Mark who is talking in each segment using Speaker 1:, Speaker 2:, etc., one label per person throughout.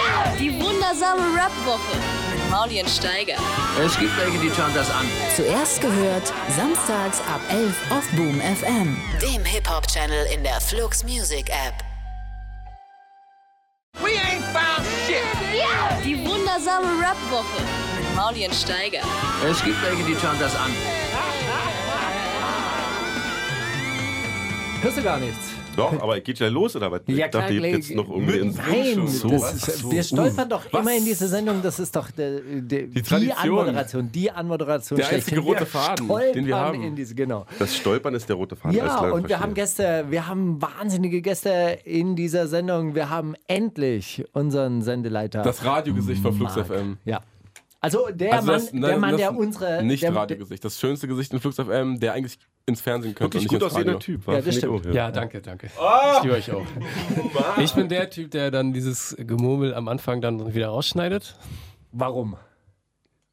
Speaker 1: Aha.
Speaker 2: Die wundersame Rap-Woche mit Mauli und Steiger.
Speaker 3: Es gibt welche, die schauen das an.
Speaker 4: Zuerst gehört, samstags ab 11 auf Boom FM.
Speaker 5: dem Hip-Hop-Channel in der Flux Music App.
Speaker 2: Die wundersame Rap-Woche mit Mauli und Steiger.
Speaker 3: Es gibt welche, die schauen das an.
Speaker 6: Hörst du gar nichts?
Speaker 7: Doch, aber geht ja los oder was?
Speaker 6: Äh, Ja,
Speaker 7: ich dachte,
Speaker 6: klar,
Speaker 7: ihr habt jetzt
Speaker 6: gleich-
Speaker 7: noch irgendwie in
Speaker 6: Nein,
Speaker 7: so
Speaker 6: das ist, wir stolpern doch immer in diese Sendung. Das ist doch der- der- die,
Speaker 8: Uh, Tradition.
Speaker 6: Anmoderation, die Anmoderation.
Speaker 8: Der einzige
Speaker 6: schlechthin.
Speaker 8: rote
Speaker 6: Wir
Speaker 8: Faden,
Speaker 6: stolpern
Speaker 8: den wir haben.
Speaker 6: In diese, genau.
Speaker 7: Das Stolpern ist der rote Faden. alles
Speaker 6: Ja,
Speaker 7: klar,
Speaker 6: und wir
Speaker 7: verstehe.
Speaker 6: haben Gäste, wir haben wahnsinnige Gäste in dieser Sendung. Wir haben endlich unseren Sendeleiter.
Speaker 8: Das Radiogesicht von Flux FM.
Speaker 6: ja. Also der
Speaker 8: Also das-
Speaker 6: Mann,
Speaker 8: nein,
Speaker 6: der, Mann,
Speaker 8: das
Speaker 6: der unsere.
Speaker 8: Nicht
Speaker 6: der,
Speaker 8: Radiogesicht, das schönste Gesicht in Flux FM, der eigentlich ins Fernsehen könnte.
Speaker 7: Wirklich
Speaker 8: und nicht
Speaker 7: gut
Speaker 8: ins Radio.
Speaker 7: aussehender Typ. war
Speaker 6: Ja, das
Speaker 7: für mich
Speaker 6: stimmt.
Speaker 7: auch,
Speaker 9: Ja, danke, danke. Ich liebe euch auch. Ich bin der Typ, der dann dieses Gemurmel am Anfang dann wieder rausschneidet,
Speaker 6: Warum?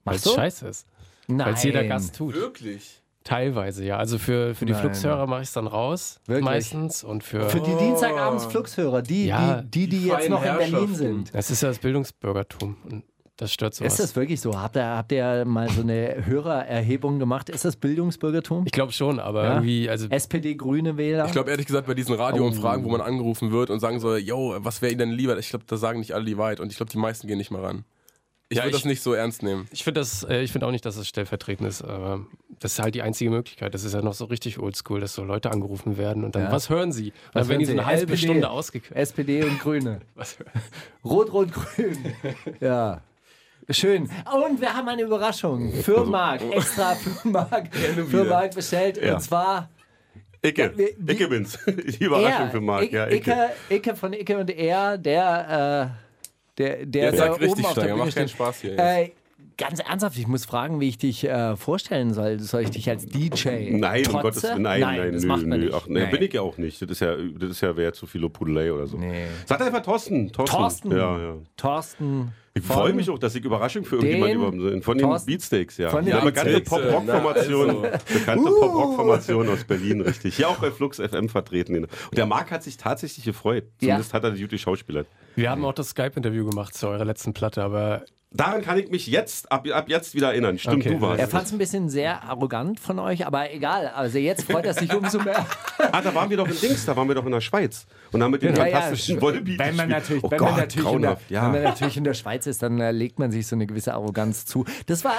Speaker 9: weil
Speaker 6: du?
Speaker 9: es scheiße ist.
Speaker 6: Nein.
Speaker 9: Weil es jeder Gast tut.
Speaker 8: Wirklich?
Speaker 9: Teilweise, ja. Also für, für die
Speaker 6: Nein.
Speaker 9: Fluxhörer mache ich es dann raus,
Speaker 6: Wirklich?
Speaker 9: meistens. Und für,
Speaker 6: Für die Dienstagabends Fluxhörer, die,
Speaker 9: Ja,
Speaker 6: die, die, die
Speaker 8: die
Speaker 6: jetzt
Speaker 8: feinen
Speaker 6: noch in Berlin
Speaker 8: Herrschaften.
Speaker 6: sind.
Speaker 9: Das ist ja das Bildungsbürgertum. Und das stört sowas.
Speaker 6: Ist das wirklich so? Habt ihr, habt ihr mal so eine Hörererhebung gemacht? Ist das Bildungsbürgertum?
Speaker 9: ich glaube schon, aber
Speaker 6: Ja. Äh,
Speaker 9: irgendwie, also
Speaker 6: SPD, Grüne Wähler?
Speaker 8: Ich glaube ehrlich gesagt, bei diesen Radioumfragen,
Speaker 6: Oh.
Speaker 8: wo man angerufen wird und sagen soll, yo, was wäre Ihnen denn lieber? Ich glaube, da sagen nicht alle die Wahrheit und ich glaube, die meisten gehen nicht mal ran. Ich
Speaker 9: Ja,
Speaker 8: würde
Speaker 9: ich-
Speaker 8: das nicht so ernst nehmen.
Speaker 9: ich finde das, äh, ich finde auch nicht, dass es stellvertretend ist, aber das ist halt die einzige Möglichkeit. Das ist ja noch so richtig oldschool, dass so Leute angerufen werden und dann, was hören sie? Und dann werden die so eine
Speaker 6: hören Sie?
Speaker 9: halbe
Speaker 6: SPD.
Speaker 9: Stunde ausgekühlt.
Speaker 6: SPD und Grüne. Rot, Rot, Grün. Ja. Schön. Und wir haben eine Überraschung. Für Marc, extra für Marc, für Marc bestellt.
Speaker 7: Ja.
Speaker 6: Und zwar
Speaker 7: Icke.
Speaker 6: wir- die-
Speaker 7: Icke bin's. Die Überraschung
Speaker 6: er.
Speaker 7: für Marc.
Speaker 6: Ick-
Speaker 7: Ja,
Speaker 6: Icke.
Speaker 7: Icke.
Speaker 6: Icke, von Icke und er, der, äh, der, der, der
Speaker 8: Jetzt sag richtig,
Speaker 6: oben auf der
Speaker 8: Steiger,
Speaker 6: Bühne
Speaker 8: mach keinen
Speaker 6: steht.
Speaker 8: Spaß hier jetzt.
Speaker 6: Äh, ganz ernsthaft, ich muss fragen, wie ich dich äh, vorstellen soll. Soll ich dich als DJ?
Speaker 7: Nein,
Speaker 6: Trotze?
Speaker 7: um Gottes Willen. Nein, nein,
Speaker 6: das
Speaker 7: nö,
Speaker 6: macht man
Speaker 7: nö.
Speaker 6: nicht.
Speaker 7: Ach, nee, bin ich ja auch nicht. Das ist ja, das ist ja wäre zu viel Pudelei oder so.
Speaker 6: Nee.
Speaker 7: Sag einfach Thorsten. Thorsten.
Speaker 6: Thorsten.
Speaker 7: Ja, ja.
Speaker 6: Thorsten.
Speaker 7: Ich
Speaker 6: von-
Speaker 7: freue mich um- auch, dass ich Überraschung für irgendjemanden überhaupt Von den
Speaker 6: Thorsten-
Speaker 7: Beatsteaks, ja.
Speaker 6: von den Uh.
Speaker 7: ja, bekannte
Speaker 8: Beatsteaks.
Speaker 7: Pop-Rock-Formation.
Speaker 8: Na, also.
Speaker 7: Bekannte Pop-Rock-Formation aus Berlin, richtig. Ja, auch bei Flux FM vertreten. genau. Und der Marc hat sich tatsächlich gefreut. Zumindest hat er die gute Schauspieler.
Speaker 9: Wir haben auch das Skype-Interview gemacht zu eurer letzten Platte, aber
Speaker 7: Daran kann ich mich jetzt, ab, ab jetzt wieder erinnern. Stimmt,
Speaker 9: Okay.
Speaker 7: du warst.
Speaker 6: Er fand es ein bisschen sehr arrogant von euch, aber egal. Also jetzt freut er sich umso mehr.
Speaker 7: Ah, da waren wir doch in Dings, da waren wir doch in der Schweiz. Und haben mit dem
Speaker 6: Ja, ja,
Speaker 7: fantastischen ja, Wollbeat
Speaker 6: Wenn man
Speaker 7: gespielt.
Speaker 6: natürlich,
Speaker 7: oh
Speaker 6: wenn,
Speaker 7: Gott,
Speaker 6: man natürlich in der,
Speaker 7: grauenhaft,
Speaker 6: wenn man
Speaker 7: ja.
Speaker 6: natürlich in der Schweiz ist, dann äh, legt man sich so eine gewisse Arroganz zu. Das war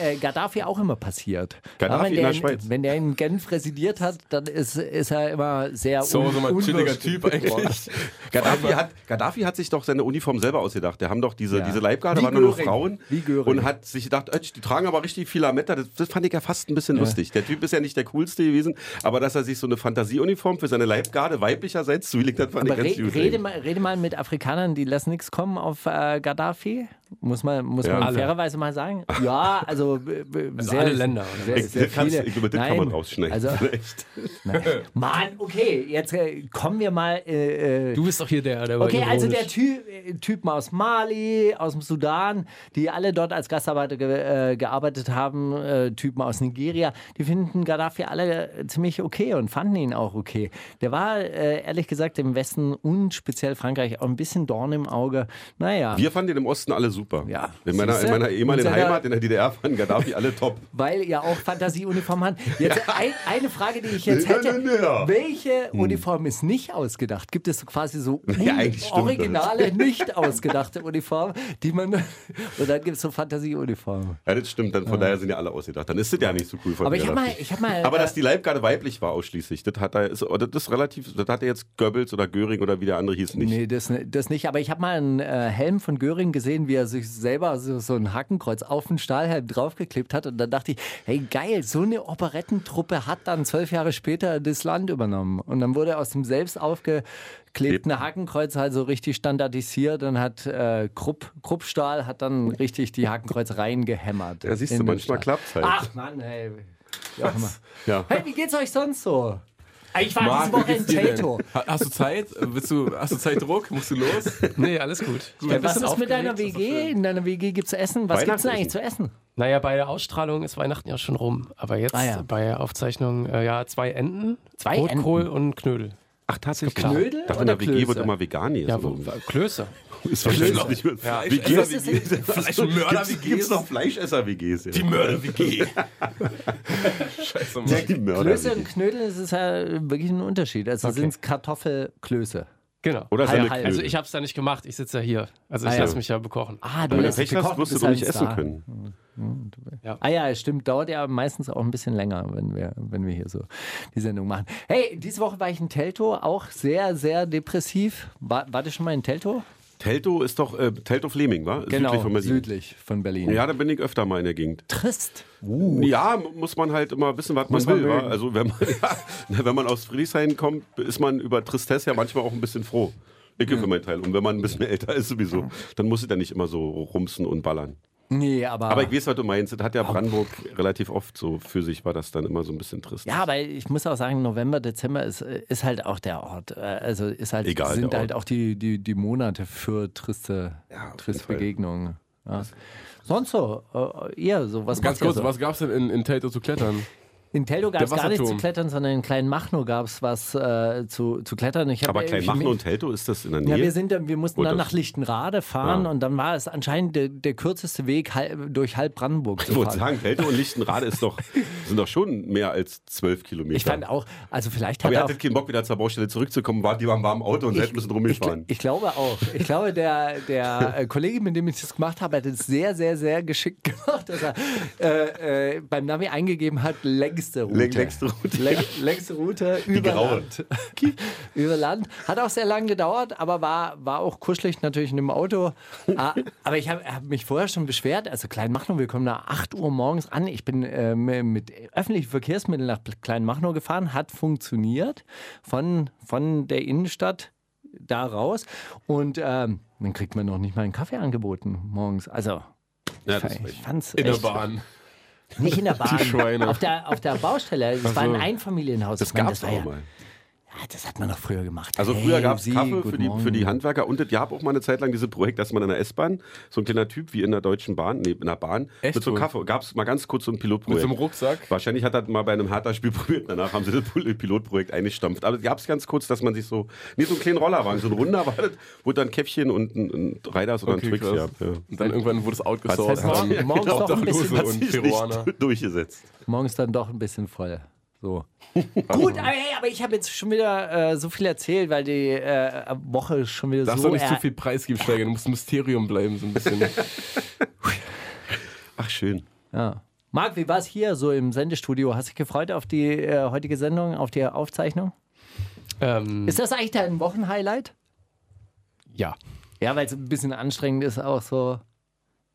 Speaker 6: äh, äh, Gaddafi auch immer passiert.
Speaker 7: Gaddafi
Speaker 6: wenn
Speaker 7: in der Schweiz.
Speaker 6: Wenn der in Genf residiert hat, dann ist, ist er immer sehr
Speaker 8: So,
Speaker 6: un-
Speaker 8: so mal ein chilliger
Speaker 6: unwirsch.
Speaker 8: Typ eigentlich.
Speaker 7: Gaddafi hat, Gaddafi hat sich doch seine Uniform selber ausgedacht. Der haben doch diese,
Speaker 6: Ja.
Speaker 7: diese Leibgarde,
Speaker 6: Wie
Speaker 7: waren nur noch
Speaker 6: Göring.
Speaker 7: Frauen.
Speaker 6: Wie Göring.
Speaker 7: und hat sich gedacht, Ötsch, die tragen aber richtig viel Lametta. Das, das fand ich ja fast ein bisschen lustig. Der Typ ist ja nicht der coolste gewesen, aber dass er sich so eine Fantasieuniform für seine Leibgarde weiblicherseits zugelegt hat, fand
Speaker 6: Aber
Speaker 7: ich ganz
Speaker 6: re
Speaker 7: übel.
Speaker 6: rede, mal, rede mal mit Afrikanern, die lassen nichts kommen auf äh, Gaddafi. Muss man, muss
Speaker 7: Ja.
Speaker 6: man
Speaker 7: Alle.
Speaker 6: fairerweise mal sagen. Ja, also, äh, äh, sehr,
Speaker 9: alle Länder, oder
Speaker 6: Sehr,
Speaker 7: ich,
Speaker 6: sehr
Speaker 7: das kannst,
Speaker 6: viele.
Speaker 7: ich glaube, das kann man
Speaker 6: Nein,
Speaker 7: rausschneiden.
Speaker 6: Also,
Speaker 7: Echt.
Speaker 6: Mann, okay, jetzt äh, kommen wir mal. Äh, äh,
Speaker 9: du bist doch hier der, der
Speaker 6: Okay,
Speaker 9: war
Speaker 6: also der
Speaker 9: ironisch.
Speaker 6: Typ, äh, Typen aus Mali, aus dem Sudan, die alle dort als Gastarbeiter ge, äh, gearbeitet haben, äh, Typen aus Nigeria, die finden Gaddafi alle äh, ziemlich okay und fanden ihn auch okay. Der war äh, ehrlich gesagt im Westen und speziell Frankreich auch ein bisschen Dorn im Auge. Naja,
Speaker 7: Wir fanden den im Osten alle super.
Speaker 6: Ja.
Speaker 7: In meiner, in
Speaker 6: Siehste?
Speaker 7: meiner ehemaligen
Speaker 6: Und seiner-
Speaker 7: Heimat, in der DDR, fanden Gaddafi alle top.
Speaker 6: weil ihr auch Fantasieuniform habt. Jetzt ein, eine Frage, die ich jetzt
Speaker 7: Nee,
Speaker 6: hätte.
Speaker 7: nee, nee, ja. Hm.
Speaker 6: Welche Uniform ist nicht ausgedacht? Gibt es so quasi so
Speaker 7: Ja, eigentlich stimmt das.
Speaker 6: originale, nicht ausgedachte Uniform, die man... Und dann gibt es so Fantasieuniformen.
Speaker 7: Ja, das stimmt. Dann, von daher sind ja alle ausgedacht. Dann ist das ja nicht so cool von
Speaker 6: Aber ich hab
Speaker 7: Gaddafi.
Speaker 6: mal- ich hab mal,
Speaker 7: Aber
Speaker 6: äh,
Speaker 7: dass die Leibgarde weiblich war ausschließlich, das hat er, ist, das ist relativ, das hat er jetzt Goebbels oder Göring oder wie der andere hieß nicht.
Speaker 6: Nee, das, das nicht. Aber ich habe mal einen äh, Helm von Göring gesehen, wie er sich selber so, so ein Hakenkreuz auf den Stahlhelm draufgeklebt hat. Und dann dachte ich, hey geil, so eine Operettentruppe hat dann zwölf Jahre später das Land übernommen. Und dann wurde aus dem selbst aufgeklebten Hakenkreuz halt so richtig standardisiert und hat äh, Krupp, Kruppstahl hat dann richtig die Hakenkreuz reingehämmert.
Speaker 7: Ja, siehst du,
Speaker 6: in den
Speaker 7: manchmal
Speaker 6: Stahl.
Speaker 7: klappt's halt.
Speaker 6: Ach Mann, hey. Wie auch immer.
Speaker 7: Ja.
Speaker 6: Hey, wie geht's euch sonst so? Ich war
Speaker 8: Marc,
Speaker 6: diese
Speaker 8: wie
Speaker 6: Woche
Speaker 8: geht's
Speaker 6: in
Speaker 8: dir denn?
Speaker 6: Tato.
Speaker 8: Ha- Hast du Zeit? Äh, Bist du, hast du Zeitdruck? Musst du los?
Speaker 9: Nee, alles gut. Ich bin ein
Speaker 6: Was
Speaker 9: bisschen
Speaker 6: ist mit deiner
Speaker 9: aufgeregt.
Speaker 6: WG? In deiner WG gibt es Essen. Was gibt es denn
Speaker 7: Weihnachtsessen.
Speaker 6: eigentlich zu essen?
Speaker 9: Naja, bei der Ausstrahlung ist Weihnachten ja schon rum. Aber jetzt
Speaker 6: Ah, ja.
Speaker 9: bei der Aufzeichnung, äh, ja, zwei Enden.
Speaker 6: Zwei
Speaker 9: Rotkohl und Knödel.
Speaker 7: Ach, tatsächlich.
Speaker 6: Knödel
Speaker 7: Ich dachte, in der
Speaker 6: oder
Speaker 7: WG wird
Speaker 6: Klöße?
Speaker 7: immer Veganier.
Speaker 9: Ja,
Speaker 7: so.
Speaker 9: wo, Klöße.
Speaker 7: Ist wahrscheinlich nicht mehr.
Speaker 8: Ja.
Speaker 7: WG
Speaker 8: Ist
Speaker 6: das-
Speaker 8: Fleischmörder-WGs?
Speaker 7: Gibt es noch Fleischesser-WGs? Ja.
Speaker 8: Mörder-WG. Scheiße, Mann.
Speaker 7: Die Mörder
Speaker 6: Klöße und Knödel, das ist ja wirklich ein Unterschied. Also
Speaker 9: Okay.
Speaker 6: sind es Kartoffelklöße.
Speaker 9: Genau.
Speaker 7: Oder so
Speaker 6: Halb,
Speaker 7: eine
Speaker 6: halb.
Speaker 9: Also
Speaker 7: Knödel.
Speaker 9: ich habe es da nicht gemacht, ich sitze ja hier. Also ich
Speaker 6: Ah, ja.
Speaker 9: lasse mich ja bekochen.
Speaker 6: Ah,
Speaker 7: Wenn du
Speaker 6: lässt
Speaker 7: Pech
Speaker 6: dich
Speaker 7: hast,
Speaker 6: gekocht,
Speaker 7: wirst du
Speaker 6: bist
Speaker 7: doch nicht
Speaker 6: halt
Speaker 7: essen
Speaker 6: da.
Speaker 7: können.
Speaker 6: Ah ja, stimmt, dauert ja meistens auch ein bisschen länger, wenn wir, wenn wir hier so die Sendung machen. Hey, diese Woche war ich in Telto, auch sehr, sehr depressiv. War, wart ihr schon mal in Telto?
Speaker 7: Telto ist doch, äh, Telto Fleming, war?
Speaker 6: Genau,
Speaker 7: südlich von Berlin.
Speaker 6: südlich von Berlin.
Speaker 7: Ja, da bin ich öfter mal in der Gegend.
Speaker 6: Trist.
Speaker 7: Ja, mu- muss man halt immer wissen, was
Speaker 6: Muss
Speaker 7: man
Speaker 6: man
Speaker 7: will. wa?
Speaker 6: mögen.
Speaker 7: Also wenn man, ja, na, wenn man aus Friedrichshain kommt, ist man über Tristesse ja manchmal auch ein bisschen froh. Ich für meinen Teil. Und wenn man ein bisschen älter ist sowieso, dann muss ich da nicht immer so rumsen und ballern.
Speaker 6: Nee, aber.
Speaker 7: Aber ich weiß, was du meinst. Das hat
Speaker 6: Ah.
Speaker 7: ja Brandenburg relativ oft so für sich war das dann immer so ein bisschen trist.
Speaker 6: ja, aber ich muss auch sagen, November, Dezember ist, ist halt auch der Ort. Äh, Also ist halt,
Speaker 7: Egal,
Speaker 6: sind
Speaker 7: der
Speaker 6: halt auch die, die, die Monate für triste,
Speaker 7: Ja, auf
Speaker 6: triste
Speaker 7: jeden Fall.
Speaker 6: Begegnungen. Ja. Sonst so, äh, eher so. Was
Speaker 8: Ganz
Speaker 6: macht ihr
Speaker 8: kurz,
Speaker 6: so?
Speaker 8: was gab's denn in, in Telto zu klettern?
Speaker 6: In Telto gab es
Speaker 8: Der
Speaker 6: gar nichts zu
Speaker 8: Wasserturm.
Speaker 6: klettern, sondern in Kleinmachnow gab es was äh, zu, zu klettern. äh, Ich hab
Speaker 7: Aber
Speaker 6: irgendwie-
Speaker 7: Kleinmachen und Telto ist das in der
Speaker 6: Ja,
Speaker 7: Nähe.
Speaker 6: wir, sind, dann- wir mussten
Speaker 7: Oder-
Speaker 6: dann nach Lichtenrade fahren
Speaker 7: Ah.
Speaker 6: und dann war es anscheinend der, der kürzeste Weg halb, durch halb Brandenburg zu
Speaker 7: ich
Speaker 6: fahren.
Speaker 7: wollte sagen, Telto und Lichtenrade ist doch, sind doch schon mehr als zwölf Kilometer.
Speaker 6: ich fand auch, also vielleicht hat
Speaker 7: aber ihr
Speaker 6: er auch,
Speaker 7: hattet keinen Bock, wieder zur Baustelle zurückzukommen. Wart, die waren warm im Auto und seid ein bisschen
Speaker 6: ich,
Speaker 7: rumgefahren.
Speaker 6: ich glaube auch, ich glaube der, der äh, Kollege, mit dem ich das gemacht habe, hat es sehr, sehr, sehr geschickt gemacht, dass er äh, äh, beim Navi eingegeben hat, längste Route.
Speaker 7: Läng- längste Route,
Speaker 6: Läng, längste Route über
Speaker 7: graue.
Speaker 6: Land. über Land. Hat auch sehr lange gedauert, aber war, war auch kuschelig natürlich in dem Auto. Ah, aber ich habe hab mich vorher schon beschwert. Also Kleinmachnow, wir kommen da 8 Uhr morgens an. Ich bin ähm, mit öffentlichen Verkehrsmitteln nach Kleinmachnow gefahren. Hat funktioniert von, von der Innenstadt da raus. Und ähm, dann kriegt man noch nicht mal einen Kaffee angeboten morgens. Also
Speaker 7: ja, das ist
Speaker 6: ich
Speaker 7: recht.
Speaker 6: fand's
Speaker 8: In der
Speaker 6: echt-
Speaker 8: Bahn.
Speaker 6: Nicht in der Bahn.
Speaker 8: Schweine.
Speaker 6: Auf der, auf der Baustelle. Es war ein
Speaker 8: so.
Speaker 6: Einfamilienhaus.
Speaker 7: Also, Das
Speaker 6: Ich meine,
Speaker 7: gab's
Speaker 6: war
Speaker 7: auch
Speaker 6: ja-
Speaker 7: mal.
Speaker 6: Ah, Das hat man noch früher gemacht.
Speaker 7: Also
Speaker 6: Hey,
Speaker 7: früher gab es
Speaker 6: Sie,
Speaker 7: Kaffee für
Speaker 6: guten
Speaker 7: die, für
Speaker 6: Morgen.
Speaker 7: die Handwerker und es gab auch mal eine Zeit lang dieses Projekt, dass man in der S-Bahn, so ein kleiner Typ wie in der Deutschen Bahn, nee, in der Bahn,
Speaker 8: Echt,
Speaker 7: mit so
Speaker 8: wohl?
Speaker 7: Kaffee, gab es mal ganz kurz so ein
Speaker 8: Mit
Speaker 7: Pilotprojekt.
Speaker 8: so einem Rucksack.
Speaker 7: Wahrscheinlich hat er mal bei einem Hertha-Spiel probiert, danach haben sie das Pil- Pilotprojekt eingestampft. Aber gab es ganz kurz, dass man sich so, nee, so einen kleinen Rollerwagen, so ein runder war das, wo dann ein Käffchen und ein, ein Reiders oder ein Twix, ja.
Speaker 8: krass.
Speaker 7: ja.
Speaker 8: Und dann irgendwann wurde es
Speaker 7: Hat's- halt
Speaker 8: outgesourced.
Speaker 7: hat's-
Speaker 8: an
Speaker 6: ja, morgens
Speaker 8: genau.
Speaker 6: noch ein bisschen-
Speaker 8: Obdachlose
Speaker 7: Hat
Speaker 8: und
Speaker 7: sich
Speaker 8: Peruaner.
Speaker 7: nicht durchgesetzt.
Speaker 6: Morgens dann doch ein bisschen voll. So. Gut, aber, hey, aber ich habe jetzt schon wieder äh, so viel erzählt, weil die äh, Woche schon wieder
Speaker 8: Darfst
Speaker 6: so
Speaker 8: doch nicht
Speaker 6: er-
Speaker 8: zu viel preisgeben, Steiger. Du musst ein Mysterium bleiben, so ein bisschen.
Speaker 7: Ach, schön.
Speaker 6: Ja. Marc, wie war es hier so im Sendestudio? Hast du dich gefreut auf die äh, heutige Sendung, auf die Aufzeichnung?
Speaker 9: Ähm,
Speaker 6: Ist das eigentlich dein Wochenhighlight?
Speaker 9: ja.
Speaker 6: Ja, weil es ein bisschen anstrengend ist, auch so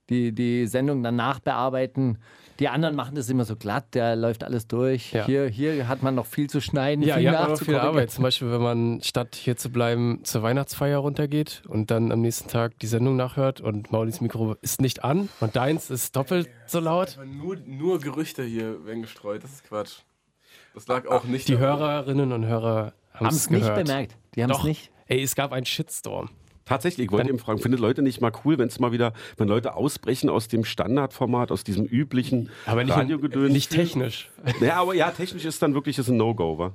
Speaker 6: die, die Sendung danach bearbeiten. Die anderen machen das immer so glatt, da läuft alles durch.
Speaker 9: Ja.
Speaker 6: Hier, hier hat man noch viel zu schneiden,
Speaker 9: Ja,
Speaker 6: viel
Speaker 9: ja, aber viel
Speaker 6: nachzukorrigieren.
Speaker 9: Arbeit. Zum Beispiel, wenn man statt hier zu bleiben zur Weihnachtsfeier runtergeht und dann am nächsten Tag die Sendung nachhört und Maulis Mikro ist nicht an und deins ist doppelt so laut.
Speaker 8: nur, nur Gerüchte hier werden gestreut. Das ist Quatsch. Das lag auch nicht.
Speaker 9: Die Hörerinnen und Hörer haben
Speaker 6: Haben
Speaker 9: es
Speaker 6: es nicht
Speaker 9: gehört.
Speaker 6: bemerkt. Die haben es
Speaker 9: Doch.
Speaker 6: nicht.
Speaker 9: Ey, es gab einen Shitstorm.
Speaker 7: Tatsächlich, ich wollte eben fragen, findet Leute nicht mal cool, wenn es mal wieder, wenn Leute ausbrechen aus dem Standardformat, aus diesem üblichen
Speaker 9: Aber nicht,
Speaker 7: Radiogedöns?
Speaker 9: nicht technisch.
Speaker 7: Ja, aber ja, technisch ist dann wirklich ist ein No-Go, wa?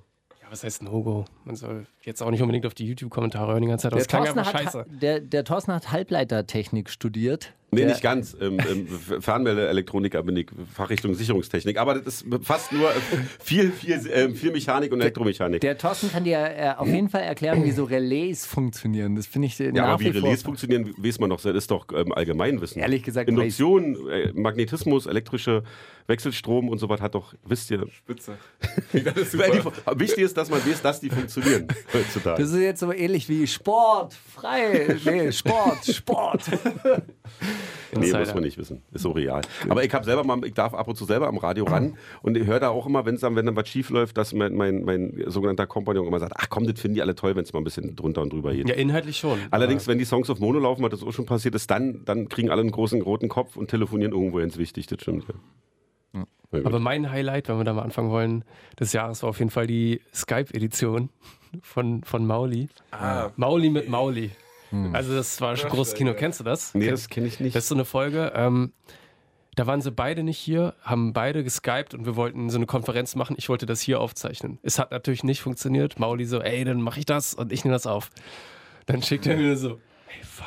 Speaker 9: Ja, was heißt No-Go? Man soll jetzt auch nicht unbedingt auf die YouTube-Kommentare hören die ganze Zeit. Aber
Speaker 6: Der
Speaker 9: es klang
Speaker 6: Thorsten,
Speaker 9: einfach
Speaker 6: hat,
Speaker 9: scheiße.
Speaker 6: der, der Thorsten hat Halbleitertechnik studiert.
Speaker 7: Nee,
Speaker 6: der,
Speaker 7: nicht ganz. Ähm, ähm, F- Fernmeldeelektroniker bin ich, Fachrichtung Sicherungstechnik. Aber das ist fast nur äh, viel, viel, ähm, viel Mechanik und Elektromechanik.
Speaker 6: Der Thorsten kann dir äh, auf jeden Fall erklären, wie so Relais funktionieren. Das finde ich äh,
Speaker 7: ja,
Speaker 6: nach
Speaker 7: aber wie
Speaker 6: wie vor.
Speaker 7: Relais funktionieren, weiß man doch, das ist doch ähm, Allgemeinwissen.
Speaker 6: Ehrlich gesagt,
Speaker 7: Induktion, äh, Magnetismus, elektrische Wechselstrom und so was hat doch, wisst ihr.
Speaker 8: Spitze.
Speaker 7: Weil die, wichtig ist, dass man weiß, dass die funktionieren heutzutage.
Speaker 6: Das ist jetzt so ähnlich wie Sport, frei, nee, Sport, Sport.
Speaker 7: Nee,
Speaker 9: Insider.
Speaker 7: muss man nicht wissen. Ist so real. Aber ich habe selber mal, ich darf ab und zu selber am Radio ran und ich höre da auch immer, wenn's dann, wenn dann was schief läuft, dass mein, mein, mein sogenannter Kompagnon immer sagt, ach komm, das finden die alle toll, wenn es mal ein bisschen drunter und drüber geht.
Speaker 9: Ja, inhaltlich schon.
Speaker 7: Allerdings, wenn die Songs auf Mono laufen, was das auch schon passiert ist, dann, dann kriegen alle einen großen roten Kopf und telefonieren irgendwo ins Wichtig. Das stimmt. Ja.
Speaker 9: Aber mein Highlight, wenn wir da mal anfangen wollen, des Jahres war auf jeden Fall die Skype-Edition von, von Mauli. Mauli mit Mauli. Also das war schon großes Kino. Kennst du das?
Speaker 7: Nee, das kenne ich nicht.
Speaker 9: Das ist so eine Folge. Ähm, Da waren sie beide nicht hier, haben beide geskypt und wir wollten so eine Konferenz machen. Ich wollte das hier aufzeichnen. Es hat natürlich nicht funktioniert. Mauli so, ey, dann mache ich das und ich nehme das auf. Dann schickt er mir so,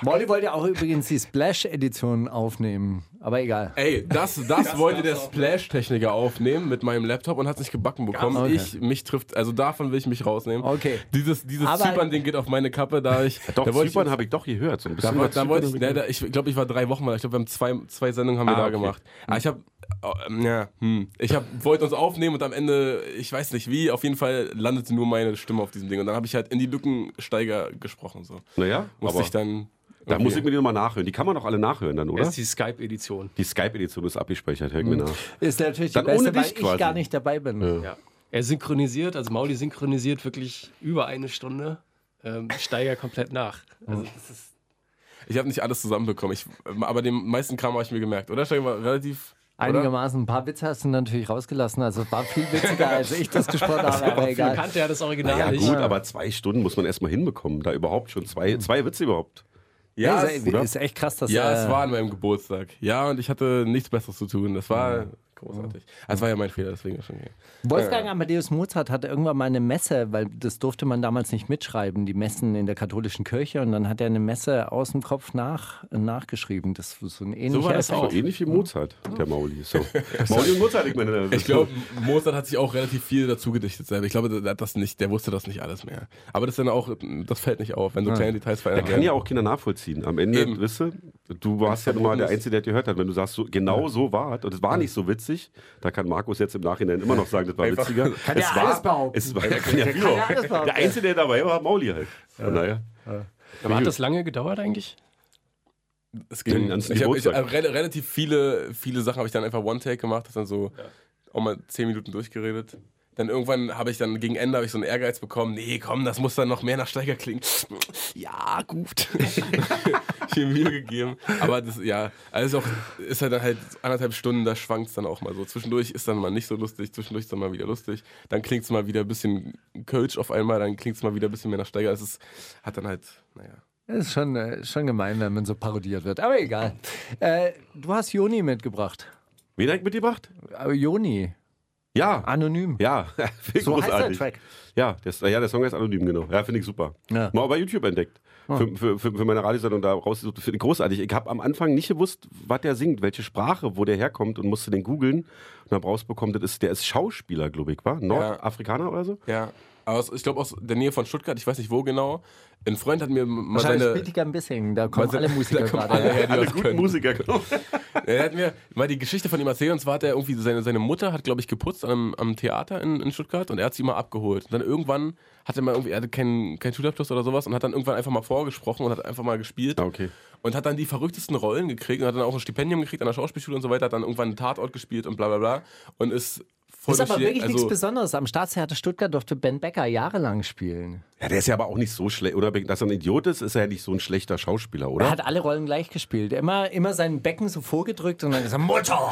Speaker 6: Molly wollte auch übrigens die Splash-Edition aufnehmen, aber egal.
Speaker 8: Ey, das, das, wollte der Splash-Techniker aufnehmen mit meinem Laptop und hat es nicht gebacken bekommen.
Speaker 6: Okay.
Speaker 8: Ich, mich trifft, also davon will ich mich rausnehmen.
Speaker 6: Okay.
Speaker 8: Dieses, dieses
Speaker 6: Aber-
Speaker 8: Zypern-Ding geht auf meine Kappe, da ich.
Speaker 7: Doch,
Speaker 8: da wollte
Speaker 7: Zypern
Speaker 8: ich,
Speaker 7: habe ich doch gehört. So ein
Speaker 8: da,
Speaker 7: bisschen
Speaker 8: wo-
Speaker 7: was
Speaker 8: da wollte ich,
Speaker 7: Zypern-
Speaker 8: ne, da, ich glaube, ich war drei Wochen mal. Ich glaube, wir haben zwei, zwei Sendungen haben wir
Speaker 7: Ah,
Speaker 8: da
Speaker 7: okay.
Speaker 8: gemacht. Aber ich habe, oh, ähm, ja, hm. ich hab, wollte uns aufnehmen und am Ende, ich weiß nicht wie, auf jeden Fall landete nur meine Stimme auf diesem Ding und dann habe ich halt in die Lückensteiger gesprochen so.
Speaker 7: Naja,
Speaker 8: Musste
Speaker 7: aber
Speaker 8: ich dann.
Speaker 7: da muss ich
Speaker 8: irgendwie-
Speaker 7: mir die nochmal nachhören. Die kann man doch alle nachhören dann,
Speaker 9: das
Speaker 7: oder?
Speaker 9: ist die Skype-Edition.
Speaker 7: Die Skype-Edition ist abgespeichert, hör ich mir nach.
Speaker 6: Ist natürlich
Speaker 7: Dann
Speaker 6: die beste,
Speaker 7: ohne dich
Speaker 6: weil
Speaker 7: quasi.
Speaker 6: ich gar nicht dabei bin.
Speaker 9: Ja. Er synchronisiert, also Mauli synchronisiert wirklich über eine Stunde. Ähm, Steiger komplett nach. Also das ist
Speaker 8: Ich habe nicht alles zusammenbekommen. Ich, ähm, aber den meisten Kram habe ich mir gemerkt, oder? Steiger war relativ. oder?
Speaker 6: Einigermaßen ein paar Witze hast du natürlich rausgelassen, also es war viel witziger, als ich das gesprochen habe, aber egal.
Speaker 9: kannte ja das Original
Speaker 7: Ja,
Speaker 9: Ah, nicht.
Speaker 7: gut, aber zwei Stunden muss man erstmal hinbekommen. Da überhaupt schon zwei, zwei Witze überhaupt.
Speaker 8: Ja,
Speaker 6: ist,
Speaker 8: es,
Speaker 7: oder?
Speaker 6: ist echt krass, dass
Speaker 8: ja,
Speaker 6: äh,
Speaker 8: es war an meinem Geburtstag. Ja, und ich hatte nichts Besseres zu tun. Das war großartig. Das war ja mein Fehler, deswegen schon. okay.
Speaker 6: Wolfgang Amadeus Mozart hatte irgendwann mal eine Messe, weil das durfte man damals nicht mitschreiben, die Messen in der katholischen Kirche. Und dann hat er eine Messe aus dem Kopf nach, nachgeschrieben. Das ist so ein ähnlicher
Speaker 8: war das
Speaker 6: Effekt.
Speaker 8: auch.
Speaker 7: So ähnlich wie Mozart, der Mauli. So. Mauli und Mozart, ich meine.
Speaker 8: Ich glaube, Mozart hat sich auch relativ viel dazu gedichtet selber. Ich glaube, der, hat das nicht, der wusste das nicht alles mehr. Aber das ist dann auch, das fällt nicht auf, wenn so kleine Details verändert
Speaker 7: Kann ja auch Kinder nachvollziehen. Am Ende,
Speaker 8: Eben.
Speaker 7: wisst ihr, du warst ja nun mal der
Speaker 8: Verbotenes.
Speaker 7: Einzige, der das gehört hat. Wenn du sagst, so, genau so war es, und es war nicht so witzig, da kann Markus jetzt im Nachhinein immer noch sagen, das war
Speaker 8: Einfach-
Speaker 7: witziger.
Speaker 6: Kann
Speaker 7: es
Speaker 6: der
Speaker 7: war,
Speaker 6: alles behaupten.
Speaker 7: Es war, der kann ja viel behaupten.
Speaker 6: alles behaupten.
Speaker 7: Der Einzige, der dabei war, Mauli halt. Von daher.
Speaker 9: aber hat das lange gedauert eigentlich?
Speaker 8: Es
Speaker 7: Den
Speaker 8: ging.
Speaker 7: ganzen
Speaker 8: Ich habe
Speaker 7: Geburtstag.
Speaker 8: hab rel relativ viele, viele Sachen habe ich dann einfach One-Take gemacht, das dann so auch mal zehn Minuten durchgeredet. Dann irgendwann habe ich dann gegen Ende habe ich so einen Ehrgeiz bekommen. Nee, komm, das muss dann noch mehr nach Steiger klingen. Ja, gut. Viel Mühe gegeben. Aber das, ja, alles auch, ist halt dann halt anderthalb Stunden, da schwankt es dann auch mal so. Zwischendurch ist dann mal nicht so lustig, zwischendurch ist dann mal wieder lustig. Dann klingt es mal wieder ein bisschen Coach auf einmal, dann klingt es mal wieder ein bisschen mehr nach Steiger. Also Es ist, hat dann halt, naja.
Speaker 6: Das ist schon, äh, schon gemein, wenn man so parodiert wird. Aber egal. Äh, du hast Joni mitgebracht.
Speaker 7: Wen hat ich mitgebracht?
Speaker 6: Aber Joni,
Speaker 7: Ja.
Speaker 6: anonym.
Speaker 7: Ja, Finde ich
Speaker 6: So heißt der
Speaker 7: großartig.
Speaker 6: Track.
Speaker 7: Ja, das, ja, der Song heißt Anonym, genau. Ja, finde ich super.
Speaker 6: Ja.
Speaker 7: Mal bei YouTube entdeckt. Für, für, für, für meine Radiosendung da rausgesucht. Finde ich großartig. Ich habe am Anfang nicht gewusst, was der singt, welche Sprache, wo der herkommt und musste den googeln und habe rausbekommen, das ist, der ist Schauspieler, glaube ich, war? Nordafrikaner oder so?
Speaker 8: Ja. Aber aus, ich glaube aus der Nähe von Stuttgart, ich weiß nicht wo genau. Ein Freund hat mir mal
Speaker 6: Wahrscheinlich
Speaker 8: seine.
Speaker 6: spielt die gern Bissing, da kommen
Speaker 8: mal seine-
Speaker 6: alle Musiker
Speaker 8: da kommen
Speaker 6: gerade.
Speaker 8: alle her, die
Speaker 7: Alle
Speaker 8: das
Speaker 7: guten
Speaker 8: können.
Speaker 7: Musiker, genau.
Speaker 8: Er hat mir mal die Geschichte von ihm erzählt und zwar hat er irgendwie seine, seine Mutter hat, glaube ich, geputzt am, am Theater in, in Stuttgart und er hat sie mal abgeholt. Und dann irgendwann hat er mal irgendwie, er hatte keinen, keinen Schulabschluss oder sowas und hat dann irgendwann einfach mal vorgesprochen und hat einfach mal gespielt.
Speaker 7: Ah, okay.
Speaker 8: Und hat dann die verrücktesten Rollen gekriegt und hat dann auch ein Stipendium gekriegt an der Schauspielschule und so weiter, hat dann irgendwann einen Tatort gespielt und bla bla bla. Und ist voll
Speaker 6: Das ist
Speaker 8: durch
Speaker 6: aber
Speaker 8: die-
Speaker 6: wirklich nichts
Speaker 8: also-
Speaker 6: Besonderes. Am Staatstheater Stuttgart durfte Ben Becker jahrelang spielen.
Speaker 7: Ja, der ist ja aber auch nicht so schlecht, oder? Dass er ein Idiot ist, ist er ja nicht so ein schlechter Schauspieler,
Speaker 6: Er
Speaker 8: Ne?
Speaker 7: oder?
Speaker 6: hat alle Rollen gleich gespielt. Immer, immer sein Becken so vorgedrückt und dann gesagt, Mutter,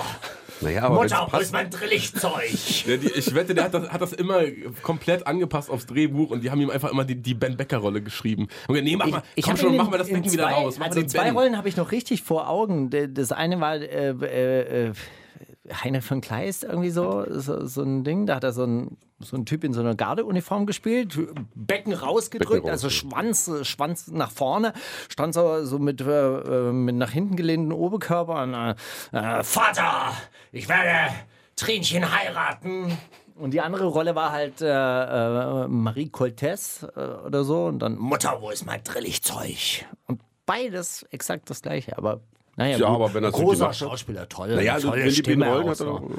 Speaker 7: Naja, aber wenn's
Speaker 6: Mutter, wo ist
Speaker 7: passt,
Speaker 6: mein Drillichtzeug?
Speaker 8: Ja, die, ich wette, der hat das, hat das immer komplett angepasst aufs Drehbuch und die haben ihm einfach immer die, die Ben Becker-Rolle geschrieben. Und gesagt, nee, mach mal, komm
Speaker 6: hab
Speaker 8: schon,
Speaker 6: in
Speaker 8: mach
Speaker 6: den-
Speaker 8: mal das
Speaker 6: in
Speaker 8: Becken wieder
Speaker 6: zwei-
Speaker 8: raus. Mach
Speaker 6: Also
Speaker 8: mal den
Speaker 6: zwei
Speaker 8: Ben.
Speaker 6: Rollen habe ich noch richtig vor Augen. D- Das eine war äh, äh, äh, Heiner von Kleist, irgendwie so, so, so ein Ding. Da hat er so ein, so ein Typ in so einer Gardeuniform gespielt, Becken rausgedrückt,
Speaker 7: Becken raus,
Speaker 6: also
Speaker 7: ja.
Speaker 6: Schwanz, äh, Schwanz nach vorne, stand so, so mit, äh, äh, mit nach hinten gelehnten Oberkörper und äh, äh, Vater, ich werde Trinchen heiraten. Und die andere Rolle war halt äh, äh, Marie Coltès äh, oder so. Und dann Mutter, wo ist mein Drilligzeug? Und beides exakt das gleiche. Aber naja,
Speaker 7: Ja,
Speaker 6: gut.
Speaker 7: aber wenn das wirklich
Speaker 6: großer
Speaker 7: macht-
Speaker 6: Schauspieler, toll.
Speaker 7: naja, also,
Speaker 6: tolle
Speaker 7: wenn die beiden
Speaker 6: Stimme
Speaker 7: Rollen
Speaker 6: auch
Speaker 7: hat er
Speaker 6: so.
Speaker 7: auch.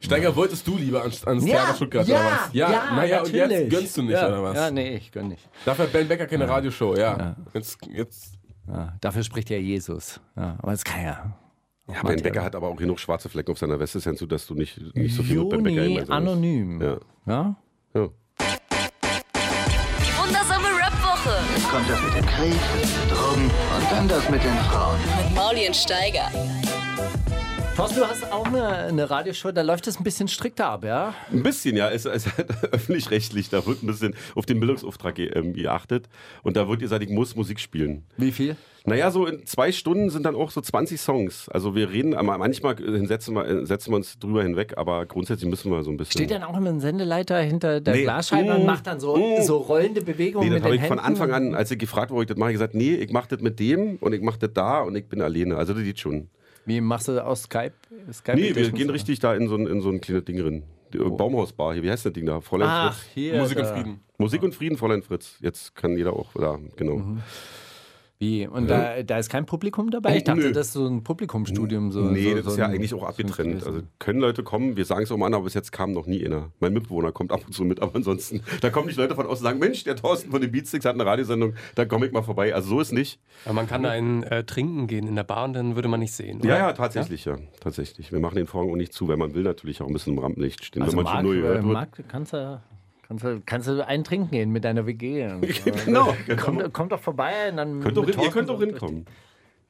Speaker 8: Steiger, wolltest du lieber ans, ans
Speaker 6: Ja,
Speaker 8: Theater Stuttgart
Speaker 6: ja,
Speaker 8: oder was?
Speaker 6: ja,
Speaker 8: naja, und jetzt
Speaker 6: natürlich.
Speaker 8: gönnst du nicht
Speaker 6: ja,
Speaker 8: oder was?
Speaker 6: Ja, nee, ich gönn nicht.
Speaker 8: Dafür hat Ben Becker keine Radioshow, ja. Jetzt, jetzt,
Speaker 6: Ja, dafür spricht ja Jesus. Ja, aber das kann ja.
Speaker 7: Ja, Ben Becker hat aber auch genug schwarze Flecken auf seiner Weste, ist ja so, dass du nicht, nicht so viel mit Ben Becker
Speaker 6: Joni
Speaker 7: immer so-
Speaker 6: anonym.
Speaker 7: Ja.
Speaker 6: ja?
Speaker 7: Ja.
Speaker 2: Die wundersame Rap-Woche
Speaker 1: Kommt das mit dem Krieg, mit den Drogen und dann das mit den Frauen.
Speaker 2: mit Maulien Steiger.
Speaker 6: Thorsten, du hast auch eine, eine Radioshow, da läuft es ein bisschen strikter ab, ja?
Speaker 7: Ein bisschen, ja. Es ist halt öffentlich-rechtlich. Da wird ein bisschen auf den Bildungsauftrag ge- ähm, geachtet. Und da wird gesagt, ich muss Musik spielen.
Speaker 6: Wie viel?
Speaker 7: Naja, so in zwei Stunden sind dann auch so 20 Songs. Also wir reden, aber manchmal äh, setzen wir, äh, setzen wir uns drüber hinweg, aber grundsätzlich müssen wir so ein bisschen.
Speaker 6: Steht dann auch immer ein Sendeleiter hinter der
Speaker 7: Nee.
Speaker 6: Glasscheibe und
Speaker 7: Mm,
Speaker 6: macht dann so,
Speaker 7: mm.
Speaker 6: so rollende Bewegungen
Speaker 7: Nee, das
Speaker 6: mit den
Speaker 7: habe ich
Speaker 6: Händen?
Speaker 7: von Anfang an, als ich gefragt wurde, ob ich das mache, gesagt, nee, ich mache das mit dem und ich mache das da und ich bin alleine. Also das geht schon.
Speaker 6: Wie machst du das aus Skype? Skype
Speaker 7: Nee, wir gehen richtig da in so ein, in so ein kleines Ding rein. Die, äh, Baumhausbar hier, wie heißt das Ding da? Fräulein
Speaker 6: Oh. Ach,
Speaker 7: Fritz.
Speaker 6: hier.
Speaker 8: Musik und
Speaker 6: da.
Speaker 8: Frieden.
Speaker 7: Musik und Frieden, Fräulein Fritz. Jetzt kann jeder auch, da, genau.
Speaker 6: Mhm. Wie? Und da, da ist kein Publikum dabei? Ich dachte,
Speaker 7: Nö.
Speaker 6: das ist so ein Publikumstudium. So,
Speaker 7: nee,
Speaker 6: so,
Speaker 7: das
Speaker 6: so
Speaker 7: ist ja
Speaker 6: ein-
Speaker 7: eigentlich auch
Speaker 6: so ein
Speaker 7: abgetrennt.
Speaker 6: gewesen.
Speaker 7: Also können Leute kommen, wir sagen es auch mal an, aber bis jetzt kam noch nie einer. Mein Mitbewohner kommt ab und zu mit, aber ansonsten, da kommen nicht Leute von außen und sagen, Mensch, der Thorsten von den Beatsticks hat eine Radiosendung, da komme ich mal vorbei. Also so ist nicht.
Speaker 9: Aber man kann da einen äh, trinken gehen in der Bar und dann würde man nicht sehen.
Speaker 7: Ja,
Speaker 9: oder?
Speaker 7: ja, tatsächlich, ja. Tatsächlich. Wir machen den Vorhang auch nicht zu, weil man will natürlich auch ein bisschen im Rampenlicht stehen,
Speaker 6: also
Speaker 7: wenn man
Speaker 6: Marc,
Speaker 7: schon nur
Speaker 6: äh,
Speaker 7: gehört wird.
Speaker 6: Marc, kannst du, kannst, du, kannst du einen trinken gehen mit deiner WG? Und so.
Speaker 7: Genau.
Speaker 6: äh, kommt, kommt doch vorbei. Und dann
Speaker 7: Könnt auch
Speaker 6: mit
Speaker 7: hin, ihr könnt auch
Speaker 6: Thorsten-
Speaker 7: hinkommen.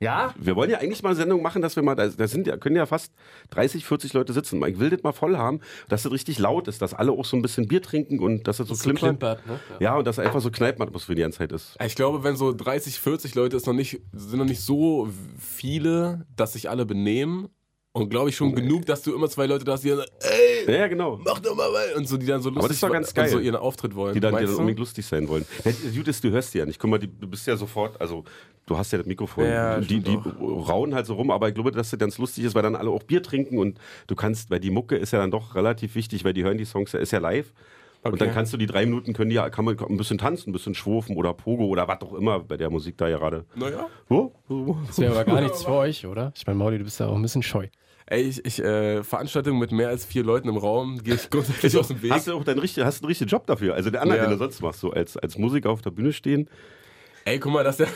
Speaker 6: Ja?
Speaker 7: Wir wollen ja eigentlich mal eine Sendung machen, dass wir mal, da, da sind ja, können ja fast 30, 40 Leute sitzen. Ich will das mal voll haben, dass das richtig laut ist, dass alle auch so ein bisschen Bier trinken und dass das so
Speaker 9: So
Speaker 7: klimpert.
Speaker 9: klimpert, ne?
Speaker 7: ja. und dass einfach so Kneipenatmosphäre die ganze Zeit ist.
Speaker 8: Ich glaube, wenn so 30, 40 Leute ist noch nicht, sind noch nicht so viele, dass sich alle benehmen. Und glaube ich schon genug, dass du immer zwei Leute da hast, die dann, ey,
Speaker 7: Ja, ja genau.
Speaker 8: mach doch mal weiter. Und so, die dann so lustig
Speaker 7: das ist doch ganz
Speaker 8: und
Speaker 7: geil.
Speaker 8: so ihren Auftritt wollen.
Speaker 7: Die dann, die
Speaker 8: Meinst
Speaker 7: dann
Speaker 8: du?
Speaker 7: unbedingt lustig sein wollen. Ja, das Gute ist, du hörst die ja nicht. Guck mal, die, du bist ja sofort, also du hast ja das Mikrofon.
Speaker 8: Ja,
Speaker 7: die
Speaker 8: stimmt
Speaker 7: die rauen halt so rum, aber ich glaube, dass das ganz lustig ist, weil dann alle auch Bier trinken und du kannst, weil die Mucke ist ja dann doch relativ wichtig, weil die hören die Songs, ja, ist ja live. Und dann kannst du die drei Minuten, können die, ja- kann man ein bisschen tanzen, ein bisschen schwurfen oder Pogo oder was auch immer bei der Musik da gerade.
Speaker 8: Naja.
Speaker 7: Oh, oh,
Speaker 9: Das wäre aber gar nichts für euch, oder? Ich meine, Mauli, du bist da auch ein bisschen scheu.
Speaker 8: Ey, ich, ich äh, Veranstaltungen mit mehr als vier Leuten im Raum gehe ich grundsätzlich aus dem Weg.
Speaker 7: Hast du auch deinen richtigen, hast einen richtigen Job dafür? Also der andere,
Speaker 8: Ja.
Speaker 7: den du sonst machst, so als, als Musiker auf der Bühne stehen.
Speaker 8: Ey, guck mal, das ist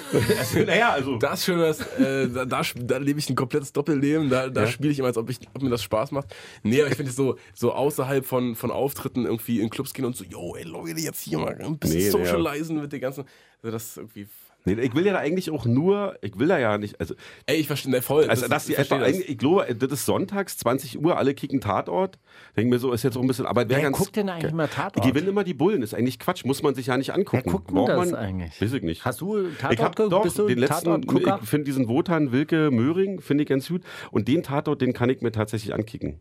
Speaker 8: ja.
Speaker 7: naja, also.
Speaker 8: Das ist schon was, äh, da, da, sp- da lebe ich ein komplettes Doppelleben, da, da spiele ich immer, als ob, ich, ob mir das Spaß macht. Nee, aber ich finde es so, so außerhalb von, von Auftritten irgendwie in Clubs gehen und so, yo, ey, Leute, jetzt hier mal ein bisschen
Speaker 7: Nee, nee,
Speaker 8: socialisen mit den ganzen. Also das ist irgendwie.
Speaker 7: Nee, ich will ja da eigentlich auch nur, ich will da ja nicht, also
Speaker 8: Ey, ich verstehe, ne, voll.
Speaker 7: Also, dass
Speaker 8: ich
Speaker 7: die
Speaker 8: verstehe
Speaker 7: einfach, ein- ich glaube, das ist sonntags, 20 Uhr, alle kicken Tatort. Denken mir so, ist jetzt auch ein bisschen, aber wäre
Speaker 6: Wer
Speaker 7: ganz.
Speaker 6: guckt denn eigentlich immer Tatort?
Speaker 7: Die gewinnen immer die Bullen, ist eigentlich Quatsch, muss man sich ja nicht angucken.
Speaker 6: Wer guckt denn
Speaker 7: Braucht
Speaker 6: das eigentlich?
Speaker 7: Weiß ich nicht.
Speaker 6: Hast du Tatort
Speaker 7: ich hab
Speaker 6: geguckt?
Speaker 7: Doch,
Speaker 6: Bist du
Speaker 7: den letzten,
Speaker 6: Tatortgucker?
Speaker 7: ich finde diesen Wotan Wilke Möhring, finde ich ganz gut. Und den Tatort, den kann ich mir tatsächlich ankicken.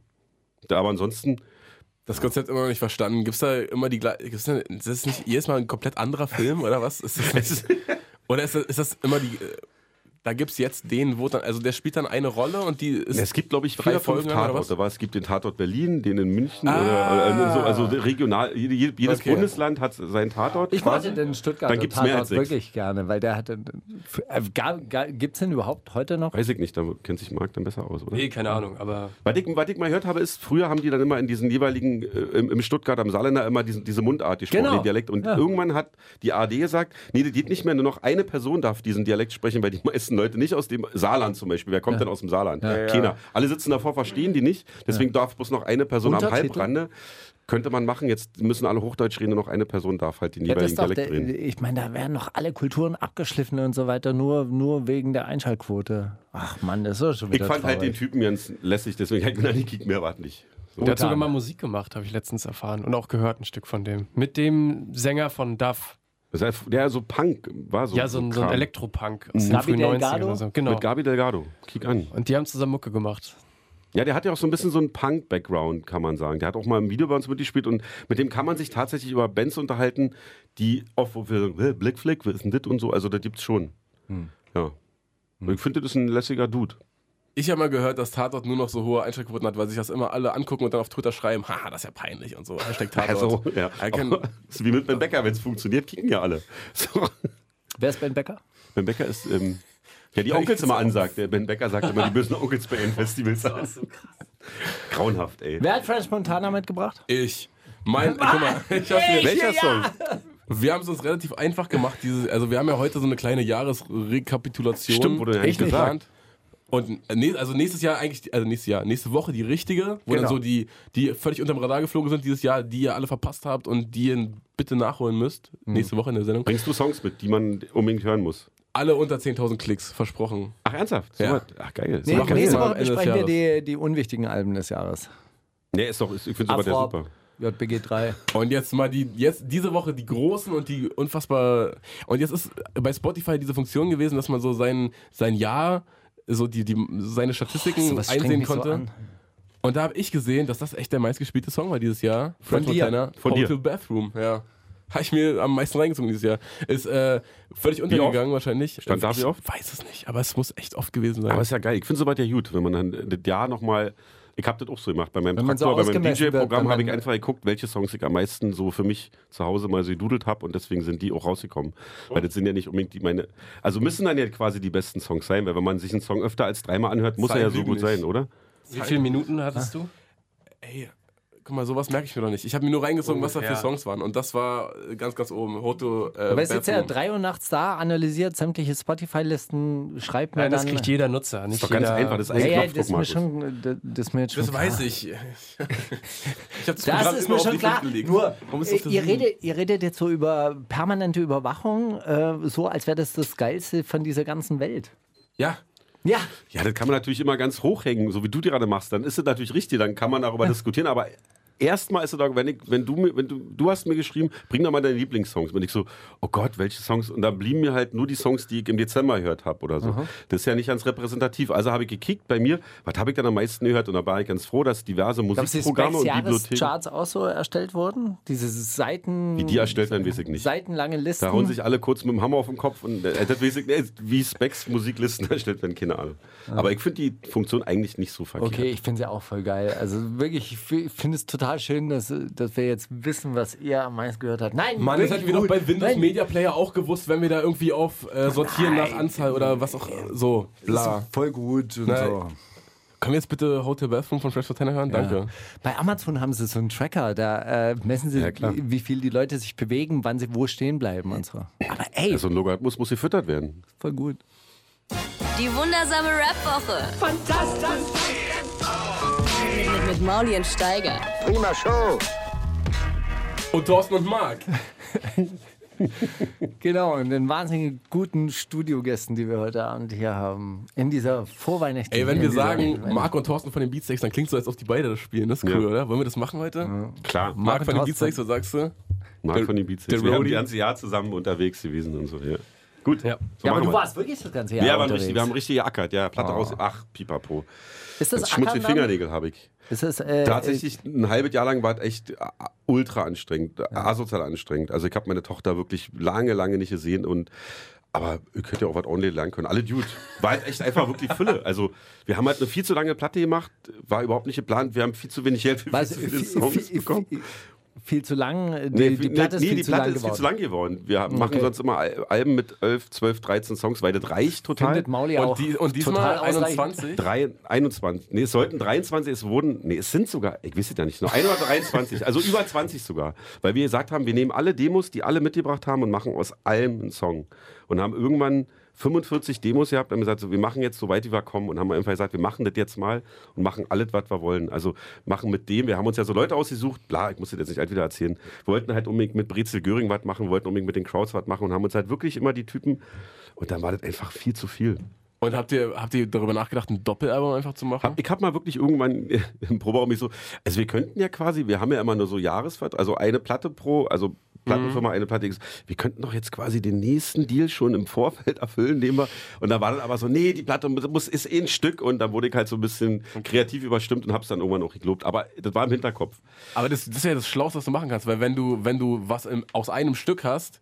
Speaker 7: Da- Aber ansonsten,
Speaker 8: Das Konzept immer noch nicht verstanden. Gibt's da immer die gleiche. Ist das nicht jedes Mal ein komplett anderer Film oder was? Ist das nicht, oder ist das, ist das immer die. äh, Da gibt's jetzt den, wo dann. Also der spielt dann eine Rolle und die ist.
Speaker 7: es gibt, glaube ich, vier,
Speaker 8: Drei
Speaker 7: fünf
Speaker 8: Folgen lang oder
Speaker 7: Tatorte. Aber es gibt den Tatort Berlin, den in München
Speaker 8: Ah.
Speaker 7: oder, äh, so, also regional, jede- jede- jedes
Speaker 8: Okay.
Speaker 7: Bundesland hat seinen Tatort.
Speaker 6: Ich
Speaker 7: quasi.
Speaker 6: wollte den Stuttgarter
Speaker 7: Dann gibt's mehr als sechs.
Speaker 6: wirklich gerne, weil der hatte. Äh, Gibt es den überhaupt heute noch?
Speaker 7: Weiß ich nicht, da kennt sich Marc dann besser aus, oder?
Speaker 9: Nee, keine Ahnung, aber
Speaker 7: Was ich, was ich mal gehört habe, ist, früher haben die dann immer in diesen jeweiligen, äh, im, im Stuttgart, am Saarländer, immer diesen, diese Mundart gesprochen,
Speaker 6: Genau.
Speaker 7: den Dialekt. Und
Speaker 6: Ja.
Speaker 7: irgendwann hat die AD gesagt, nee, das geht nicht mehr, nur noch eine Person darf diesen Dialekt sprechen, weil die meisten Leute nicht aus dem Saarland zum Beispiel, wer kommt denn aus dem Saarland? Keiner. Alle sitzen davor, verstehen die nicht, deswegen darf bloß noch eine Person am
Speaker 6: Untertitel?
Speaker 7: Halbrande. Könnte man machen, jetzt müssen alle Hochdeutsch reden, nur noch eine Person darf halt den
Speaker 6: Ja, das
Speaker 7: jeweiligen
Speaker 6: ist doch
Speaker 7: Dialekt
Speaker 6: der,
Speaker 7: reden.
Speaker 6: ich meine, da werden noch alle Kulturen abgeschliffen und so weiter, nur, nur wegen der Einschaltquote. Ach Mann, das ist doch schon
Speaker 7: Ich
Speaker 6: wieder
Speaker 7: fand halt den
Speaker 6: traurig.
Speaker 7: Typen ganz lässig, deswegen hat ich mir nicht mehr erwartet nicht. So.
Speaker 9: der hat sogar mal Musik gemacht, habe ich letztens erfahren. Und auch gehört ein Stück von dem. Mit dem Sänger von Duff.
Speaker 7: Das heißt, Der so Punk war so.
Speaker 9: ja, so ein, so ein
Speaker 7: Kram.
Speaker 9: Elektropunk aus den
Speaker 6: Gabi
Speaker 9: frühen 90ern.
Speaker 6: Delgado?
Speaker 9: oder So. Genau.
Speaker 7: Mit Gabi Delgado. Kick an.
Speaker 9: Und die haben zusammen Mucke gemacht.
Speaker 7: Ja, der hat ja auch so ein bisschen so einen Punk-Background, kann man sagen. Der hat auch mal im Video bei uns mitgespielt und mit dem kann man sich tatsächlich über Bands unterhalten, die oft wo wir sagen, "Hä, Blickflick, was ist denn das und so. Also, das gibt's schon. Ja. Ich finde, das ist ein lässiger Dude.
Speaker 8: Ich habe mal gehört, dass Tatort nur noch so hohe Einschaltquoten hat, weil sich das immer alle angucken und dann auf Twitter schreiben, haha, das ist ja peinlich und so. Hashtag Tatort.
Speaker 7: Also, ja.
Speaker 8: Er kann-
Speaker 7: Aber Das ist wie mit Ben Becker, wenn es funktioniert, kicken ja alle. So.
Speaker 6: Wer ist Ben Becker?
Speaker 7: Ben Becker ist, ähm, ja, die Onkels immer ansagt. Der Ben Becker sagt immer, die bösen Onkels bei Festivals. Grauenhaft, ey.
Speaker 6: Wer hat French Montana mitgebracht?
Speaker 8: Ich. Mein, guck mal, ich hab hier,
Speaker 7: Welcher Song?
Speaker 8: wir haben es uns relativ einfach gemacht. Dieses, also wir haben ja heute so eine kleine Jahresrekapitulation.
Speaker 7: Stimmt, wurde ja
Speaker 8: Echt
Speaker 7: nicht gesagt.
Speaker 8: Und äh, nä- also nächstes Jahr eigentlich, also nächstes Jahr, nächste Woche die richtige, wo dann
Speaker 7: Genau.
Speaker 8: so die, die völlig unterm Radar geflogen sind dieses Jahr, die ihr alle verpasst
Speaker 7: Mhm.
Speaker 8: habt und die ihr bitte nachholen müsst. Nächste Woche in der Sendung.
Speaker 7: Bringst du Songs mit, die man unbedingt hören muss?
Speaker 8: alle unter 10.000 Klicks, versprochen.
Speaker 7: Ach, ernsthaft? So
Speaker 8: Ja.
Speaker 7: was? Ach, geil.
Speaker 6: Nee,
Speaker 7: So was-
Speaker 8: kann
Speaker 6: nächste
Speaker 8: man
Speaker 6: Woche
Speaker 8: am Ende des
Speaker 6: besprechen wir die, die unwichtigen Alben des Jahres.
Speaker 7: nee ist doch, ist, ich finde sowas ja
Speaker 6: Afro,
Speaker 7: super.
Speaker 6: JBG 3.
Speaker 8: Und jetzt mal die, jetzt diese Woche die großen und die unfassbar. Und jetzt ist bei Spotify diese Funktion gewesen, dass man so sein, sein Jahr, so die, die, seine Statistiken
Speaker 6: sowas strengt
Speaker 8: Hm, einsehen
Speaker 6: mich so
Speaker 8: konnte.
Speaker 6: an.
Speaker 8: und da habe ich gesehen, dass das echt der meistgespielte Song war dieses Jahr. Fred
Speaker 6: Von dir.
Speaker 8: Montana,
Speaker 7: Von dir.
Speaker 8: Hotel Bathroom, ja. Habe ich mir am meisten reingezogen dieses Jahr. Ist äh, völlig untergegangen wahrscheinlich.
Speaker 7: Stand da wie
Speaker 8: ich
Speaker 7: oft?
Speaker 8: weiß es nicht, aber es muss echt oft gewesen sein.
Speaker 7: Aber ist ja geil. Ich finde sowas ja gut, wenn man dann das Jahr nochmal. Ich habe das auch so gemacht. Bei meinem
Speaker 6: Wenn man so
Speaker 7: Traktor, bei meinem
Speaker 6: ausgemessen wird,
Speaker 7: DJ-Programm
Speaker 6: wenn
Speaker 7: habe ich
Speaker 6: man-
Speaker 7: einfach geguckt, welche Songs ich am meisten so für mich zu Hause mal so gedudelt habe und deswegen sind die auch rausgekommen. Weil das sind ja nicht unbedingt die meine. Also müssen dann ja quasi die besten Songs sein, weil wenn man sich einen Song öfter als dreimal anhört, muss
Speaker 8: Sei
Speaker 7: er ja so
Speaker 8: lügen
Speaker 7: gut
Speaker 8: nicht.
Speaker 7: sein, oder?
Speaker 9: Wie viele Minuten hattest du?
Speaker 8: Ey, guck mal, sowas merke ich mir doch nicht. Ich habe mir nur
Speaker 6: Oh,
Speaker 8: reingezogen, was da für
Speaker 7: Ungefähr.
Speaker 8: Songs waren. Und das war äh, ganz, ganz oben. Hoto. Äh,
Speaker 6: Aber es sitzt ja
Speaker 8: Bathroom.
Speaker 6: drei Uhr nachts da, analysiert sämtliche Spotify-Listen, schreibt mir
Speaker 9: Nein,
Speaker 6: dann...
Speaker 9: das kriegt jeder Nutzer. Nicht
Speaker 7: Doch ganz
Speaker 9: jeder
Speaker 7: einfach. Das ist
Speaker 6: ja,
Speaker 7: ein
Speaker 6: ja,
Speaker 7: Knopfdruck,
Speaker 6: das ist mir
Speaker 7: Markus.
Speaker 6: schon, das- das ist mir jetzt schon
Speaker 8: Das
Speaker 6: klar.
Speaker 8: weiß ich. Ich habe das,
Speaker 6: Das
Speaker 8: Programm
Speaker 6: ist
Speaker 8: immer
Speaker 6: mir
Speaker 8: auf
Speaker 6: schon
Speaker 8: die
Speaker 6: klar.
Speaker 8: Fünfte gelegt.
Speaker 6: Nur,
Speaker 8: Warum ist
Speaker 6: äh,
Speaker 8: das der
Speaker 6: ihr,
Speaker 8: Sieben?
Speaker 6: redet, ihr redet jetzt so über permanente Überwachung, äh, so als wäre das das Geilste von dieser ganzen Welt.
Speaker 8: Ja.
Speaker 6: Ja,
Speaker 7: Ja, das kann man natürlich immer ganz hochhängen, so wie du die gerade machst. Dann ist es natürlich richtig, dann kann man darüber diskutieren. Aber erstmal ist es doch, wenn, ich, wenn du mir, wenn du, du hast mir geschrieben, bring doch mal deine Lieblingssongs. Und ich so, oh Gott, welche Songs? Und dann blieben mir halt nur die Songs, die ich im Dezember gehört habe oder so. Das ist ja nicht ganz repräsentativ. Also habe ich gekickt bei mir, was habe ich dann am meisten gehört? Und da war ich ganz froh, dass diverse
Speaker 6: glaubst du, die
Speaker 7: Musikprogramme
Speaker 6: Specs
Speaker 7: und Bibliotheken.
Speaker 6: Jahrescharts auch so erstellt wurden? Diese Seiten...
Speaker 7: Wie die erstellt werden, weiß ich nicht.
Speaker 6: Seitenlange Listen.
Speaker 7: Da hauen sich alle kurz mit dem Hammer auf den Kopf und äh, das weiß ich, nicht, wie Specs Musiklisten erstellt werden, keine Ahnung. Aber ich finde die Funktion eigentlich nicht so verkehrt.
Speaker 6: Okay, ich finde sie auch voll geil. Also wirklich, ich f- finde es total schön, dass, dass wir jetzt wissen, was ihr am meisten gehört habt. Nein,
Speaker 8: Mann, das
Speaker 6: wirklich
Speaker 8: hätten wir doch
Speaker 6: gut.
Speaker 8: bei Windows
Speaker 6: Nein,
Speaker 8: Media Player auch gewusst, wenn wir da irgendwie auf äh, Sortieren nach Anzahl oder was auch so. Bla.
Speaker 6: Voll gut und
Speaker 8: Nein.
Speaker 6: so.
Speaker 8: Können wir jetzt bitte Hotel Bathroom von Fresh Montana hören? Danke.
Speaker 6: Bei Amazon haben sie so einen Tracker, da äh, messen sie,
Speaker 7: Ja, klar.
Speaker 6: wie, wie viel die Leute sich bewegen, wann sie wo stehen bleiben und so. Aber ey,
Speaker 7: Ja, so Also ein Logarithmus muss gefüttert werden.
Speaker 6: voll gut.
Speaker 2: Die wundersame Rap-Woche. Fantastisch. Mit, mit Mauli und Steiger.
Speaker 8: Und Thorsten und Marc.
Speaker 6: Genau, und den wahnsinnig guten Studiogästen, die wir heute Abend hier haben, in dieser vorweihnachtlichen...
Speaker 8: Ey, wenn wir
Speaker 6: in dieser-
Speaker 8: sagen, Marc und Thorsten von den Beatsteaks, dann klingt so, als ob die beide das spielen. Das ist cool,
Speaker 7: Ja.
Speaker 8: oder? Wollen wir das machen heute?
Speaker 7: Klar,
Speaker 8: Marc von den
Speaker 6: Thorsten.
Speaker 8: Beatsteaks, was sagst du?
Speaker 7: Marc
Speaker 8: Der-
Speaker 7: von den Beats.
Speaker 8: der
Speaker 7: Wir haben
Speaker 8: Roadie.
Speaker 7: das ganze Jahr zusammen unterwegs gewesen und so. Ja. Gut,
Speaker 9: Ja.
Speaker 7: so
Speaker 6: Ja, aber
Speaker 7: machen
Speaker 6: du
Speaker 7: wir.
Speaker 6: warst wirklich das ganze Jahr
Speaker 7: Wir haben,
Speaker 6: unterwegs.
Speaker 7: richtig, wir haben richtig geackert, ja. Platte
Speaker 8: Oh.
Speaker 7: raus. Ach, pipapo.
Speaker 6: Ist
Speaker 7: Das
Speaker 6: das
Speaker 7: schmutzige
Speaker 6: Ackermann?
Speaker 7: Fingernägel habe ich.
Speaker 6: Ist das, äh,
Speaker 7: Tatsächlich, ein halbes Jahr lang war es echt äh, ultra anstrengend, asozial anstrengend. Also ich habe meine Tochter wirklich lange, lange nicht gesehen und aber ihr könnt ja auch was online lernen können. Alle Dude. War halt echt einfach wirklich Fülle. Also wir haben halt eine viel zu lange Platte gemacht, war überhaupt nicht geplant. Wir haben viel zu wenig Geld für viel
Speaker 6: Weißt
Speaker 7: zu
Speaker 6: du,
Speaker 7: viele
Speaker 6: viel,
Speaker 7: Songs
Speaker 6: viel,
Speaker 7: bekommen.
Speaker 6: viel, viel zu lang. äh, Die,
Speaker 7: Nee,
Speaker 6: die
Speaker 7: nee,
Speaker 6: Platte ist,
Speaker 7: nee,
Speaker 6: viel,
Speaker 7: die
Speaker 6: zu
Speaker 7: Platte
Speaker 6: lang
Speaker 7: ist viel
Speaker 6: geworden.
Speaker 7: zu lang geworden. Wir machen sonst immer Al- Alben mit 11, 12, 13 Songs, weil das reicht total.
Speaker 6: Findet Mauli auch
Speaker 8: Und, die, und diesmal
Speaker 6: total ausreichend.
Speaker 8: 21?
Speaker 7: Drei, 21. Nee, es sollten 23, es wurden, nee, es sind sogar, ich weiß es ja nicht, nur 123, also über 20 sogar. Weil wir gesagt haben, wir nehmen alle Demos, die alle mitgebracht haben und machen aus allem einen Song. Und haben irgendwann 45 Demos gehabt und haben gesagt, so, wir machen jetzt so weit wie wir kommen und haben einfach gesagt, wir machen das jetzt mal und machen alles, was wir wollen. Also machen mit dem, wir haben uns ja so Leute ausgesucht, bla, ich muss das jetzt nicht alt wieder erzählen. Wir wollten halt unbedingt mit Brezel Göring was machen, wollten unbedingt mit den Crowds was machen und haben uns halt wirklich immer die Typen und dann war das einfach viel zu viel.
Speaker 8: Und habt ihr, habt ihr darüber nachgedacht, ein Doppelalbum einfach zu machen?
Speaker 7: Ich habe mal wirklich irgendwann im Proberaum mich so, also wir könnten ja quasi, wir haben ja immer nur so Jahresvertrag, also eine Platte pro, also Plattenfirma, eine Platte. Wir könnten doch jetzt quasi den nächsten Deal schon im Vorfeld erfüllen, indem wir. Und da war dann aber so, nee, die Platte muss, ist eh ein Stück. Und dann wurde ich halt so ein bisschen kreativ überstimmt und hab's dann irgendwann auch gelobt. Aber das war im Hinterkopf.
Speaker 8: Aber das, das ist ja das Schlauste, was du machen kannst, weil wenn du, wenn du was im, aus einem Stück hast,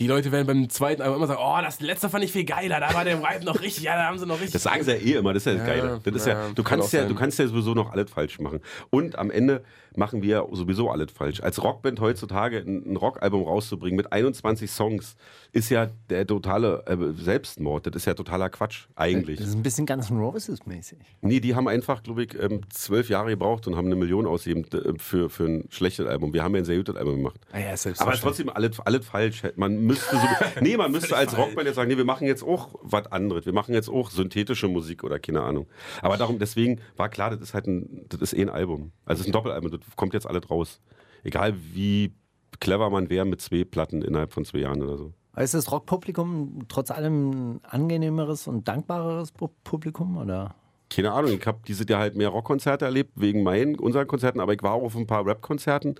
Speaker 8: die Leute werden beim zweiten Album immer sagen, oh, das letzte fand ich viel geiler, da war der Vibe noch richtig, ja, da haben sie noch richtig.
Speaker 7: Das sagen sie ja eh immer, das ist ja das
Speaker 8: Ja,
Speaker 7: Geile. Das ist
Speaker 8: ja,
Speaker 7: ja, du,
Speaker 8: kann
Speaker 7: kannst
Speaker 8: auch
Speaker 7: ja,
Speaker 8: sein.
Speaker 7: du kannst ja sowieso noch alles falsch machen. Und am Ende machen wir sowieso alles falsch. Als Rockband heutzutage ein, ein Rockalbum rauszubringen mit 21 Songs, ist ja der totale äh, Selbstmord. Das ist ja totaler Quatsch,
Speaker 8: Äh,
Speaker 7: eigentlich.
Speaker 6: Das ist ein bisschen ganz Roses-mäßig.
Speaker 7: Nee, die haben einfach, glaube ich, ähm, zwölf Jahre gebraucht und haben eine Million ausgegeben äh, für, für ein schlechtes Album. Wir haben ja ein sehr gutes Album gemacht.
Speaker 6: Ah ja,
Speaker 7: Aber trotzdem alles, alles falsch. Man müsste so, nee, man müsste als Rockband jetzt sagen, nee, wir machen jetzt auch was anderes. Wir machen jetzt auch synthetische Musik oder keine Ahnung. Aber darum, deswegen war klar, das ist halt ein, das ist eh ein Album. Also es ist ein Doppelalbum, das kommt jetzt alles raus. Egal wie clever man wäre mit zwei Platten innerhalb von zwei Jahren oder so.
Speaker 6: Ist das Rockpublikum trotz allem ein angenehmeres und dankbareres Pu- Publikum? Oder?
Speaker 7: Keine Ahnung, ich habe diese Jahr halt mehr Rockkonzerte erlebt, wegen meinen, unseren Konzerten, aber ich war auch auf ein paar Rap-Konzerten,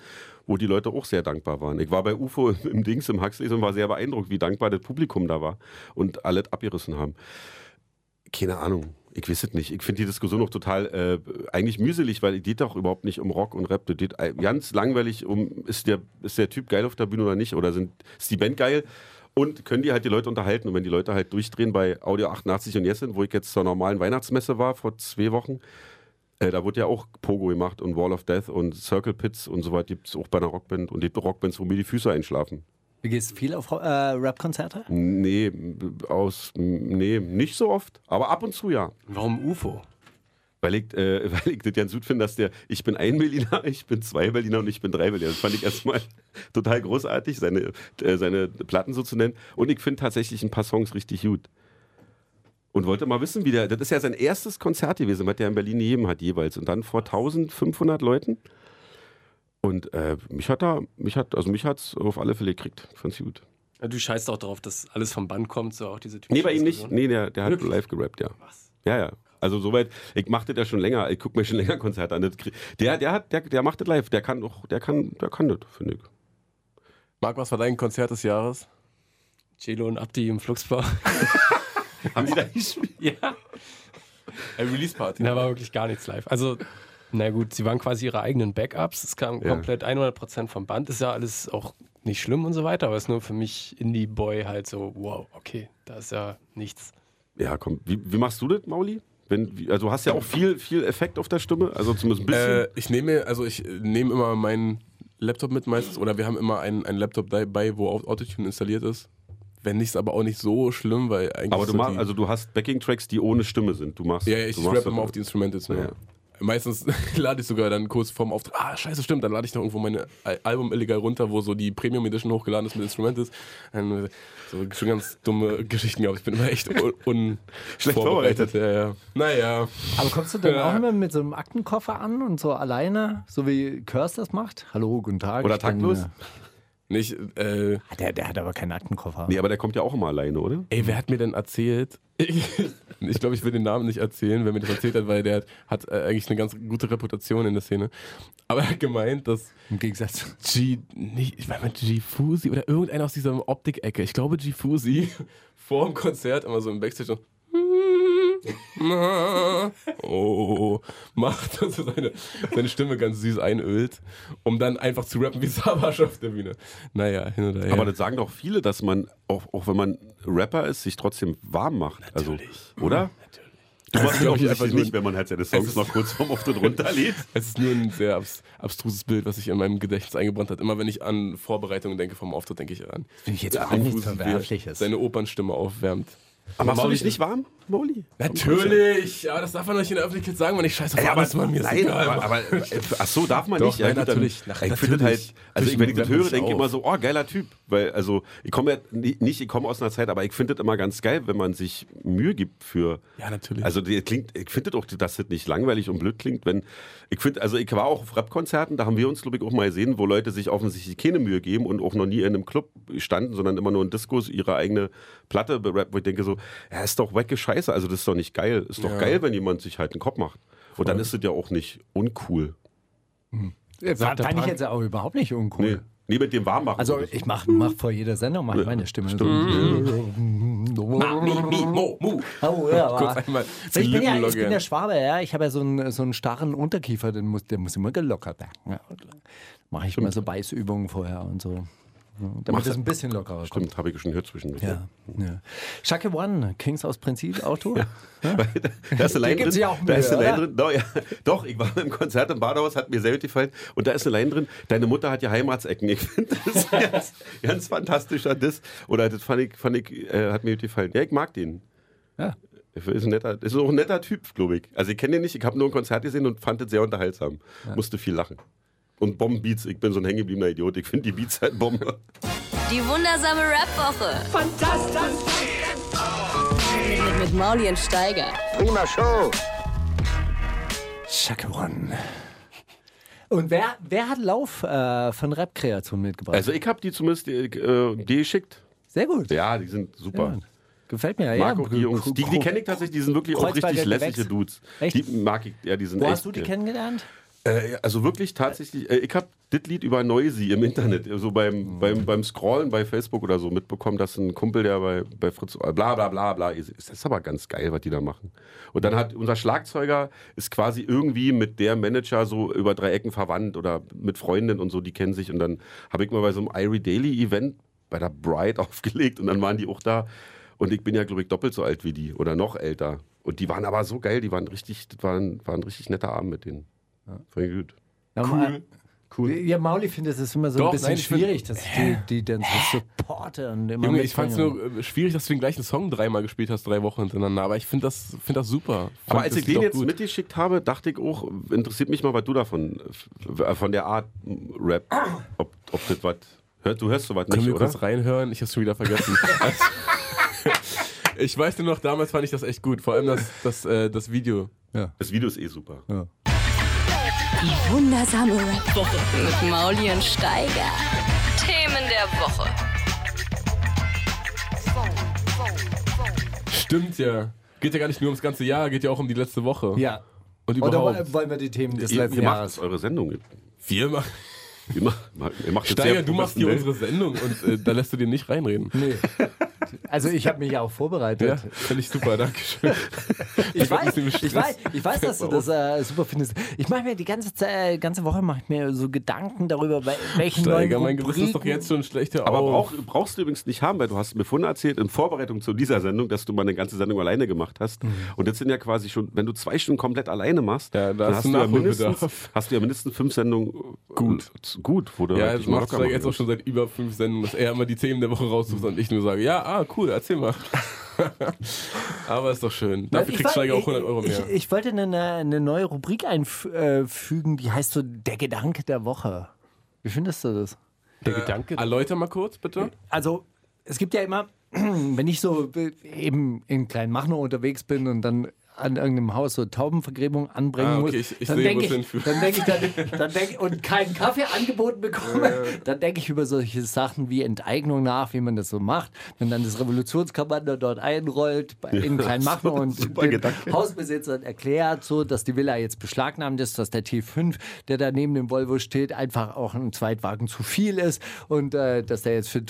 Speaker 7: wo die Leute auch sehr dankbar waren. Ich war bei UFO im Dings, im Huxleys und war sehr beeindruckt, wie dankbar das Publikum da war und alles abgerissen haben. Keine Ahnung, ich weiß es nicht. Ich finde die Diskussion auch total äh, eigentlich mühselig, weil es geht doch überhaupt nicht um Rock und Rap. Das geht äh, ganz langweilig um, ist der, ist der Typ geil auf der Bühne oder nicht? Oder sind, ist die Band geil? Und können die halt die Leute unterhalten. Und wenn die Leute halt durchdrehen bei Audio 88 und Jessin, wo ich jetzt zur normalen Weihnachtsmesse war vor zwei Wochen, äh, da wurde ja auch Pogo gemacht und Wall of Death und Circle Pits und so weiter. Gibt es auch bei einer Rockband und die Rockbands, wo mir die Füße einschlafen.
Speaker 6: Du gehst viel auf Ro- äh, Rap-Konzerte?
Speaker 7: Nee, aus, nee, nicht so oft, aber ab und zu ja.
Speaker 9: Warum UFO?
Speaker 7: Weil ich, äh, weil ich das ganz gut finde, dass der, ich bin ein Berliner, ich bin zwei Berliner und ich bin drei Berliner. Das fand ich erstmal total großartig, seine, äh, seine Platten so zu nennen. Und ich finde tatsächlich ein paar Songs richtig gut. Und wollte mal wissen, wie der, das ist ja sein erstes Konzert gewesen, was der in Berlin gegeben hat jeweils. Und dann vor 1500 Leuten. Und äh, mich hat er, mich hat, also mich hat es auf alle Fälle gekriegt. Ich fand's gut.
Speaker 9: Ja, Du scheißt auch drauf, dass alles vom Band kommt, so auch diese typische
Speaker 7: Nee, bei ihm nicht.
Speaker 9: Diskussion.
Speaker 7: Nee, der, der hat
Speaker 9: Wirklich?
Speaker 7: live gerappt, ja.
Speaker 9: Was?
Speaker 7: Ja, ja. Also soweit, ich mache das ja schon länger, ich gucke mir schon länger Konzerte an. Das krie- Der, der hat, der, der macht das live, der kann doch, der kann, der kann das, finde ich.
Speaker 8: Marc, was war dein Konzert des Jahres?
Speaker 9: Celo und Abdi im Fluxbar.
Speaker 7: Haben die da gespielt?
Speaker 9: ja.
Speaker 8: Äh, Release Party.
Speaker 9: Da war wirklich gar nichts live. Also, na gut, sie waren quasi ihre eigenen Backups. Es kam
Speaker 7: Ja.
Speaker 9: komplett 100% vom Band. Ist ja alles auch nicht schlimm und so weiter, aber es ist nur für mich Indie-Boy halt so, wow, okay, da ist ja nichts.
Speaker 7: Ja, komm. Wie, wie machst du das, Mauli? Wenn, wie- also du hast ja auch viel, viel Effekt auf der Stimme, also zumindest ein bisschen.
Speaker 8: Äh, ich nehme, mir- also ich äh, nehme immer meinen Laptop mit meistens oder wir haben immer einen, einen Laptop dabei, wo Aut- Autotune installiert ist. Wenn nicht, ist aber auch nicht so schlimm, weil eigentlich.
Speaker 7: aber
Speaker 8: ist
Speaker 7: du
Speaker 8: so
Speaker 7: machst,
Speaker 8: die-
Speaker 7: also du hast Backing-Tracks, die ohne Stimme sind. Du machst.
Speaker 8: Ja, ja, ich
Speaker 7: du machst
Speaker 8: rappe
Speaker 7: das-
Speaker 8: immer auf die Instrumentals. Ne?
Speaker 7: Ja.
Speaker 8: Meistens lade ich sogar dann kurz vorm Auftritt. Ah, scheiße, stimmt. Dann lade ich noch irgendwo mein Al- Album illegal runter, wo so die Premium Edition hochgeladen ist mit Instrumentals. Dann, äh, So schon ganz dumme Geschichten gehabt. Ich bin immer echt un, un
Speaker 7: Schlecht vorbereitet.
Speaker 8: Ja, ja. Naja.
Speaker 6: Aber kommst du dann
Speaker 8: Ja.
Speaker 6: auch immer mit so einem Aktenkoffer an und so alleine, so wie Curse das macht? Hallo, guten Tag.
Speaker 7: Oder
Speaker 6: ich bin,
Speaker 7: taktlos?
Speaker 6: äh,
Speaker 8: Nicht, äh,
Speaker 6: Ah, der, der hat aber keinen Aktenkoffer.
Speaker 7: Nee, aber der kommt ja auch immer alleine, oder?
Speaker 8: Ey, wer hat mir denn erzählt? Ich glaube, ich will den Namen nicht erzählen, wer mir das erzählt hat, weil der hat, hat äh, eigentlich eine ganz gute Reputation in der Szene. Aber er hat gemeint, dass
Speaker 6: Im Gegensatz.
Speaker 8: G, nicht, ich meine, G-Fusi oder irgendeiner aus dieser Optik-Ecke, ich glaube G-Fusi, vor dem Konzert immer so im Backstage so oh, macht und so seine, seine Stimme ganz süß einölt, um dann einfach zu rappen wie Savage auf der Bühne. Naja, hin oder her.
Speaker 7: Aber das sagen doch viele, dass man, auch, auch wenn man Rapper ist, sich trotzdem warm macht.
Speaker 8: Natürlich.
Speaker 7: Also, oder? Du
Speaker 8: ist,
Speaker 7: machst ja
Speaker 8: glaub ich,
Speaker 7: offensichtlich
Speaker 8: einfach nur-
Speaker 7: nicht, wenn man halt seine
Speaker 8: Es
Speaker 7: Songs
Speaker 8: ist-
Speaker 7: noch kurz vorm Auftritt runterlädt.
Speaker 8: Es ist nur ein sehr abs abstruses Bild, was sich in meinem Gedächtnis eingebrannt hat. Immer wenn ich an Vorbereitungen denke vom Auftritt, denke ich an.
Speaker 6: Finde ich jetzt auch
Speaker 8: an
Speaker 6: nichts
Speaker 8: Fusen, wie er
Speaker 6: Verwerfliches.
Speaker 8: Seine Opernstimme aufwärmt.
Speaker 7: Aber machst du
Speaker 8: Mauli-
Speaker 7: dich nicht warm, Mauli?
Speaker 8: Natürlich, aber das darf man nicht in der Öffentlichkeit sagen, wenn ich scheiße
Speaker 7: Ja,
Speaker 8: auf
Speaker 7: aber,
Speaker 8: alles man mir ist
Speaker 7: nein,
Speaker 8: egal.
Speaker 7: aber, aber äh, ach so, darf man
Speaker 8: Doch,
Speaker 7: nicht. Ja,
Speaker 8: nein,
Speaker 7: gut,
Speaker 8: natürlich.
Speaker 7: Dann,
Speaker 8: Nach-
Speaker 7: ich finde
Speaker 8: natürlich.
Speaker 7: halt, also ich,
Speaker 8: Zwischen
Speaker 7: wenn ich das
Speaker 8: Rappern
Speaker 7: höre, denke ich
Speaker 8: auf.
Speaker 7: immer so, oh, geiler Typ. Weil, also, ich komme ja ni- nicht, ich komme aus einer Zeit, aber ich finde das immer ganz geil, wenn man sich Mühe gibt für.
Speaker 8: Ja, natürlich.
Speaker 7: Also, die klingt, ich finde das auch, dass das nicht langweilig und blöd klingt, wenn, ich finde, also, ich war auch auf Rap-Konzerten, da haben wir uns, glaube ich, auch mal gesehen, wo Leute sich offensichtlich keine Mühe geben und auch noch nie in einem Club standen, sondern immer nur in Discos ihre eigene Platte berappt, wo ich denke so, ja, ist doch wecke Scheiße, also, das ist doch nicht geil. Ist doch
Speaker 8: Ja.
Speaker 7: geil, wenn jemand sich halt einen Kopf macht. Und dann ist es ja auch nicht uncool.
Speaker 9: Sagt der
Speaker 6: Fand ich
Speaker 9: Punk.
Speaker 6: jetzt auch überhaupt nicht
Speaker 7: Nee,
Speaker 6: uncool.
Speaker 7: nee mit dem warm machen.
Speaker 6: Also
Speaker 7: Oder so.
Speaker 6: ich mache mach vor jeder Sendung mach ich meine Stimme. So.
Speaker 8: Mi, mi, mo, mu.
Speaker 6: Oh, ja,
Speaker 8: Kurz
Speaker 6: aber-
Speaker 8: einmal
Speaker 6: So, ich, bin ja, ich bin
Speaker 8: Lippenlockern.
Speaker 6: der Schwabe, ja. Ich habe ja so einen, so einen starren Unterkiefer, den muss, der muss immer gelockert werden. Ja. Mache ich immer so Beißübungen vorher und so. Ja, Damit es ein bisschen lockerer kommt.
Speaker 7: Stimmt, habe ich schon gehört zwischendurch.
Speaker 6: Ja, ja. Shaka One, Kings aus Prinzip, Auto.
Speaker 7: Da ist eine Line
Speaker 6: gibt's
Speaker 7: drin.
Speaker 6: ja auch
Speaker 7: Da ist eine
Speaker 6: Mühe,
Speaker 7: Line drin. No, ja. Doch, ich war im Konzert im Badehaus, hat mir sehr gut gefallen. Und da ist eine Line drin. Deine Mutter hat ja Heimatsecken. Ich finde das ganz, ganz fantastischer Diss. Oder das fand ich, fand ich äh, hat mir gut gefallen. Ja, ich mag den.
Speaker 6: Ja.
Speaker 7: Ist, ein netter, ist auch ein netter Typ, glaube ich. Also ich kenne den nicht, ich habe nur ein Konzert gesehen und fand es sehr unterhaltsam. Musste viel lachen. Und Bombenbeats, ich bin so ein hängengebliebener Idiot. Ich finde die Beats halt Bombe.
Speaker 2: Die wundersame Rap-Woche. Fantastisch. Mit, mit Mauli und Steiger.
Speaker 6: Shaka One. Und wer, wer hat Lauf äh, von Rap-Kreationen mitgebracht?
Speaker 7: Also ich habe die zumindest äh, äh, die geschickt.
Speaker 6: Sehr gut.
Speaker 7: Ja, die sind super.
Speaker 6: Gefällt mir.
Speaker 7: Marco,
Speaker 6: ja.
Speaker 7: die Jungs, die, die kenne ich tatsächlich, die sind wirklich auch
Speaker 6: Kreuzberger
Speaker 7: richtig lässige
Speaker 6: Gewächs.
Speaker 7: Dudes.
Speaker 6: Echt?
Speaker 7: Die mag ich, ja, die sind
Speaker 6: Wo
Speaker 7: echt,
Speaker 6: hast du die
Speaker 7: äh,
Speaker 6: kennengelernt?
Speaker 7: Äh, also wirklich tatsächlich, äh, ich habe das Lied über Noisy im Internet, äh, so beim, beim, beim Scrollen bei Facebook oder so mitbekommen, dass ein Kumpel, der bei, bei Fritz, äh, bla bla bla bla, ist das ist aber ganz geil, was die da machen. Und dann hat unser Schlagzeuger, ist quasi irgendwie mit der Manager so über drei Ecken verwandt oder mit Freundin und so, die kennen sich. Und dann habe ich mal bei so einem Irie Daily Event bei der Bride aufgelegt und dann waren die auch da. Und ich bin ja, glaube ich, doppelt so alt wie die oder noch älter. Und die waren aber so geil, die waren richtig, das waren, waren richtig netter Abend mit denen. Voll gut.
Speaker 6: Cool. cool. Ja, Mauli findet es ist immer so
Speaker 9: Doch,
Speaker 6: ein bisschen
Speaker 9: nein, ich find-
Speaker 6: schwierig, dass ich die, die dann so supporte und immer
Speaker 8: Junge, ich fand's
Speaker 6: mitbringe.
Speaker 8: nur äh, schwierig, dass du den gleichen Song dreimal gespielt hast, drei Wochen hintereinander. Aber ich finde das, find das super.
Speaker 7: Aber
Speaker 8: Fand
Speaker 7: als
Speaker 8: das
Speaker 7: ich den
Speaker 8: doch
Speaker 7: jetzt
Speaker 8: gut.
Speaker 7: mitgeschickt habe, dachte ich auch, interessiert mich mal, was du davon, äh, von der Art m, Rap, ob, ob das was, hört, du hörst sowas
Speaker 8: Können
Speaker 7: nicht,
Speaker 8: wir
Speaker 7: oder?
Speaker 8: kurz reinhören? Ich hab's schon wieder vergessen. Also, ich weiß nur noch, damals fand ich das echt gut. Vor allem das, das, äh, das Video.
Speaker 7: Das Video ist eh super.
Speaker 4: Die wundersame Rap Woche.
Speaker 2: Mit Mauli und Steiger. Themen der Woche.
Speaker 8: Stimmt ja. Geht ja gar nicht nur ums ganze Jahr, geht ja auch um die letzte Woche.
Speaker 6: Ja. Oh,
Speaker 8: Und
Speaker 6: Oder
Speaker 8: überhaupt.
Speaker 6: wo- wollen wir die Themen des
Speaker 7: Ihr,
Speaker 6: letzten
Speaker 7: ihr macht
Speaker 6: Jahres?
Speaker 7: jetzt eure Sendung. Ihr,
Speaker 8: wir machen.
Speaker 7: ihr macht, ihr macht jetzt
Speaker 8: Steiger,
Speaker 7: sehr
Speaker 8: du machst hier unsere
Speaker 7: professionell.
Speaker 8: Sendung und äh, da lässt du dir nicht reinreden.
Speaker 6: Nee. Also ich habe mich ja auch vorbereitet.
Speaker 8: Ja, finde ich super, danke schön.
Speaker 6: Ich
Speaker 8: werd ein
Speaker 6: weiß,
Speaker 8: bisschen
Speaker 6: ich, weiß, ich weiß, dass du
Speaker 7: Warum?
Speaker 6: das äh, super findest. Ich mache mir die ganze, Zeit- äh, ganze Woche mache ich mir so Gedanken darüber, wel- welchen
Speaker 8: Steiger,
Speaker 6: neuen
Speaker 8: mein Gewissen ist doch
Speaker 6: Rubriken-
Speaker 8: jetzt schon schlecht. hör
Speaker 7: Aber
Speaker 8: auf.
Speaker 7: brauch, brauchst du übrigens nicht haben, weil du hast mir vorhin erzählt, in Vorbereitung zu dieser Sendung, dass du mal eine ganze Sendung alleine gemacht hast. Und jetzt sind ja quasi schon, wenn du zwei Stunden komplett alleine machst,
Speaker 8: Mhm. Ja, da
Speaker 7: dann
Speaker 8: hast
Speaker 7: hast
Speaker 8: du
Speaker 7: du, ja
Speaker 8: Nachholbedarf.
Speaker 7: mindestens, hast du ja mindestens fünf Sendungen äh,
Speaker 8: Gut.
Speaker 7: äh, gut, wo du
Speaker 8: Ja,
Speaker 7: halt
Speaker 8: das
Speaker 7: dich mal
Speaker 8: macht
Speaker 7: locker
Speaker 8: Steiger jetzt auch
Speaker 7: machen
Speaker 8: schon seit über fünf Sendungen, dass er immer die Themen der Woche raussucht und ich nur sage, ja, ah, cool, erzähl mal. Aber ist doch schön. Dafür
Speaker 6: Ich
Speaker 8: kriegt
Speaker 6: war-
Speaker 8: Steiger auch 100
Speaker 6: ich-
Speaker 8: Euro mehr.
Speaker 6: Ich, ich wollte eine, eine neue Rubrik einfügen, die heißt so Der Gedanke der Woche. Wie findest du das?
Speaker 9: Der Gedanke.
Speaker 8: Erläuter mal kurz, bitte.
Speaker 6: also es gibt ja immer, wenn ich so eben in Kleinmachnow unterwegs bin und dann an irgendeinem Haus so Taubenvergräbung anbringen
Speaker 8: Ah, okay,
Speaker 6: muss,
Speaker 8: ich- ich
Speaker 6: dann
Speaker 8: sehe, wo
Speaker 6: denke
Speaker 8: es
Speaker 6: ich,
Speaker 8: hinführt.
Speaker 6: dann denke ich, dann, dann denk, und keinen Kaffee angeboten bekomme, dann denke ich über solche Sachen wie Enteignung nach, wie man das so macht, wenn dann das Revolutionskommando dort einrollt bei, in Kleinmachnow und
Speaker 7: super
Speaker 6: den
Speaker 7: Gedanke.
Speaker 6: Hausbesitzern erklärt, so, dass die Villa jetzt beschlagnahmt ist, dass der T5, der da neben dem Volvo steht, einfach auch ein Zweitwagen zu viel ist und äh, dass der jetzt für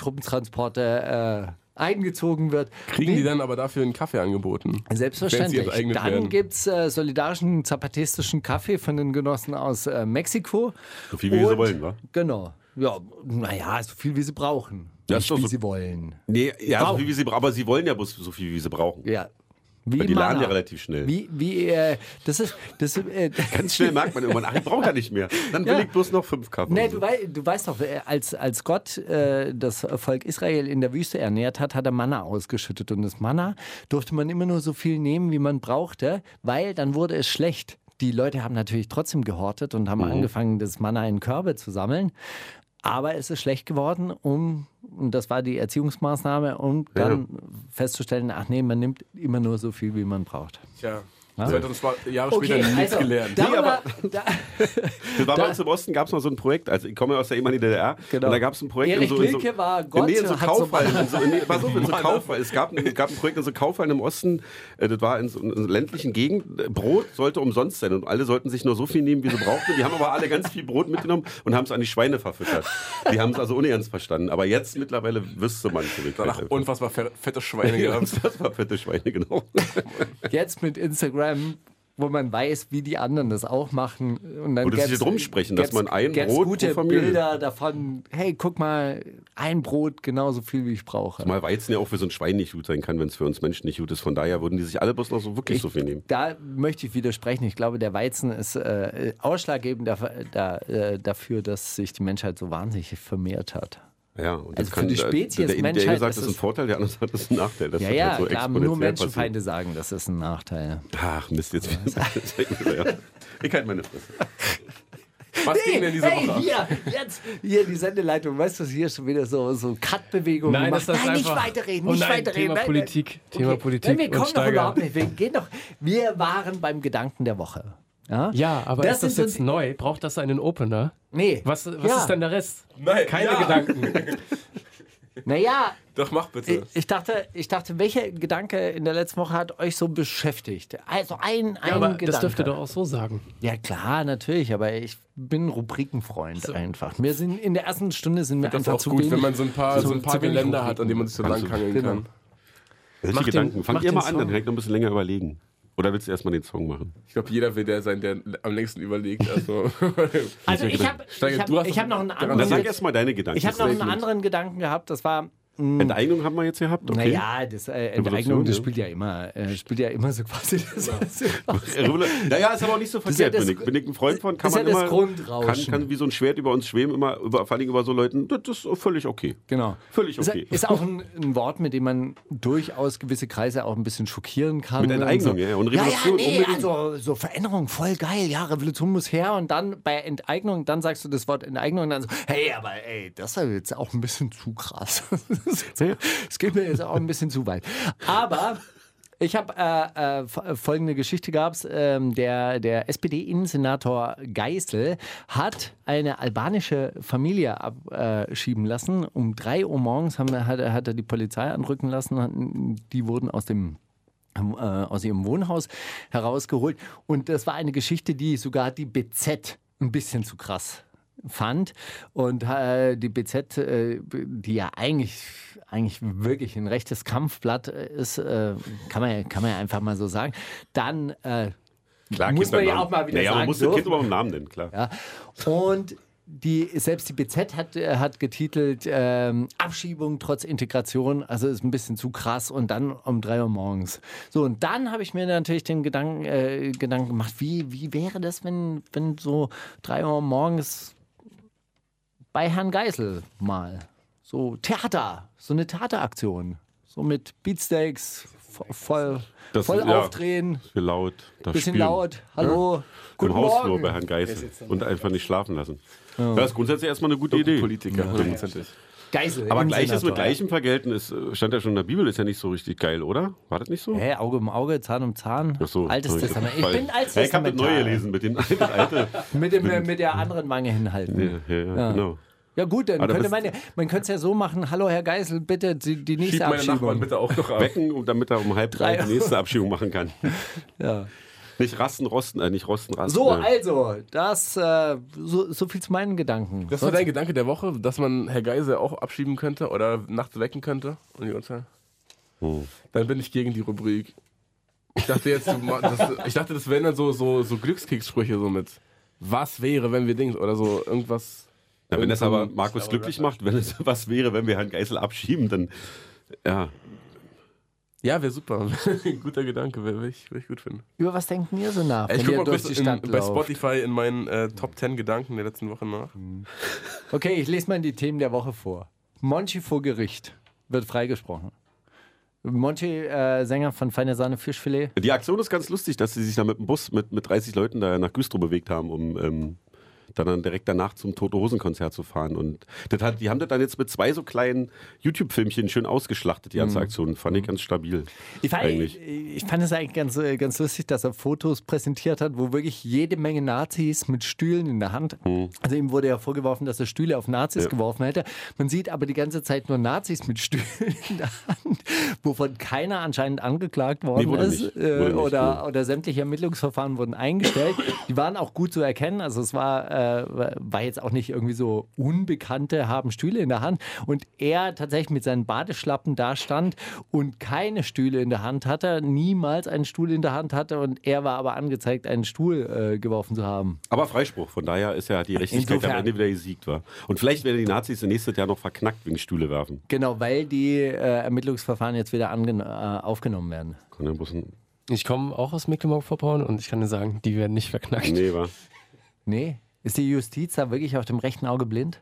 Speaker 6: Truppentransporte äh, eingezogen wird.
Speaker 8: Kriegen die dann aber dafür einen Kaffee angeboten?
Speaker 6: Selbstverständlich.
Speaker 8: Wenn sie enteignet
Speaker 6: Dann
Speaker 8: werden.
Speaker 6: gibt es äh, solidarischen zapatistischen Kaffee von den Genossen aus äh, Mexiko.
Speaker 7: So viel, wie sie
Speaker 6: Und-
Speaker 7: wollen, wa?
Speaker 6: Genau. Ja, naja, so viel, wie sie brauchen.
Speaker 7: Ja,
Speaker 6: Nicht,
Speaker 7: ist doch
Speaker 6: wie
Speaker 7: so-
Speaker 6: sie wollen.
Speaker 7: Nee, ja, so
Speaker 6: Brauchen.
Speaker 7: viel, wie sie, bra- aber sie wollen ja bloß so viel, wie sie brauchen.
Speaker 6: Ja. Wie
Speaker 7: Weil die laden
Speaker 6: Mana.
Speaker 7: ja relativ schnell.
Speaker 6: Wie, wie, äh, das ist, das ist, äh,
Speaker 7: Ganz schnell merkt man irgendwann, ach, ich brauche ja nicht mehr. Dann will
Speaker 6: Ja.
Speaker 7: ich bloß noch fünf Kaffee.
Speaker 6: Nee,
Speaker 7: Und so.
Speaker 6: du, wei du weißt doch, äh, als, als Gott äh, das Volk Israel in der Wüste ernährt hat, hat er Manna ausgeschüttet. Und das Manna durfte man immer nur so viel nehmen, wie man brauchte, weil dann wurde es schlecht. Die Leute haben natürlich trotzdem gehortet und
Speaker 7: Mhm.
Speaker 6: haben angefangen, das Manna in Körbe zu sammeln. Aber es ist schlecht geworden, um, und das war die Erziehungsmaßnahme, um dann festzustellen, ach nee, man nimmt immer nur so viel, wie man braucht.
Speaker 8: Tja. Das hat uns zwar Jahre später nichts
Speaker 6: also,
Speaker 8: gelernt.
Speaker 6: darüber, da,
Speaker 7: Das war bei uns im Osten, gab es mal so ein Projekt, also ich komme ja aus der ehemaligen DDR,
Speaker 6: Genau.
Speaker 7: und da gab es ein Projekt
Speaker 6: Erich
Speaker 7: in so, in so,
Speaker 6: Mielke war Gott,
Speaker 7: nee, in so
Speaker 6: hat so-
Speaker 7: Kaufhallen, in so, nee, pass auf, in so Kaufhallen, es gab, ein- gab ein Projekt in so Kaufhallen im Osten, äh, das war in so einer ländlichen Gegend, Äh, Brot sollte umsonst sein und alle sollten sich nur so viel nehmen, wie sie brauchten, die haben aber alle ganz viel Brot mitgenommen und haben es an die Schweine verfüttert. Die haben es also unernst verstanden, aber jetzt mittlerweile wüsste man so
Speaker 8: Danach unfassbar fe- fette Schweine gehabt.
Speaker 7: Das war fette Schweine, genau.
Speaker 6: jetzt mit Instagram, wo man weiß, wie die anderen das auch machen. Und dann
Speaker 7: Wo die sich
Speaker 6: gibt's-
Speaker 7: drum sprechen, dass
Speaker 6: gibt's-
Speaker 7: man ein
Speaker 6: gibt's
Speaker 7: Brot pro
Speaker 6: gute
Speaker 7: Familie-
Speaker 6: Bilder davon, hey, guck mal, ein Brot genauso viel, wie ich brauche.
Speaker 7: Mal Weizen ja auch für so ein Schwein nicht gut sein kann, wenn es für uns Menschen nicht gut ist. Von daher würden die sich alle bloß noch so wirklich so viel nehmen.
Speaker 6: Da möchte ich widersprechen. Ich glaube, der Weizen ist äh, ausschlaggebend dafür, da, äh, dafür, dass sich die Menschheit so wahnsinnig vermährt hat.
Speaker 7: Ja, und äh,
Speaker 6: Also für die Spezies
Speaker 7: der, der, der eine
Speaker 6: Menschheit
Speaker 7: sagt,
Speaker 6: ist
Speaker 7: das ist ein
Speaker 6: es-
Speaker 7: Vorteil, der andere sagt, das ist ein Nachteil. Das
Speaker 6: Ja,
Speaker 7: wird
Speaker 6: ja,
Speaker 7: halt so
Speaker 6: klar,
Speaker 7: exponentiell
Speaker 6: nur Menschenfeinde sagen, das ist ein Nachteil.
Speaker 7: passieren. Ach, Mist, jetzt wieder. ja. Ich halte meine Fresse.
Speaker 8: Was ging denn diese
Speaker 6: hey,
Speaker 8: Woche? ab?
Speaker 6: hier, jetzt, hier die Sendeleitung. Weißt du, hier schon wieder so, so Cut-Bewegungen
Speaker 9: Nein,
Speaker 6: gemacht.
Speaker 9: das ist
Speaker 6: nein,
Speaker 9: einfach-
Speaker 6: nicht weiterreden,
Speaker 9: Oh
Speaker 6: nicht
Speaker 9: nein,
Speaker 6: weiterreden.
Speaker 9: Thema
Speaker 6: nein, nein.
Speaker 9: Politik, Thema Politik
Speaker 6: Nein, wir
Speaker 9: und
Speaker 6: kommen doch
Speaker 9: Steiger.
Speaker 6: überhaupt nicht. Wir, gehen doch, wir waren beim Gedanken der Woche. Ja,
Speaker 9: Ja, aber
Speaker 6: das
Speaker 9: ist das
Speaker 6: sind
Speaker 9: jetzt
Speaker 6: so,
Speaker 9: neu? Braucht das einen Opener?
Speaker 6: Nee.
Speaker 9: Was, was
Speaker 6: Ja.
Speaker 9: ist denn der Rest?
Speaker 8: Nein,
Speaker 9: Keine
Speaker 8: ja.
Speaker 9: Gedanken.
Speaker 6: Naja,
Speaker 8: Doch, mach
Speaker 6: ich,
Speaker 8: bitte.
Speaker 6: ich, dachte, ich dachte, welcher Gedanke in der letzten Woche hat euch so beschäftigt? Also ein, ein
Speaker 9: aber
Speaker 6: Gedanke.
Speaker 9: das dürfte doch auch so sagen.
Speaker 6: Ja klar, natürlich, aber ich bin Rubrikenfreund einfach. Mir sind in der ersten Stunde sind mir
Speaker 8: Das ist
Speaker 6: einfach
Speaker 8: auch
Speaker 6: zu
Speaker 8: gut,
Speaker 6: wenig,
Speaker 8: wenn man so ein paar, so ein paar
Speaker 6: zu wenig
Speaker 8: Geländer hat,
Speaker 6: Rubriken.
Speaker 8: an denen man sich so
Speaker 7: Kannst
Speaker 8: lang
Speaker 7: du-
Speaker 8: kangeln
Speaker 6: genau.
Speaker 8: kann.
Speaker 7: Welche
Speaker 9: Mach den-
Speaker 7: Gedanken?
Speaker 9: mach
Speaker 7: Fangt ihr
Speaker 9: den
Speaker 7: mal an, dann
Speaker 9: Song.
Speaker 7: direkt noch ein bisschen länger überlegen. Oder willst du erstmal den Song machen?
Speaker 8: Ich glaube, jeder will der sein, der am längsten überlegt. Also,
Speaker 6: Also ich habe ich
Speaker 8: Steige,
Speaker 6: hab,
Speaker 8: du hast
Speaker 6: ich hab noch einen
Speaker 8: daran-
Speaker 7: Dann
Speaker 8: Also
Speaker 7: sag
Speaker 6: anderen,
Speaker 8: jetzt-
Speaker 7: erstmal deine Gedanken.
Speaker 6: ich hab noch einen
Speaker 8: Statement.
Speaker 6: anderen Gedanken gehabt, das war
Speaker 7: Enteignung haben wir jetzt gehabt, okay.
Speaker 6: Naja, das äh,
Speaker 7: Evolution,
Speaker 6: Enteignung, das
Speaker 7: ja.
Speaker 6: spielt ja immer, äh, spielt ja immer so quasi das.
Speaker 7: Revolu- Naja, ist aber auch nicht so
Speaker 6: ist ja
Speaker 7: verkehrt,
Speaker 6: das-
Speaker 7: bin ich. Bin ich ein Freund von, kann
Speaker 6: ist ja
Speaker 7: man
Speaker 6: das
Speaker 7: immer,
Speaker 6: Grundrauschen.
Speaker 7: Kann, kann wie so ein Schwert über uns schweben, immer, über, vor allem über so Leuten, das ist völlig okay.
Speaker 6: Genau.
Speaker 7: Völlig
Speaker 6: Ist,
Speaker 7: okay.
Speaker 6: ist auch ein, ein Wort, mit dem man durchaus gewisse Kreise auch ein bisschen schockieren kann.
Speaker 7: Mit Enteignung,
Speaker 6: so.
Speaker 7: ja, ja, und
Speaker 6: ja,
Speaker 7: Revolution
Speaker 6: nee,
Speaker 7: unbedingt.
Speaker 6: also so Veränderung, voll geil, ja, Revolution muss her und dann bei Enteignung, dann sagst du das Wort Enteignung und dann so, hey, aber ey, das war jetzt auch ein bisschen zu krass. Es geht mir jetzt auch ein bisschen zu weit. Aber... Ich habe äh, äh, f- folgende Geschichte gab's. Ähm, der der SPD-Innensenator Geißel hat eine albanische Familie abschieben lassen. Um 3 Uhr morgens haben, hat, er- hat er die Polizei anrücken lassen. Hat- Die wurden aus dem haben, äh, aus ihrem Wohnhaus herausgeholt. Und das war eine Geschichte, die sogar die BZ ein bisschen zu krass fand. Und äh, die BZ, äh, die ja eigentlich, eigentlich wirklich ein rechtes Kampfblatt ist, äh, kann, man, ja- kann man ja einfach mal so sagen, dann äh,
Speaker 7: Klar,
Speaker 6: Muss
Speaker 7: Kinder
Speaker 6: man ja
Speaker 7: Namen.
Speaker 6: auch mal wieder
Speaker 7: naja,
Speaker 6: sagen,
Speaker 7: man muss
Speaker 6: so.
Speaker 7: das Kind aber beim Namen nennen, klar.
Speaker 6: ja. Und die, selbst die BZ hat, äh, hat getitelt ähm, Abschiebung trotz Integration, also ist ein bisschen zu krass und dann um 3 Uhr morgens. So, und dann habe ich mir natürlich den Gedanken, äh, Gedanken gemacht, wie, wie wäre das, wenn, wenn so 3 Uhr morgens bei Herrn Geisel mal so Theater, so eine Theateraktion, so mit Beatsteaks, vo- voll,
Speaker 7: Das-
Speaker 6: voll
Speaker 7: ja.
Speaker 6: aufdrehen,
Speaker 7: Bisschen laut. Da
Speaker 6: bisschen
Speaker 7: spielen.
Speaker 6: laut, hallo,
Speaker 7: Im
Speaker 6: guten
Speaker 7: Hausflur bei
Speaker 6: Morgen.
Speaker 7: Herrn Geisel. Und einfach nicht schlafen lassen. Das ist grundsätzlich erstmal eine gute Idee.
Speaker 8: Politiker, hundertprozentig.
Speaker 6: Geisel.
Speaker 7: Aber
Speaker 6: im
Speaker 7: Gleiches
Speaker 6: Senator.
Speaker 7: mit Gleichem vergelten ist, äh, stand ja schon in der Bibel, ist ja nicht so richtig geil, oder? War das nicht so?
Speaker 6: Hä, Auge um Auge, Zahn um Zahn.
Speaker 7: Ach so,
Speaker 6: Altes
Speaker 7: sorry, das
Speaker 6: Testament.
Speaker 7: ist
Speaker 6: Ich
Speaker 7: falsch.
Speaker 6: bin altes
Speaker 7: ja, Ich habe das
Speaker 6: Testament.
Speaker 7: neue gelesen mit dem alten. alten.
Speaker 6: Mit, dem, äh, mit der anderen Wange hinhalten.
Speaker 7: ja, ja, ja, genau.
Speaker 6: Ja gut, dann
Speaker 7: Aber da
Speaker 6: könnte
Speaker 7: bist-
Speaker 6: man ja, man könnte es ja so machen, hallo Herr Geisel, bitte die, die
Speaker 8: Schieb
Speaker 6: nächste
Speaker 8: meine Nachbarn
Speaker 6: Abschiebung.
Speaker 8: bitte auch noch ab.
Speaker 7: Wecken, um- damit er um halb drei
Speaker 6: Drei.
Speaker 7: die nächste Abschiebung machen kann.
Speaker 6: Ja.
Speaker 7: Nicht rasten, rosten, äh, nicht rosten, rasten.
Speaker 6: So,
Speaker 7: äh.
Speaker 6: also, das, äh, so, so viel zu meinen Gedanken.
Speaker 8: Das war dein Gedanke der Woche, dass man Herr Geise auch abschieben könnte oder nachts wecken könnte und die Uhrzeit?
Speaker 6: Hm.
Speaker 8: Dann bin ich gegen die Rubrik. Ich dachte jetzt, du ma- das, ich dachte, das wären dann so, so, so Glückskekssprüche so mit. Was wäre, wenn wir Dings oder so irgendwas.
Speaker 7: Na, wenn das
Speaker 8: irgendein-
Speaker 7: aber Markus glücklich macht, wenn es was wäre, wenn wir Herrn Geisel abschieben, dann ja,
Speaker 8: Ja, wäre super. Guter Gedanke, würde ich, würd ich gut finden.
Speaker 6: Über was denken ihr so nach,
Speaker 8: Äh,
Speaker 6: wenn
Speaker 8: ich
Speaker 6: ihr
Speaker 8: gucke mal
Speaker 6: durch
Speaker 8: kurz
Speaker 6: die
Speaker 8: in,
Speaker 6: Stadt
Speaker 8: bei
Speaker 6: lauft?
Speaker 8: Spotify in meinen äh, Top 10 Gedanken der letzten Woche nach.
Speaker 6: Okay, ich lese mal die Themen der Woche vor. Monchi vor Gericht wird freigesprochen. Monchi, äh, Sänger von Feine Sahne Fischfilet.
Speaker 7: Die Aktion ist ganz lustig, dass sie sich da mit dem Bus mit, mit 30 Leuten da nach Güstrow bewegt haben, um ähm, dann, dann direkt danach zum Tote Hosen Konzert zu fahren. Und das hat, die haben das dann jetzt mit zwei so kleinen YouTube-Filmchen schön ausgeschlachtet, die
Speaker 6: Mhm.
Speaker 7: ganze Aktion. Fand ich ganz stabil.
Speaker 6: Ich fand,
Speaker 7: eigentlich.
Speaker 6: ich fand es eigentlich ganz, äh, ganz lustig, dass er Fotos präsentiert hat, wo wirklich jede Menge Nazis mit Stühlen in der Hand. Also ihm wurde ja vorgeworfen, dass er Stühle auf Nazis geworfen hätte. Man sieht aber die ganze Zeit nur Nazis mit Stühlen in der Hand, wovon keiner anscheinend angeklagt worden
Speaker 7: wurde
Speaker 6: ist.
Speaker 7: nicht.
Speaker 6: Äh,
Speaker 7: Wurde nicht,
Speaker 6: oder,
Speaker 7: nee.
Speaker 6: oder sämtliche Ermittlungsverfahren wurden eingestellt. Die waren auch gut zu erkennen. Also es war, äh, war jetzt auch nicht irgendwie so Unbekannte haben Stühle in der Hand. Und er tatsächlich mit seinen Badeschlappen da stand und keine Stühle in der Hand hatte, niemals einen Stuhl in der Hand hatte. Und er war aber angezeigt, einen Stuhl äh, geworfen zu haben.
Speaker 7: Aber Freispruch, von daher ist ja die Richtigkeit am
Speaker 6: Insofern.
Speaker 7: Ende wieder gesiegt war. Und vielleicht werden die Nazis nächstes Jahr noch verknackt wegen Stühle werfen.
Speaker 6: Genau, weil die äh, Ermittlungsverfahren jetzt wieder angen- äh, aufgenommen werden.
Speaker 7: Kann den Bussen.
Speaker 9: Ich komme auch aus Mecklenburg-Vorpommern und ich kann dir sagen, die werden nicht verknackt.
Speaker 7: Nee, war.
Speaker 6: Nee? Ist die Justiz da wirklich auf dem rechten Auge blind?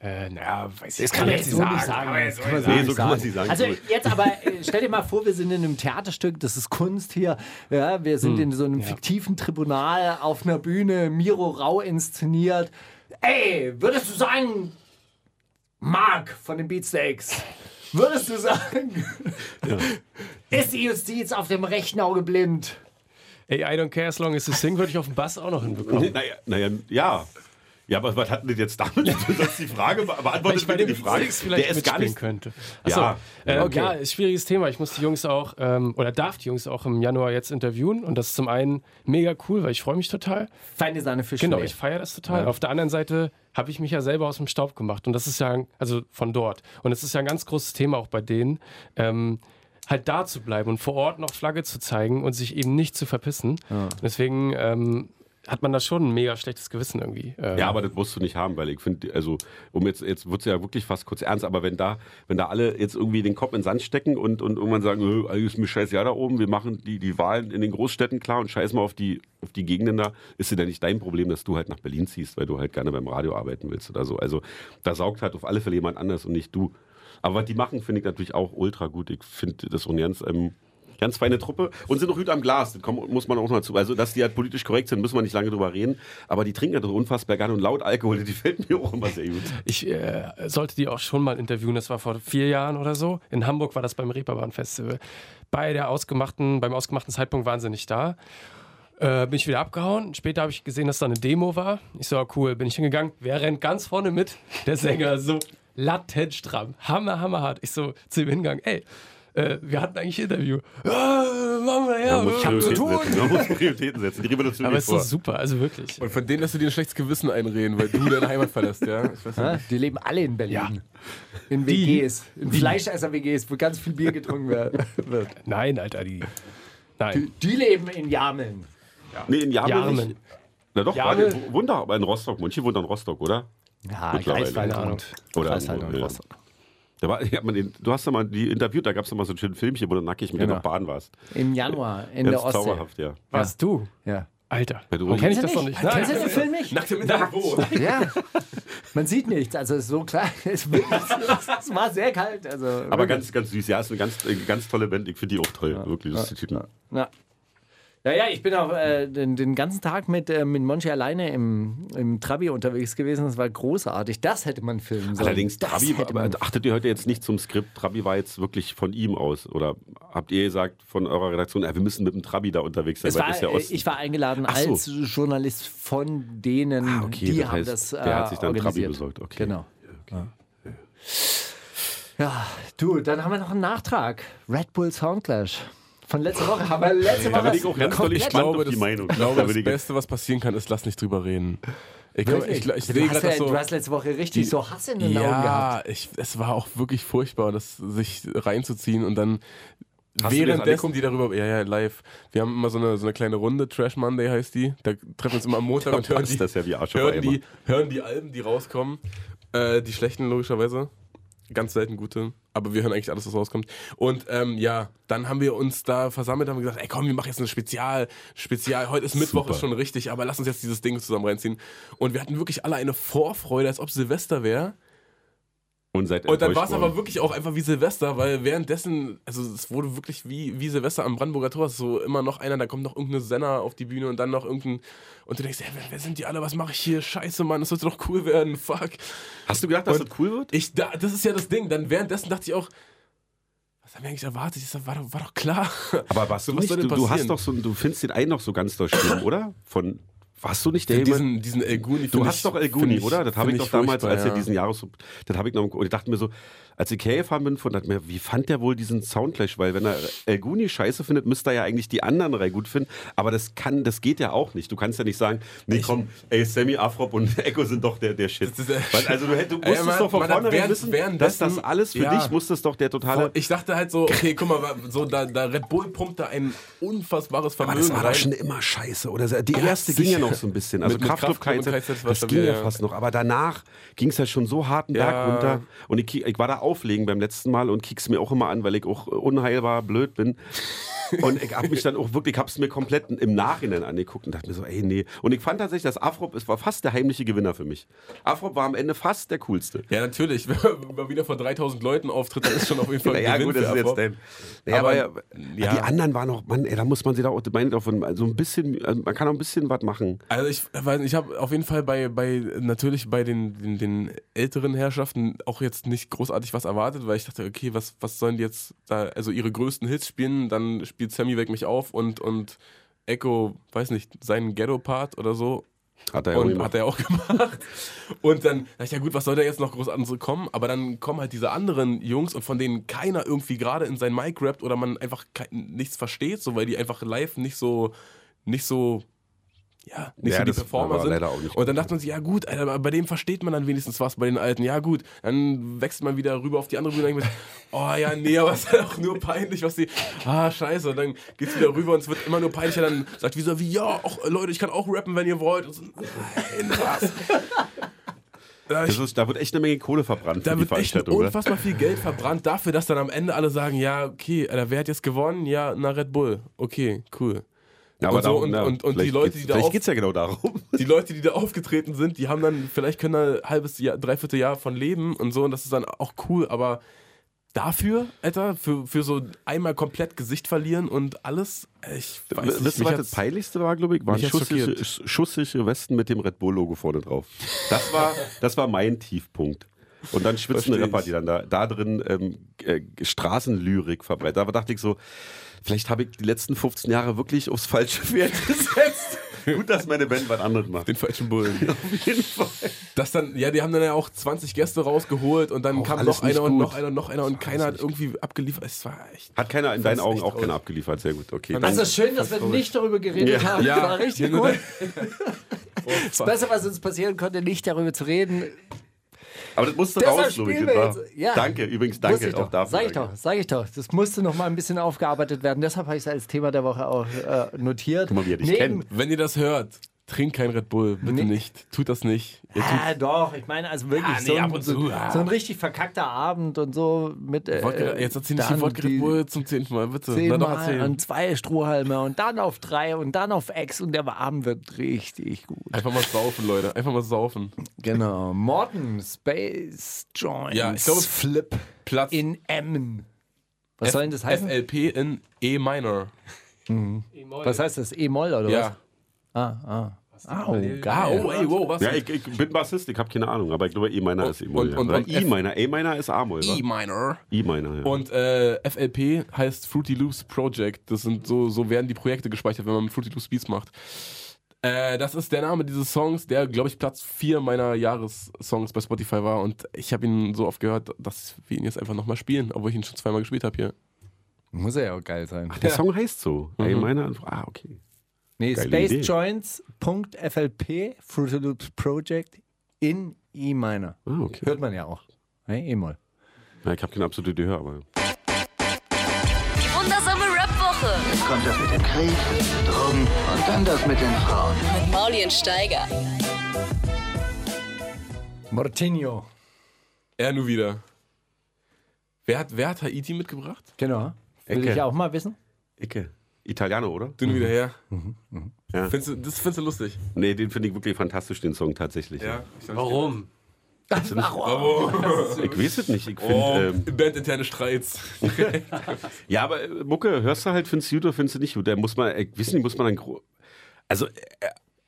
Speaker 9: Äh, naja, weiß ich
Speaker 6: Das kann man jetzt so nicht sagen. Das kann man so
Speaker 7: Nee,
Speaker 6: nicht
Speaker 7: so kann man sie sagen.
Speaker 6: Also
Speaker 7: Sorry.
Speaker 6: jetzt aber, äh, stell dir mal vor, wir sind in einem Theaterstück, das ist Kunst hier. Ja, wir
Speaker 7: Hm,
Speaker 6: sind in so einem fiktiven Tribunal auf einer Bühne, Miro Rau inszeniert. Ey, würdest du sagen, Mark von den Beatsteaks, würdest du sagen, ist die Justiz auf dem rechten Auge blind?
Speaker 9: Ey, I don't care as long as you sing, würde ich auf dem Bass auch noch hinbekommen.
Speaker 7: Naja, naja, ja. Ja, aber was hatten denn jetzt damit? Das ist die Frage, be- beantwortet
Speaker 9: ich bei
Speaker 7: bitte
Speaker 9: dem
Speaker 7: die Frage.
Speaker 9: Six vielleicht
Speaker 7: der ist gar
Speaker 9: mitspielen
Speaker 7: nicht.
Speaker 9: könnte. Achso,
Speaker 7: Ja,
Speaker 9: ja, äh,
Speaker 7: okay.
Speaker 9: ja, ist schwieriges Thema. Ich muss die Jungs auch, ähm, oder darf die Jungs auch im Januar jetzt interviewen. Und das ist zum einen mega cool, weil ich freue mich total.
Speaker 6: Feine Sahne für
Speaker 9: Genau,
Speaker 6: Schnee.
Speaker 9: ich feiere das total. Auf der anderen Seite habe ich mich ja selber aus dem Staub gemacht. Und das ist ja, ein- also von dort. Und das ist ja ein ganz großes Thema auch bei denen, ähm, halt da zu bleiben und vor Ort noch Flagge zu zeigen und sich eben nicht zu verpissen. Deswegen ähm, hat man da schon ein mega schlechtes Gewissen irgendwie. Ähm,
Speaker 7: Ja, aber das musst du nicht haben, weil ich finde, also, um jetzt, jetzt wird es ja wirklich fast kurz ernst, aber wenn da, wenn da alle jetzt irgendwie den Kopf in den Sand stecken und, und irgendwann sagen, äh, ist mir scheiß ja da oben, wir machen die, die Wahlen in den Großstädten klar und scheiß mal auf die, auf die Gegenden da, ist ja dann nicht dein Problem, dass du halt nach Berlin ziehst, weil du halt gerne beim Radio arbeiten willst oder so. Also da saugt halt auf alle Fälle jemand anders und nicht du. Aber was die machen, finde ich natürlich auch ultra gut. Ich finde das ist auch ein ganz, ähm, ganz feine Truppe und sind noch Hüt am Glas. Das kommt, muss man auch noch dazu. Also, dass die halt politisch korrekt sind, müssen wir nicht lange drüber reden. Aber die trinken halt unfassbar gerne und laut Alkohol. Die fällt mir auch immer sehr gut.
Speaker 9: Ich äh, sollte die auch schon mal interviewen, das war vor vier Jahren oder so. In Hamburg war das beim Reeperbahn-Festival. Bei der ausgemachten, beim ausgemachten Zeitpunkt waren sie nicht da. Äh, bin ich wieder abgehauen. Später habe ich gesehen, dass da eine Demo war. Ich so, ah, cool, bin ich hingegangen. Wer rennt ganz vorne mit? Der Sänger so lattenstramm. Hammer, hammer hart. Ich so zu ihm hingegangen, ey, äh, wir hatten eigentlich ein Interview. Ah, machen wir
Speaker 7: Man
Speaker 9: ja.
Speaker 7: muss
Speaker 9: Ich hab zu
Speaker 7: Prioritäten
Speaker 9: tun.
Speaker 7: setzen. Man muss Prioritäten setzen. Die Revolution
Speaker 9: Aber
Speaker 7: geht
Speaker 9: es ist doch
Speaker 7: vor.
Speaker 9: super, also wirklich.
Speaker 8: Und von denen lässt du dir ein schlechtes Gewissen einreden, weil du deine Heimat verlässt, ja? Ich weiß
Speaker 6: Ja,
Speaker 8: nicht.
Speaker 6: ne? Die leben alle in Berlin. In WGs. In Fleischesser-WGs, wo ganz viel Bier getrunken werden- wird.
Speaker 9: Nein, Alter, die. Nein.
Speaker 6: Die leben in Jameln.
Speaker 7: Nee, in Jamel
Speaker 9: Jarmen.
Speaker 7: nicht. Na doch, war
Speaker 9: Jamel-
Speaker 7: der- Wunder, aber in Rostock. Manche wohnt in Rostock, oder?
Speaker 6: Ja,
Speaker 7: Mittlerweile.
Speaker 6: Greifswald
Speaker 7: Keine
Speaker 6: und,
Speaker 7: Oder
Speaker 6: Greifswald und
Speaker 7: irgendwo, ja.
Speaker 6: halt Rostock.
Speaker 7: Da war, ich hab mal den, du hast ja mal die interviewt, da gab es ja mal so ein schönes Filmchen, wo du nackig mit
Speaker 6: Genau.
Speaker 7: der Bahn warst.
Speaker 6: Im Januar in
Speaker 7: Ganz
Speaker 6: der Ostsee.
Speaker 7: zauberhaft, ja.
Speaker 9: Was du?
Speaker 6: Ja.
Speaker 9: Alter,
Speaker 7: Weil du-
Speaker 9: warum kenn ich
Speaker 7: Kennst
Speaker 9: das doch nicht?
Speaker 6: Kennst du den Film nicht?
Speaker 8: Nackt im Interview.
Speaker 6: Ja. Man sieht nichts, also ist so klar. Es war sehr kalt. Also
Speaker 7: Aber ganz, ganz süß. Ja, ist eine ganz, äh, ganz tolle Band. Ich finde die auch toll. Wirklich, das ist ne? die Typen.
Speaker 6: Ja. Ja, ja, ich bin auch äh, den, den ganzen Tag mit, äh, mit Monchi alleine im, im Trabi unterwegs gewesen. Das war großartig. Das hätte man filmen sollen.
Speaker 7: Allerdings,
Speaker 6: das
Speaker 7: Trabi,
Speaker 6: hätte
Speaker 7: war-
Speaker 6: man
Speaker 7: aber achtet ihr heute jetzt nicht zum Skript? Trabi war jetzt wirklich von ihm aus. Oder habt ihr gesagt von eurer Redaktion, ja, wir müssen mit dem Trabi da unterwegs sein?
Speaker 6: Es
Speaker 7: weil
Speaker 6: war,
Speaker 7: das ist ja
Speaker 6: äh,
Speaker 7: Ost.
Speaker 6: ich war eingeladen
Speaker 7: Ach so.
Speaker 6: als Journalist von denen,
Speaker 7: Ah, okay,
Speaker 6: die
Speaker 7: das
Speaker 6: haben
Speaker 7: heißt,
Speaker 6: das äh,
Speaker 7: der hat sich dann Trabi
Speaker 6: organisiert.
Speaker 7: besorgt, okay.
Speaker 6: Genau. Ja. ja, du, dann haben wir noch einen Nachtrag. Red Bull Soundclash von letzter Woche. Haben wir letzte
Speaker 7: da
Speaker 6: Woche
Speaker 7: bin ich auch ganz doll
Speaker 6: komplett-
Speaker 7: gespannt
Speaker 8: glaube,
Speaker 7: auf die
Speaker 8: das,
Speaker 7: Meinung.
Speaker 8: Ich glaube,
Speaker 7: Da bin
Speaker 8: das
Speaker 7: ich-
Speaker 8: Beste, was passieren kann, ist, lass nicht drüber reden. Ich, glaub,
Speaker 6: Wirklich?
Speaker 8: ich, ich
Speaker 6: du,
Speaker 8: sehe
Speaker 6: hast
Speaker 8: gerade
Speaker 6: ja,
Speaker 8: das so.
Speaker 6: du hast letzte Woche richtig so Hass in den Augen gehabt.
Speaker 8: ja, ich, es war auch wirklich furchtbar, das sich reinzuziehen und dann
Speaker 7: Hast du dir das
Speaker 8: währenddessen
Speaker 7: angeguckt?
Speaker 8: die darüber, ja, ja, live. Wir haben immer so eine, so eine kleine Runde, Trash Monday heißt die. Da treffen wir uns immer am Montag
Speaker 7: Da
Speaker 8: und hören
Speaker 7: passt
Speaker 8: die,
Speaker 7: das ja wie Arsch auf
Speaker 8: hören,
Speaker 7: Eimer.
Speaker 8: die, hören die Alben, die rauskommen. Äh, die schlechten logischerweise. Ganz selten gute. Aber wir hören eigentlich alles, was rauskommt. Und ähm, ja, dann haben wir uns da versammelt, haben gesagt, ey komm, wir machen jetzt ein Spezial. Spezial, heute ist Mittwoch, ist schon richtig, aber lass uns jetzt dieses Ding zusammen reinziehen. Und wir hatten wirklich alle eine Vorfreude, als ob Silvester wäre.
Speaker 7: Und, seid
Speaker 8: Und dann war
Speaker 7: enttäuscht
Speaker 8: es aber
Speaker 7: worden.
Speaker 8: wirklich auch einfach wie Silvester, weil währenddessen, also es wurde wirklich wie, wie Silvester am Brandenburger Tor, so immer noch einer, da kommt noch irgendeine Senner auf die Bühne und dann noch irgendein, und du denkst, ey, wer, wer sind die alle, was mache ich hier, scheiße, Mann, das sollte doch cool werden, fuck.
Speaker 7: Hast du gedacht, dass
Speaker 8: Und-
Speaker 7: das cool wird?
Speaker 8: Ich, da, das ist ja das Ding, dann währenddessen dachte ich auch, was haben wir eigentlich erwartet, ich sag, war, doch- war doch klar.
Speaker 7: Aber was du,
Speaker 8: soll
Speaker 7: nicht, du,
Speaker 8: denn
Speaker 7: du hast
Speaker 8: passieren?
Speaker 7: doch so, einen- du findest den einen noch so ganz doll schlimm, oder? Von, warst du nicht der jemand-
Speaker 8: diesen, diesen El Guni
Speaker 7: Du
Speaker 8: find
Speaker 7: hast
Speaker 8: ich-
Speaker 7: doch El
Speaker 8: find
Speaker 7: Guni,
Speaker 8: ich-
Speaker 7: oder? Das habe ich
Speaker 8: find
Speaker 7: doch damals,
Speaker 8: furchtbar,
Speaker 7: als er
Speaker 8: ja.
Speaker 7: diesen Jahres, das habe ich noch, und ich dachte mir so, als ich hierher gefahren bin, von, dachte mir, wie fand der wohl diesen Soundclash? Weil wenn er El Guni scheiße findet, müsste er ja eigentlich die anderen drei gut finden. Aber das kann, das geht ja auch nicht. Du kannst ja nicht sagen, nee, komm, ey, Sammy Afrop und Echo sind doch der, der Shit.
Speaker 8: Das ist, äh,
Speaker 7: Weil, also du, hätt- du
Speaker 8: Ey,
Speaker 7: musstest
Speaker 8: man-
Speaker 7: doch von
Speaker 8: man hat
Speaker 7: vornherein
Speaker 8: während-
Speaker 7: wissen, dass
Speaker 8: währenddessen-
Speaker 7: das alles für
Speaker 8: Ja.
Speaker 7: dich musste es doch der totale...
Speaker 8: Ich dachte halt so, okay, guck mal, so, da, da Red Bull pumpt da ein unfassbares
Speaker 7: Aber
Speaker 8: Vermögen
Speaker 7: das war doch
Speaker 8: rein.
Speaker 7: schon immer scheiße. Oder so. die
Speaker 8: Ja,
Speaker 7: erste ging ja
Speaker 8: sicher.
Speaker 7: noch so ein bisschen. Also
Speaker 8: Mit- mit
Speaker 7: Kraftclub,
Speaker 8: Kraftklub und
Speaker 7: KZ,
Speaker 8: KZ war
Speaker 7: das
Speaker 8: schon
Speaker 7: ging ja
Speaker 8: wieder-
Speaker 7: fast noch. Aber danach ging es ja schon so harten
Speaker 8: Ja.
Speaker 7: Berg runter. Und ich, ich war da auflegen beim letzten Mal und kick's mir auch immer an, weil ich auch äh, unheilbar blöd bin. und ich habe mich dann auch wirklich, ich habe es mir komplett im Nachhinein angeguckt und dachte mir so, ey, nee. Und ich fand tatsächlich, dass Afrop, es war fast der heimliche Gewinner für mich. Afrop war am Ende fast der coolste.
Speaker 8: Ja, natürlich. Wenn man wieder vor 3000 Leuten auftritt, dann ist schon auf jeden Fall ein
Speaker 7: Naja,
Speaker 8: Gewinn
Speaker 7: gut, das
Speaker 8: für
Speaker 7: ist jetzt
Speaker 8: Erfolg.
Speaker 7: dein. Naja, aber,
Speaker 8: Aber, ja.
Speaker 7: die anderen waren auch, Mann, ey, da muss man sich da auch, meine ich auch von, so ein bisschen, also man kann auch ein bisschen was machen.
Speaker 8: Also ich weiß nicht, ich habe auf jeden Fall bei, bei natürlich bei den, den, den älteren Herrschaften auch jetzt nicht großartig was erwartet, weil ich dachte, okay, was, was sollen die jetzt da, also ihre größten Hits spielen, dann spielt Sammy weg mich auf und, und Echo, weiß nicht, seinen Ghetto-Part oder so.
Speaker 7: Hat er ja auch
Speaker 8: Und
Speaker 7: gemacht.
Speaker 8: hat er ja auch gemacht. Und dann dachte ich, ja gut, was soll da jetzt noch groß anderes kommen? Aber dann kommen halt diese anderen Jungs und von denen keiner irgendwie gerade in sein Mic rappt oder man einfach kei- nichts versteht, so weil die einfach live nicht so, nicht so, ja, nicht
Speaker 7: Ja,
Speaker 8: so die
Speaker 7: das
Speaker 8: Performer
Speaker 7: war
Speaker 8: sind.
Speaker 7: leider auch nicht
Speaker 8: und dann dachte man sich, ja gut, Alter, aber bei dem versteht man dann wenigstens was, bei den Alten, ja gut. Dann wechselt man wieder rüber auf die andere Bühne und denkt, man sich, oh ja, nee, aber es ist ja auch nur peinlich, was die, ah scheiße. Und dann geht's wieder rüber und es wird immer nur peinlicher. Dann sagt Visa, wie, ja, auch, Leute, ich kann auch rappen, wenn ihr wollt. Und so, nein, was? Da,
Speaker 7: Das
Speaker 8: ich,
Speaker 7: ist, da wird echt eine Menge Kohle verbrannt
Speaker 8: da
Speaker 7: für die
Speaker 8: wird echt
Speaker 7: Veranstaltung. ne? oder?
Speaker 8: unfassbar viel Geld verbrannt dafür, dass dann am Ende alle sagen, ja, okay, Alter, wer hat jetzt gewonnen? Ja, na, Red Bull. Okay, cool.
Speaker 7: Ja, aber
Speaker 8: und so,
Speaker 7: darum,
Speaker 8: und-
Speaker 7: ja,
Speaker 8: und- und die
Speaker 7: vielleicht
Speaker 8: Leute,
Speaker 7: geht's-
Speaker 8: die da
Speaker 7: Vielleicht
Speaker 8: auf-
Speaker 7: geht es ja genau darum.
Speaker 8: die Leute, die da aufgetreten sind, die haben dann, vielleicht können da ein halbes Jahr, dreiviertel Jahr von leben und so und das ist dann auch cool, aber dafür, Alter, für, für so einmal komplett Gesicht verlieren und alles, ich weiß nicht,
Speaker 7: Wisst ihr, was
Speaker 8: mich
Speaker 7: das
Speaker 8: hat's-
Speaker 7: Peinlichste war, glaube ich? Waren
Speaker 8: mich hat's
Speaker 7: schussliche,
Speaker 8: schockiert.
Speaker 7: schussliche Westen mit dem Red Bull-Logo vorne drauf. Das war, das war mein Tiefpunkt. Und dann schwitzende
Speaker 8: Versteh ich.
Speaker 7: Rapper, die dann da, da drin ähm, äh, Straßenlyrik verbreiten. Aber dachte ich so, vielleicht habe ich die letzten 15 Jahre wirklich aufs falsche Pferd gesetzt. Gut, dass meine Band was anderes macht.
Speaker 8: den falschen Bullen. Auf jeden Fall. Das dann, ja, die haben dann ja auch 20 Gäste rausgeholt und dann
Speaker 7: Auch
Speaker 8: kam
Speaker 7: alles
Speaker 8: noch einer
Speaker 7: nicht
Speaker 8: und
Speaker 7: gut.
Speaker 8: noch einer und noch einer und
Speaker 7: Das war
Speaker 8: keiner hat
Speaker 7: alles nicht
Speaker 8: irgendwie abgeliefert. Es war echt.
Speaker 7: Hat keiner in
Speaker 8: Fand's
Speaker 7: deinen Augen
Speaker 8: echt
Speaker 7: auch keiner
Speaker 8: aus.
Speaker 7: abgeliefert. Sehr gut, okay.
Speaker 8: Fand's
Speaker 6: Das
Speaker 7: Dann,
Speaker 6: ist schön, dass wir nicht darüber geredet
Speaker 7: Ja.
Speaker 6: haben. Das war richtig
Speaker 8: Ja,
Speaker 6: gut.
Speaker 8: Oh, fuck.
Speaker 6: Besser, was uns passieren konnte, nicht darüber zu reden.
Speaker 7: aber das musste
Speaker 6: Deshalb
Speaker 7: raus, Louis.
Speaker 6: spielen
Speaker 7: das
Speaker 6: wir
Speaker 7: war-
Speaker 6: jetzt. Ja.
Speaker 7: Danke, übrigens,
Speaker 6: Muss
Speaker 7: danke
Speaker 6: ich
Speaker 7: auch
Speaker 6: doch.
Speaker 7: dafür.
Speaker 6: Sag ich
Speaker 7: danke.
Speaker 6: doch, sag ich doch. Das musste noch mal ein bisschen aufgearbeitet werden. Deshalb habe ich es als Thema der Woche auch äh, notiert.
Speaker 7: Guck mal, wie er dich kennt.
Speaker 8: Wenn ihr das hört, trinkt kein Red Bull, bitte
Speaker 6: Nee.
Speaker 8: nicht. Tut das nicht. Ihr tut
Speaker 6: Ah, doch, ich meine, also wirklich
Speaker 8: Ah, nee,
Speaker 6: so,
Speaker 8: ab
Speaker 6: ein,
Speaker 8: und
Speaker 6: so,
Speaker 8: zu, ah.
Speaker 6: so ein richtig verkackter Abend und so mit. Äh,
Speaker 8: Wodka, jetzt erzähl nicht
Speaker 6: dann
Speaker 8: den Wortgerät
Speaker 6: die
Speaker 8: wohl zum zehnten Mal, bitte. Na doch,
Speaker 6: Zehnmal
Speaker 8: erzähl.
Speaker 6: an zwei Strohhalme und dann auf drei und dann auf Ex und der Abend wird richtig gut.
Speaker 8: Einfach mal saufen, Leute. Einfach mal saufen.
Speaker 6: Genau. Morton Space Joints
Speaker 8: Ja, ich glaube,
Speaker 6: Flip
Speaker 8: Platz
Speaker 6: in Emmen. Was soll denn das heißen?
Speaker 8: FLP in E minor.
Speaker 6: Was heißt das? E-Moll oder
Speaker 8: Ja.
Speaker 6: was? Ah, oh,
Speaker 8: Ah,
Speaker 6: geil.
Speaker 8: oh, ey, wow, was?
Speaker 7: Ja, ich, ich bin Bassist, ich habe keine Ahnung, aber ich glaube, E-Minor
Speaker 8: Und-
Speaker 7: ist E E-Moll.
Speaker 8: und- und-
Speaker 7: ja.
Speaker 8: und F-
Speaker 7: E-Minor, E-Minor ist A-Moll. wa?
Speaker 8: E minor.
Speaker 7: E-Minor, ja.
Speaker 8: Und äh, FLP heißt Fruity Loops Project. Das sind so, so werden die Projekte gespeichert, wenn man mit Fruity Loops Beats macht. Äh, das ist der Name dieses Songs, der, glaube ich, Platz 4 meiner Jahressongs bei Spotify war. Und ich habe ihn so oft gehört, dass wir ihn jetzt einfach nochmal spielen, obwohl ich ihn schon zweimal gespielt habe hier.
Speaker 6: Muss er ja Mhm. auch geil sein.
Speaker 7: Ach, der Song heißt so. E-Minor, ah, okay.
Speaker 6: Nee,
Speaker 7: Geile Idee.
Speaker 6: spacejoints.flp, Fruity Loops Project in E-Minor.
Speaker 7: Ah, okay.
Speaker 6: Hört man ja auch. Nee, E-Moll.
Speaker 7: Ja, ich habe keine absolute Idee, aber.
Speaker 2: Die wundersame Rap-Woche
Speaker 3: Jetzt kommt das mit dem Krieg, Drogen und dann das mit den Frauen.
Speaker 2: mit Maulien Steiger.
Speaker 6: Mortinho.
Speaker 8: Er nur wieder. Wer hat, wer hat Haiti mitgebracht?
Speaker 6: Genau. Will
Speaker 7: Ecke.
Speaker 6: ich auch mal wissen?
Speaker 7: Ecke. Italiano, oder?
Speaker 8: Du
Speaker 6: Mhm.
Speaker 8: nur wieder her.
Speaker 7: Ja.
Speaker 8: Findest du, das findest du lustig.
Speaker 7: Nee, den finde ich wirklich fantastisch, den Song tatsächlich.
Speaker 9: Warum?
Speaker 7: Ich weiß es nicht. Ich find,
Speaker 8: Oh,
Speaker 7: ähm,
Speaker 8: bandinterne Streits.
Speaker 7: ja, aber äh, Mucke, hörst du halt, findest du gut oder findest du nicht gut? Da muss man, ich weiß nicht, muss man dann. gro- Also, äh,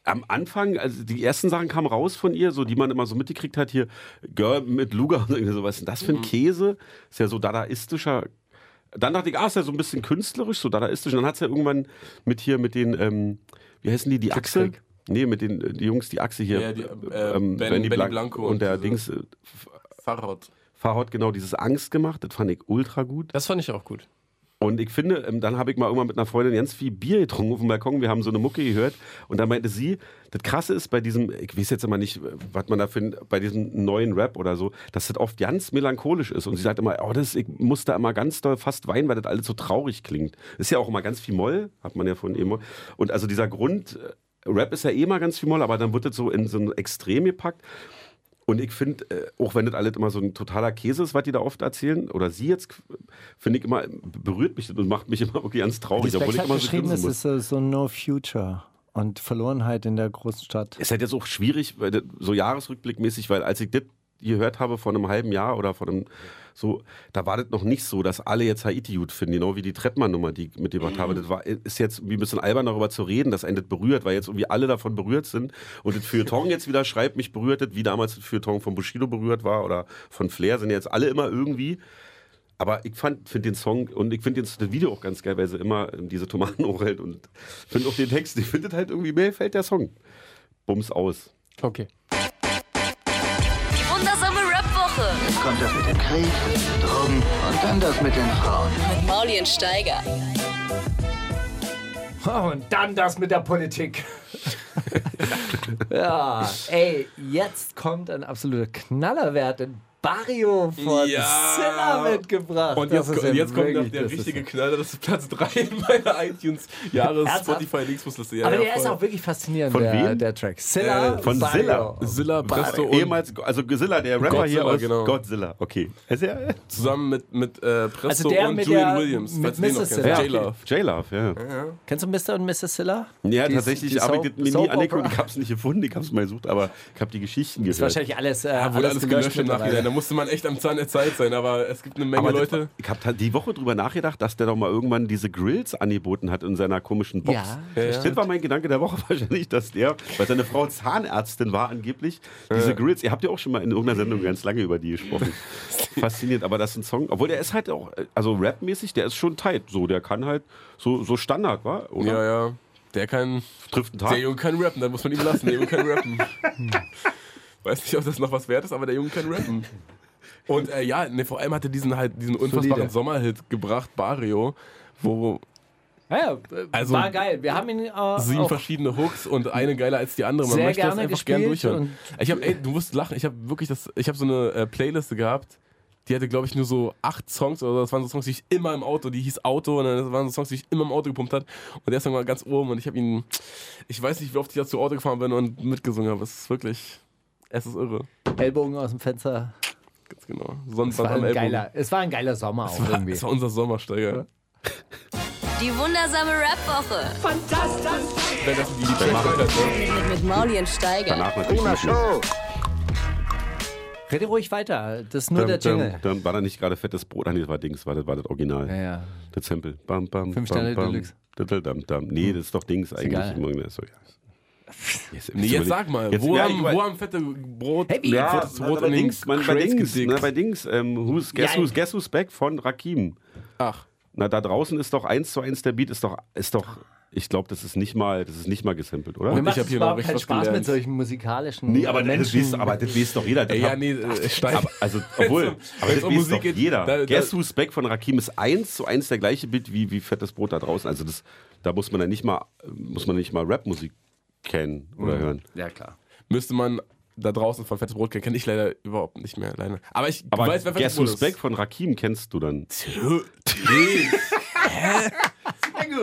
Speaker 7: am Anfang, also die ersten Sachen kamen raus von ihr, so die man immer so mitgekriegt hat, hier Girl mit Luga und irgendwie so, was ist denn das
Speaker 8: Mhm.
Speaker 7: für ein Käse? Ist ja so dadaistischer. Dann dachte ich, ah, ist ja so ein bisschen künstlerisch, so dadaistisch. Und dann hat es ja irgendwann mit hier, mit den, ähm, wie heißen die, die Achse?
Speaker 6: Trick.
Speaker 7: Nee, mit den äh, die Jungs, die Achse hier. Ähm,
Speaker 8: Ja, die, äh, Ben- Benny
Speaker 7: Blanc-
Speaker 8: Blanco
Speaker 7: Und
Speaker 8: und
Speaker 7: der Dings,
Speaker 8: diese-
Speaker 7: äh,
Speaker 8: Farod.
Speaker 7: Farhad genau dieses Angst gemacht, das fand ich ultra gut.
Speaker 9: Das fand ich auch gut.
Speaker 7: Und ich finde, ähm, dann habe ich mal irgendwann mit einer Freundin ganz viel Bier getrunken auf dem Balkon. Wir haben so eine Mucke gehört. Und dann meinte sie, das Krasse ist bei diesem, ich weiß jetzt immer nicht, was man da findet, bei diesem neuen Rap oder so, dass das oft ganz melancholisch ist. Und sie sagt immer, oh, das, ich muss da immer ganz doll fast weinen, weil das alles so traurig klingt. Ist ja auch immer ganz viel Moll, hat man ja von eben. Und also dieser Grund, äh, Rap ist ja eh mal ganz viel Moll, aber dann wird das so in so ein Extrem gepackt. Und ich finde, äh, auch wenn das alles immer so ein totaler Käse ist, was die da oft erzählen, oder sie jetzt, finde ich immer, berührt mich das und macht mich immer wirklich ganz traurig, obwohl
Speaker 6: Specs
Speaker 7: ich
Speaker 6: hat
Speaker 7: immer so
Speaker 6: geschrieben, es
Speaker 7: grinsen muss.
Speaker 6: ist äh, so No Future und Verlorenheit in der großen Stadt.
Speaker 7: Ist halt jetzt auch schwierig, weil das, so jahresrückblickmäßig, weil als ich das gehört habe vor einem halben Jahr oder vor einem so, da war das noch nicht so, dass alle jetzt Haiti gut finden, genau wie die Treppmann-Nummer, die ich mitgebracht habe. Das war, ist jetzt irgendwie ein bisschen albern, darüber zu reden, dass einen das berührt, weil jetzt irgendwie alle davon berührt sind und das Feuilleton jetzt wieder schreibt, mich berührt das, wie damals das Feuilleton von Bushido berührt war oder von Flair, sind ja jetzt alle immer irgendwie Aber ich finde den Song und ich finde das Video auch ganz geil, weil sie immer ähm, diese Tomaten hochhält und finde auch den Text. Ich finde halt irgendwie, mir gefällt der Song. Bums aus.
Speaker 9: Okay.
Speaker 2: Die wundersame Rap-Woche
Speaker 3: Kommt das mit dem Krieg, Drogen und dann das mit den Frauen.
Speaker 2: mit Maulien Steiger.
Speaker 6: Oh, Und dann das mit der Politik. ja, ey, jetzt kommt ein absoluter Knaller. Wer hat den Barrio von
Speaker 8: Ja.
Speaker 6: Silla mitgebracht?
Speaker 8: Und
Speaker 6: Das
Speaker 8: jetzt,
Speaker 6: ist
Speaker 8: ko-
Speaker 6: ja
Speaker 8: jetzt kommt noch
Speaker 6: wirklich-
Speaker 8: der
Speaker 6: das ist-
Speaker 8: richtige Knaller, das ist Platz 3 in meiner
Speaker 6: Ernsthaft?
Speaker 8: iTunes-Jahres-Spotify-Linksmusliste. Ja,
Speaker 6: Aber
Speaker 8: ja,
Speaker 6: der ist
Speaker 8: voll.
Speaker 6: auch wirklich faszinierend,
Speaker 7: Von
Speaker 6: der,
Speaker 7: wem?
Speaker 6: der Track. Silla
Speaker 8: Äh,
Speaker 7: von
Speaker 6: Barrio.
Speaker 7: Silla.
Speaker 8: Silla, Presto und
Speaker 7: Ehemals, also Godzilla, der Rapper
Speaker 8: Godzilla,
Speaker 7: hier aus
Speaker 8: genau.
Speaker 7: Godzilla. Okay. Ist äh, er?
Speaker 8: zusammen mit, mit äh, Presto
Speaker 6: Also der
Speaker 8: und
Speaker 6: mit
Speaker 8: Julian
Speaker 6: der-
Speaker 8: Williams.
Speaker 6: mit
Speaker 8: falls du den noch
Speaker 6: Mrs.
Speaker 8: kennst.
Speaker 6: Ja,
Speaker 8: J-Love.
Speaker 7: J-Love, ja.
Speaker 6: Kennst du Mr. und Mrs. Silla?
Speaker 7: Ja,
Speaker 6: Die-
Speaker 7: tatsächlich
Speaker 6: die
Speaker 7: habe
Speaker 6: Soap-
Speaker 7: ich das mir nie
Speaker 6: Soap
Speaker 7: angeguckt.
Speaker 6: Opera?
Speaker 7: Ich habe es nicht gefunden, ich habe es mal gesucht, aber ich habe die Geschichten
Speaker 6: Ist
Speaker 7: gehört.
Speaker 6: wahrscheinlich alles, äh,
Speaker 8: Ja, wurde alles gelöscht im
Speaker 6: mittlerweile.
Speaker 8: Nachhinein. Da musste man echt am Zahn der Zeit sein, aber es gibt eine Menge
Speaker 7: Aber
Speaker 8: Leute.
Speaker 7: ich habe die Woche drüber nachgedacht, dass der doch mal irgendwann diese Grills angeboten hat in seiner komischen Box.
Speaker 6: Ja,
Speaker 7: das war mein Gedanke der Woche wahrscheinlich, dass der, weil seine Frau Zahnärztin war angeblich, diese Grills, ihr habt ja auch schon mal in irgendeiner Sendung ganz lange über die gesprochen. Faszinierend, aber das ist ein Song, obwohl der ist halt auch, also rapmäßig, der ist schon tight, so, der kann halt, so, so Standard, war, oder?
Speaker 8: Ja, ja. Der kann.
Speaker 7: Trifft einen
Speaker 8: Der
Speaker 7: Tag.
Speaker 8: Junge kann rappen, dann muss man ihm lassen. Der Junge kann rappen. Weiß nicht, ob das noch was wert ist, aber der Junge kann rappen. Und äh, ja, ne, vor allem hat er diesen halt diesen unfassbaren
Speaker 6: Solide.
Speaker 8: Sommerhit gebracht, Barrio, wo
Speaker 6: Ja, also,
Speaker 8: Also,
Speaker 6: war geil. Wir haben ihn äh,
Speaker 8: sieben
Speaker 6: auch
Speaker 8: verschiedene Hooks und eine geiler als die andere. Man
Speaker 6: Sehr
Speaker 8: möchte das
Speaker 6: gerne
Speaker 8: einfach gern
Speaker 6: gespielt
Speaker 8: durchhören. Ich habe, ey, du musst lachen. Ich habe wirklich das, ich habe so eine äh, Playliste gehabt. Die hatte, glaube ich, nur so acht Songs oder so. das waren so Songs, die ich immer im Auto, die hieß Auto und dann waren so Songs, die ich immer im Auto gepumpt hat. Und der ist dann mal ganz oben und ich habe ihn, ich weiß nicht, wie oft ich dazu Auto gefahren bin und mitgesungen habe. Es ist wirklich, es ist irre.
Speaker 6: Ellbogen aus dem Fenster.
Speaker 8: Ganz genau. Sonst
Speaker 6: Es war, ein geiler, es war ein geiler Sommer auch irgendwie.
Speaker 8: Das war unser Sommersteiger.
Speaker 2: Die wundersame Rap-Woche
Speaker 8: Wenn das die Liebschaft hat, ne?
Speaker 2: mit Maulien Steiger.
Speaker 7: Danach natürlich nicht mehr.
Speaker 6: Rede ruhig weiter. Das ist nur der
Speaker 7: Dum, dum,
Speaker 6: Jingle.
Speaker 7: dum. war da nicht gerade fettes Brot? Ah, nee, das war Dings, war das, war das Original.
Speaker 6: Ja, ja.
Speaker 7: Das Sample. Bam, bam,
Speaker 6: Fünf
Speaker 7: bam,
Speaker 6: Sterne
Speaker 7: bam.
Speaker 6: Deluxe.
Speaker 7: Dum, dum, dum. Nee, das ist doch Dings
Speaker 6: egal.
Speaker 7: eigentlich. Immer so, ja. Jetzt,
Speaker 8: Nee, jetzt sag mal,
Speaker 7: Jetzt-
Speaker 8: wo,
Speaker 7: ja,
Speaker 8: haben,
Speaker 7: ich-
Speaker 8: wo haben fette Brot,
Speaker 6: Hey, wie-
Speaker 7: Ja,
Speaker 8: fettes
Speaker 7: na,
Speaker 8: Brot
Speaker 7: bei
Speaker 8: in den
Speaker 7: Dings, man, bei
Speaker 8: Crates
Speaker 7: Dings,
Speaker 8: gedickt?
Speaker 7: ne, bei Dings, ähm, who's, guess,
Speaker 6: Ja.
Speaker 7: who's, guess Who's Back von Rakim.
Speaker 8: Ach,
Speaker 7: Na, da draußen ist doch eins zu eins der Beat, ist doch, ist doch, ich glaube, das ist nicht mal, das ist nicht mal gesampelt, oder?
Speaker 6: Mir macht
Speaker 8: ich hab
Speaker 6: es
Speaker 8: hier
Speaker 6: überhaupt
Speaker 8: noch echt
Speaker 6: keinen
Speaker 8: was
Speaker 6: Spaß mit
Speaker 8: gelernt.
Speaker 6: solchen musikalischen
Speaker 7: nee, aber das,
Speaker 6: Menschen.
Speaker 7: weiß, aber das weiß doch jeder. Das
Speaker 8: Ey, ja,
Speaker 7: hab-
Speaker 8: nee, äh, Stein.
Speaker 7: Aber, also, obwohl, aber
Speaker 8: wenn's
Speaker 7: das
Speaker 8: um
Speaker 7: weiß
Speaker 8: Musik
Speaker 7: doch
Speaker 8: geht,
Speaker 7: jeder.
Speaker 8: da- da-
Speaker 7: Guess Who's Back von Rakim ist eins zu eins der gleiche Bild wie, wie fettes Brot da draußen. Also das, da muss man ja nicht mal, muss man nicht mal Rapmusik kennen oder hören.
Speaker 6: Ja, klar.
Speaker 8: müsste man da draußen von fettes Brot kennen. Kenn ich leider überhaupt nicht mehr alleine. Aber ich
Speaker 7: Aber
Speaker 8: weiß, wer fettes
Speaker 7: Guess
Speaker 8: Brot
Speaker 7: Who's
Speaker 8: ist.
Speaker 7: Back von Rakim kennst du dann.
Speaker 8: Tö- Nee. Hä?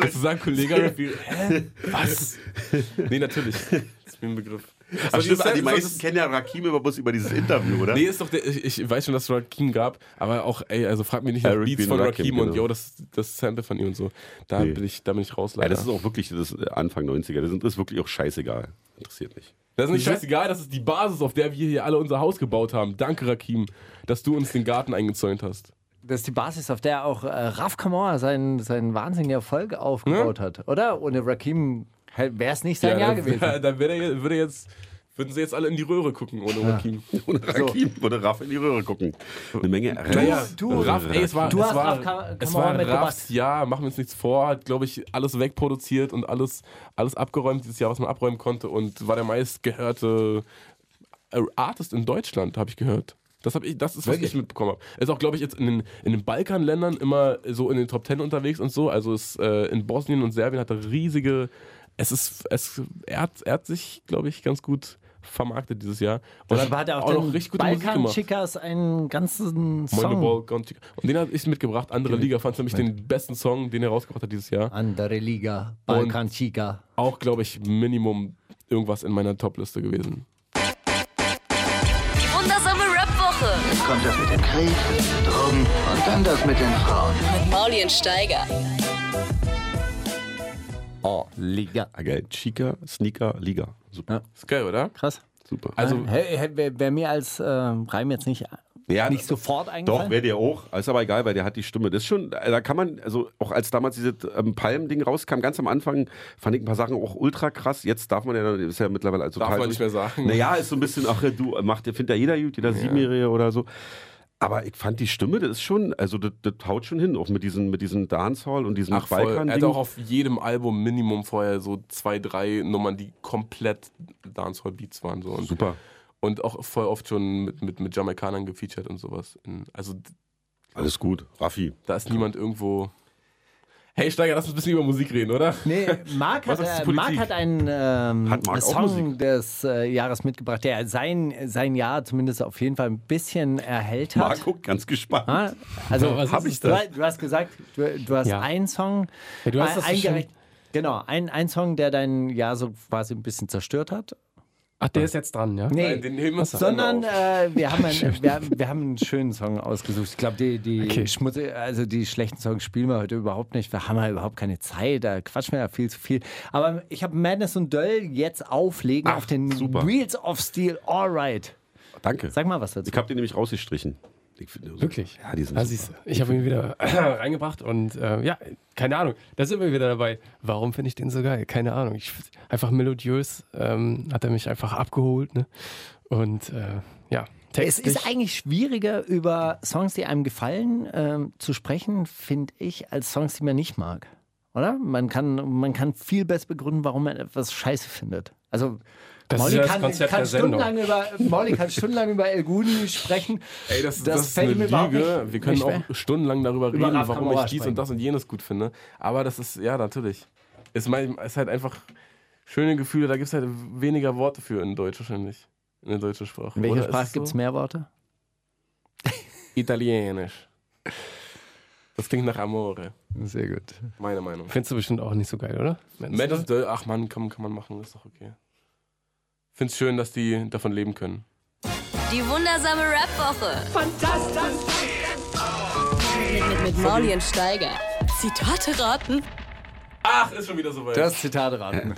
Speaker 8: Willst du sagen, Kollege? wie- Hä? Was? Nee, natürlich. Das ist mir ein Begriff. Aber
Speaker 7: stimmt,
Speaker 8: dieses-
Speaker 7: die meisten
Speaker 8: dieses-
Speaker 7: kennen ja Rakim immer bloß über dieses Interview, oder?
Speaker 8: Nee, ist doch der, ich, ich weiß schon, dass es Rakim gab, aber auch, ey, also frag mich nicht nach
Speaker 7: Eric
Speaker 8: Beats
Speaker 7: Bean
Speaker 8: von
Speaker 7: Rakim,
Speaker 8: Rakim, und
Speaker 7: genau.
Speaker 8: yo, das, das Sample von ihm und so. Da
Speaker 7: Nee.
Speaker 8: bin ich, da bin ich raus
Speaker 7: ja,
Speaker 8: leider.
Speaker 7: das ist auch wirklich das ist Anfang 90er. Das ist wirklich auch scheißegal. Interessiert mich.
Speaker 8: Das ist nicht scheißegal, das ist die Basis, auf der wir hier alle unser Haus gebaut haben. Danke, Rakim, dass du uns den Garten eingezäunt hast.
Speaker 6: Das ist die Basis, auf der auch äh, Raf Kamora seinen, seinen wahnsinnigen Erfolg aufgebaut hat, oder? Ohne Rakim wäre es nicht sein Jahr
Speaker 8: dann,
Speaker 6: gewesen.
Speaker 8: Dann wär der, würde jetzt, würden sie jetzt alle in die Röhre gucken ohne Rakim.
Speaker 7: Ohne Rakim würde Raff in die Röhre gucken. Eine Menge.
Speaker 8: Naja,
Speaker 6: du-
Speaker 8: Raff, ey, es war,
Speaker 6: Du
Speaker 8: es
Speaker 6: hast
Speaker 8: war,
Speaker 6: Raff Kam-
Speaker 8: es
Speaker 6: Kamara
Speaker 8: war
Speaker 6: mitgebracht.
Speaker 8: Raffs Jahr, machen wir uns nichts vor, hat, glaube ich, alles wegproduziert und alles, alles abgeräumt dieses Jahr, was man abräumen konnte und war der meistgehörte äh, Artist in Deutschland, habe ich gehört. Das, hab ich, das ist, was ich mitbekommen habe. Ist auch, glaube ich, jetzt in den, in den Balkanländern immer so in den Top Ten unterwegs und so. Also ist, äh, in Bosnien und Serbien hat er riesige. Es ist, es, er, hat, er hat sich, glaube ich, ganz gut vermarktet dieses Jahr. Und
Speaker 6: Darüber hat er auch, den Balkan Chicas einen ganzen
Speaker 8: Moin,
Speaker 6: Song.
Speaker 8: Ball, Gone Chica. Und den habe ich mitgebracht. Andere Liga fand nämlich den besten Song, den er rausgebracht hat dieses
Speaker 7: Ah.
Speaker 8: Jahr.
Speaker 6: Andere Liga, Balkan Chica.
Speaker 8: Auch, glaube ich, Minimum irgendwas in meiner Topliste gewesen.
Speaker 2: Die wundersame Rap-Woche
Speaker 3: Kommt das mit dem Krieg, Drogen und dann das mit den Frauen.
Speaker 2: mit Maulien Steiger.
Speaker 6: Oh, Liga.
Speaker 7: Ah, geil. Chica, Sneaker, Liga. Super.
Speaker 8: Ist geil, oder?
Speaker 6: Krass.
Speaker 7: Super.
Speaker 8: Also,
Speaker 6: Wäre wär mir als äh, Reim jetzt nicht,
Speaker 7: Ja,
Speaker 6: nicht sofort eingefallen.
Speaker 7: Doch, wäre dir auch. Ist aber egal, weil der hat die Stimme. Das ist schon, da kann man, also auch als damals dieses ähm, Palm-Ding rauskam, ganz am Anfang fand ich ein paar Sachen auch ultra krass. Jetzt darf man ja, ist ja mittlerweile also
Speaker 8: Darf man nicht mehr sagen.
Speaker 7: Naja, ist so ein bisschen, ach ja, du, macht, findet ja jeder gut, jeder Siebenjährige oder so. Aber ich fand die Stimme, das ist schon, also das, das haut schon hin, auch mit diesen, mit diesen Dancehall und diesem
Speaker 8: Ach voll.
Speaker 7: balkan
Speaker 8: Er hat auch auf jedem Album Minimum vorher so zwei, drei Nummern, die komplett Dancehall-Beats waren. So. Und,
Speaker 7: Super.
Speaker 8: und auch voll oft schon mit, mit, mit Jamaikanern gefeatured und sowas. In, also d-
Speaker 7: Alles gut. Raffi.
Speaker 8: da ist niemand irgendwo. Hey Steiger, lass uns ein bisschen über Musik reden, oder?
Speaker 6: Nee, Marc hat,
Speaker 8: Was ist
Speaker 6: äh,
Speaker 8: Politik?
Speaker 6: Marc hat einen ähm,
Speaker 7: Hat Marc auch
Speaker 6: Song
Speaker 7: Musik?
Speaker 6: des äh, Jahres mitgebracht, der sein, sein Jahr zumindest auf jeden Fall ein bisschen erhellt hat.
Speaker 7: Marc guckt ganz gespannt.
Speaker 6: Ah, Also,
Speaker 9: Was
Speaker 6: hab
Speaker 9: ist
Speaker 6: ich
Speaker 9: das?
Speaker 6: Du, du hast gesagt, du, du hast
Speaker 9: Ja.
Speaker 6: einen Song
Speaker 9: Ja, du hast
Speaker 6: ein-
Speaker 9: das so
Speaker 6: Äh, eingereicht. Genau, ein, ein Song, der dein Jahr so quasi ein bisschen zerstört hat.
Speaker 9: Ach, der ist jetzt dran, ja?
Speaker 6: Nee,
Speaker 8: Nein, den nehmen wir uns
Speaker 6: sondern
Speaker 8: auf.
Speaker 6: äh, wir, haben einen, wir, haben, wir haben einen schönen Song ausgesucht. Ich glaube, die, die,
Speaker 9: Okay.
Speaker 6: Schmutz, also die schlechten Songs spielen wir heute überhaupt nicht. Wir haben ja überhaupt keine Zeit, da quatschen wir ja viel zu viel. Aber ich habe Madness und Döll jetzt auflegen
Speaker 7: Ach,
Speaker 6: auf den
Speaker 7: super.
Speaker 6: Wheels of Steel. Alright.
Speaker 7: Danke.
Speaker 6: Sag mal was dazu.
Speaker 7: Ich habe den nämlich rausgestrichen. Ich finde-
Speaker 9: Wirklich?
Speaker 7: Ja, die sind
Speaker 9: Ah,
Speaker 7: super.
Speaker 9: siehst du, ich habe ihn wieder reingebracht und äh, ja, keine Ahnung. Da sind wir wieder dabei. Warum finde ich den so geil? Keine Ahnung. Ich, find- einfach melodiös ähm, hat er mich einfach abgeholt. Ne? Und äh, ja,
Speaker 6: Es
Speaker 9: textlich.
Speaker 6: ist eigentlich schwieriger, über Songs, die einem gefallen, ähm, zu sprechen, finde ich, als Songs, die man nicht mag. Oder? Man kann, man kann viel besser begründen, warum man etwas scheiße findet. Also,
Speaker 9: Das ist
Speaker 6: Molly
Speaker 9: ja das
Speaker 6: kann,
Speaker 9: Konzept
Speaker 6: kann
Speaker 9: der Sendung.
Speaker 6: stundenlang über, Molly kann stundenlang über El Guni sprechen.
Speaker 8: Ey, das,
Speaker 6: Das
Speaker 8: das, ist
Speaker 6: fällt
Speaker 8: eine
Speaker 6: mir überhaupt
Speaker 8: Lüge.
Speaker 6: nicht-
Speaker 8: Wir können
Speaker 6: nicht
Speaker 8: auch
Speaker 6: schwer.
Speaker 8: stundenlang darüber
Speaker 6: Über
Speaker 8: reden,
Speaker 6: Raff
Speaker 8: warum ich
Speaker 6: Kamora
Speaker 8: dies
Speaker 6: sprechen.
Speaker 8: und das und jenes gut finde. Aber das ist, ja, natürlich. Ist, mein, ist halt einfach schöne Gefühle. Da gibt es halt weniger Worte für in Deutsch wahrscheinlich. In der deutschen Sprache.
Speaker 6: In welcher
Speaker 8: Oder? Ist
Speaker 6: Sprache
Speaker 8: es
Speaker 6: gibt es mehr Worte?
Speaker 8: Italienisch. Das klingt nach Amore.
Speaker 6: Sehr gut.
Speaker 8: Meine Meinung.
Speaker 9: Findest du bestimmt auch nicht so geil, oder?
Speaker 8: Mad of the, ach man, kann, kann man machen, ist doch okay. Find's schön, dass die davon leben können.
Speaker 2: Die wundersame Rap-Woche. Fantastisch. Mit, mit, mit Maulien Steiger. Zitate raten.
Speaker 8: Ach, ist schon wieder soweit.
Speaker 6: Das Zitat raten.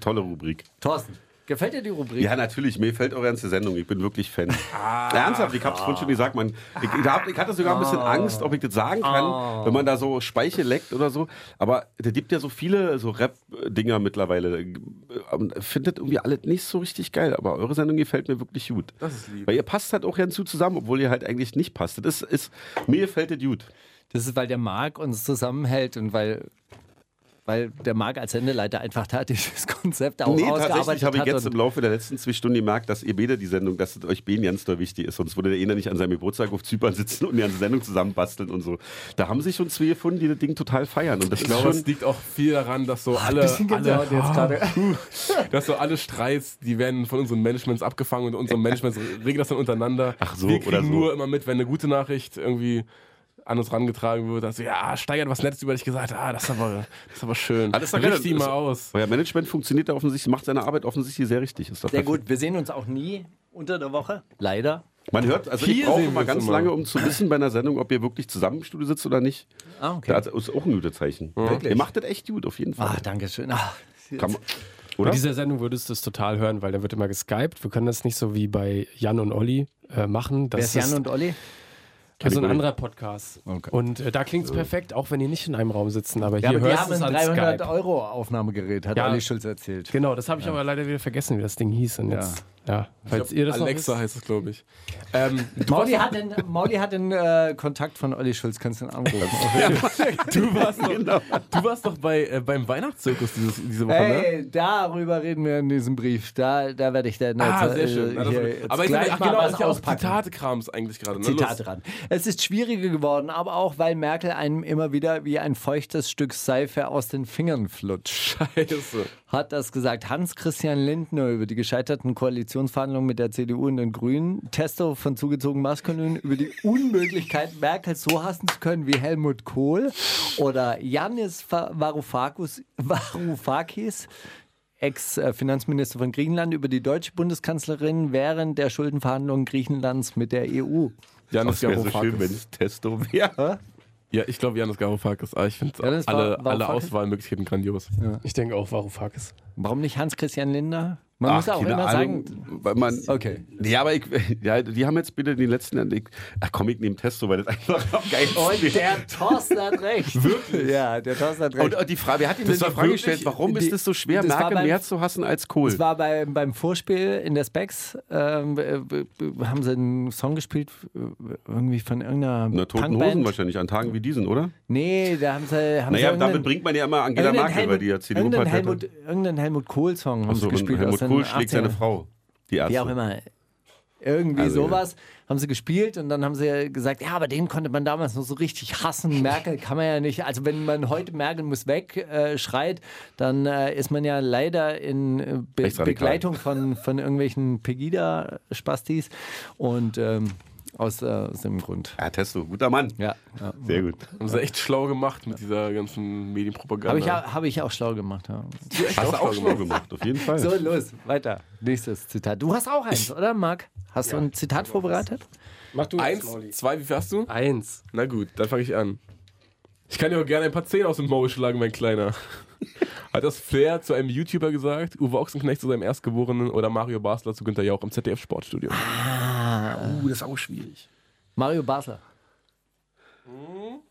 Speaker 7: Tolle Rubrik.
Speaker 6: Thorsten, gefällt dir die Rubrik?
Speaker 7: Ja, natürlich. Mir fällt eure ganze Sendung. Ich bin wirklich Fan.
Speaker 8: Ah.
Speaker 7: Ernsthaft, ich hab's vorhin schon gesagt. Man, ich, ich, hab, ich hatte sogar ein bisschen
Speaker 8: Ah.
Speaker 7: Angst, ob ich das sagen kann, wenn man da so Speiche leckt oder so. Aber da gibt ja so viele so Rap-Dinger mittlerweile. Ähm, Findet irgendwie alles nicht so richtig geil. Aber eure Sendung gefällt mir wirklich gut.
Speaker 8: Das ist lieb.
Speaker 7: Weil ihr passt halt auch ganz gut zusammen, obwohl ihr halt eigentlich nicht passt. Das ist, ist mir gefällt das gut.
Speaker 6: Das ist, weil der Marc uns zusammenhält und weil, weil der Marc als Sendeleiter einfach da dieses Konzept auch
Speaker 7: Nee,
Speaker 6: ausgearbeitet
Speaker 7: tatsächlich habe ich
Speaker 6: hat.
Speaker 7: jetzt
Speaker 6: und-
Speaker 7: im Laufe der letzten zwei Stunden gemerkt, dass ihr beide die Sendung, dass es euch beiden ganz doll wichtig ist. Sonst würde der Ena nicht an seinem Geburtstag auf Zypern sitzen und die ganze Sendung zusammenbasteln und so. Da haben sich schon zwei gefunden, die das Ding total feiern. Und das
Speaker 8: Ich
Speaker 7: ist
Speaker 8: glaube,
Speaker 7: schon,
Speaker 8: es liegt auch viel daran, dass so alle,
Speaker 6: bisschen
Speaker 8: alle,
Speaker 6: Gänsehaut jetzt gerade.
Speaker 8: Ah, dass so alle Streits, die werden von unseren Managements abgefangen und unsere Managements regeln das dann untereinander.
Speaker 7: Ach so,
Speaker 8: Wir kriegen
Speaker 7: oder so.
Speaker 8: nur immer mit, wenn eine gute Nachricht irgendwie an uns rangetragen wird, dass ja, Steigert was Nettes über dich gesagt, ah, das ist aber, das ist aber schön.
Speaker 7: Ah, das ist doch
Speaker 8: Richt
Speaker 7: geil.
Speaker 8: die
Speaker 7: Das-
Speaker 8: mal aus.
Speaker 7: euer Management funktioniert da offensichtlich, macht seine Arbeit offensichtlich sehr richtig. Ist doch
Speaker 6: Sehr
Speaker 7: perfekt.
Speaker 6: gut, wir sehen uns auch nie unter der Woche. Leider.
Speaker 7: Man hört, also ich
Speaker 8: Hier
Speaker 7: brauche
Speaker 8: sehen
Speaker 7: immer
Speaker 8: wir's
Speaker 7: ganz
Speaker 8: immer.
Speaker 7: lange, um zu wissen bei einer Sendung, ob ihr wirklich zusammen im Studio sitzt oder nicht.
Speaker 6: Ah,
Speaker 7: Das ist auch ein gutes Zeichen. Ihr macht das echt gut, auf jeden Fall.
Speaker 6: Ah, danke schön. Ah,
Speaker 7: Kann man,
Speaker 9: Bei
Speaker 7: oder?
Speaker 9: dieser Sendung würdest du es total hören, weil da wird immer geskypt. Wir können das nicht so wie bei Jan und Olli äh, machen. Das
Speaker 6: wer ist Jan und Olli?
Speaker 9: also ein
Speaker 7: Olli?
Speaker 9: anderer Podcast. Und äh, da klingt es perfekt, auch wenn ihr nicht in einem Raum sitzen, aber hier
Speaker 6: Ja, aber die
Speaker 9: hörst
Speaker 6: haben
Speaker 9: du es
Speaker 6: ein
Speaker 9: an
Speaker 6: 300
Speaker 9: Skype.
Speaker 6: Euro Aufnahmegerät, hat
Speaker 9: Ja.
Speaker 6: Olli Schulz erzählt.
Speaker 9: Genau, das habe ich aber leider wieder vergessen, wie das Ding hieß. Und jetzt, ja. falls ihr das noch
Speaker 8: Alexa
Speaker 9: wisst.
Speaker 8: heißt es, glaube ich. Ähm,
Speaker 6: Mauli hat den, Mauli hat den äh, Kontakt von Olli Schulz, kannst du ihn
Speaker 8: ne?
Speaker 6: anrufen.
Speaker 8: du, warst doch, du warst doch bei, äh, beim Weihnachtszirkus dieses, diese Woche, ne?
Speaker 6: Hey, darüber reden wir in diesem Brief. Da, da werde ich dann
Speaker 8: Ah,
Speaker 6: jetzt,
Speaker 8: sehr schön.
Speaker 6: äh,
Speaker 8: Na, das
Speaker 6: hier
Speaker 8: war-
Speaker 6: jetzt
Speaker 8: aber ich
Speaker 6: gleich
Speaker 8: ach,
Speaker 6: mal
Speaker 8: genau,
Speaker 6: was
Speaker 8: ist ja auch
Speaker 6: auspacken.
Speaker 8: Zitatekrams eigentlich gerade. Ne?
Speaker 6: Zitat
Speaker 8: Los.
Speaker 6: dran. Es ist schwieriger geworden, aber auch, weil Merkel einem immer wieder wie ein feuchtes Stück Seife aus den Fingern flutscht.
Speaker 8: Scheiße.
Speaker 6: Hat das gesagt Hans-Christian Lindner über die gescheiterten Koalitionsverhandlungen mit der CDU und den Grünen, Testo von zugezogen Maskulin über die Unmöglichkeit, Merkel so hassen zu können wie Helmut Kohl oder Yannis Va- Varoufakis, Varoufakis Ex-Finanzminister von Griechenland, über die deutsche Bundeskanzlerin während der Schuldenverhandlungen Griechenlands mit der E EU.
Speaker 8: Janis
Speaker 7: das wäre so schön, wenn
Speaker 8: Garofakis.
Speaker 7: es Testo wäre.
Speaker 8: ja, ich glaube Janis Garofakis. Aber ah, ich finde
Speaker 6: Janis
Speaker 8: alle,
Speaker 6: Var-
Speaker 8: alle
Speaker 6: Varoufakis?
Speaker 8: Auswahlmöglichkeiten grandios.
Speaker 9: Ich denke auch Varoufakis.
Speaker 6: Warum nicht Hans-Christian Lindner? Man muss
Speaker 7: Ach, genau,
Speaker 6: auch
Speaker 7: keine
Speaker 6: immer
Speaker 7: Ahnung,
Speaker 6: sagen,
Speaker 7: weil man,
Speaker 6: Okay.
Speaker 7: Ja, aber ich, ja, die haben jetzt bitte in den letzten Jahren. Ich, ach komm, ich nehme Testo, weil das einfach am geilsten
Speaker 6: und
Speaker 7: ist.
Speaker 6: Oh, der Thorsten hat recht. Wirklich? Ja, der Thorsten hat recht.
Speaker 7: Und, und die Frage, wer hat Ihnen
Speaker 6: Das
Speaker 7: denn die
Speaker 6: war
Speaker 7: Frage
Speaker 6: wirklich-
Speaker 7: gestellt, warum
Speaker 6: die-
Speaker 7: ist es so schwer,
Speaker 6: das war
Speaker 7: Merkel
Speaker 6: beim-
Speaker 7: mehr zu hassen als Kohl?
Speaker 6: Es war beim, beim Vorspiel in der Specs, ähm, äh, b- b- haben sie einen Song gespielt, äh, irgendwie von irgendeiner
Speaker 7: Na, toten
Speaker 6: Punkband.
Speaker 7: Hosen wahrscheinlich, an Tagen wie diesen, oder?
Speaker 6: Also Nee, da haben sie. Haben sie
Speaker 7: Naja, damit
Speaker 6: irgendeinen-
Speaker 7: bringt man ja immer Angela
Speaker 6: irgendeinen
Speaker 7: Merkel, weil die ja
Speaker 6: irgendeinen
Speaker 7: CDU-Partei
Speaker 6: Helmut,
Speaker 7: hat.
Speaker 6: irgendeinen Helmut Kohl-Song haben
Speaker 7: Achso,
Speaker 6: sie
Speaker 7: und
Speaker 6: gespielt. aus
Speaker 7: Helmut
Speaker 6: den
Speaker 7: Kohl schlägt
Speaker 6: 80ern.
Speaker 7: seine Frau. Die erste.
Speaker 6: Wie auch immer. Irgendwie
Speaker 7: Also, ja.
Speaker 6: sowas haben sie gespielt und dann haben sie gesagt, ja, aber den konnte man damals nur so richtig hassen. Merkel kann man ja nicht. Also wenn man heute Merkel muss weg äh, schreit, dann äh, ist man ja leider in äh, Be
Speaker 7: Rechtsradikal.
Speaker 6: Begleitung von, von irgendwelchen Pegida-Spastis und ähm, aus, äh, aus dem Grund.
Speaker 7: Ja, Testo, guter Mann.
Speaker 6: Ja, ja.
Speaker 7: Sehr gut.
Speaker 8: Haben sie echt schlau gemacht mit dieser ganzen Medienpropaganda.
Speaker 6: habe ich, ja- habe ich auch schlau gemacht. Ja.
Speaker 7: Hast du auch schlau gemacht, auf jeden Fall.
Speaker 6: So, los, weiter. Nächstes Zitat. Du hast auch eins, oder Marc? Hast du ein Zitat vorbereitet?
Speaker 9: Mach du
Speaker 8: Eins, zwei, wie viel hast du?
Speaker 9: Eins.
Speaker 8: Na gut, dann fange ich an. Ich kann dir auch gerne ein paar Zähne aus dem Maul schlagen, mein Kleiner. Hat das Flair zu einem YouTuber gesagt, Uwe Ochsenknecht zu seinem Erstgeborenen oder Mario Basler zu Günter Jauch im ZDF Sportstudio?
Speaker 7: Uh, das ist auch schwierig.
Speaker 6: Mario Basler.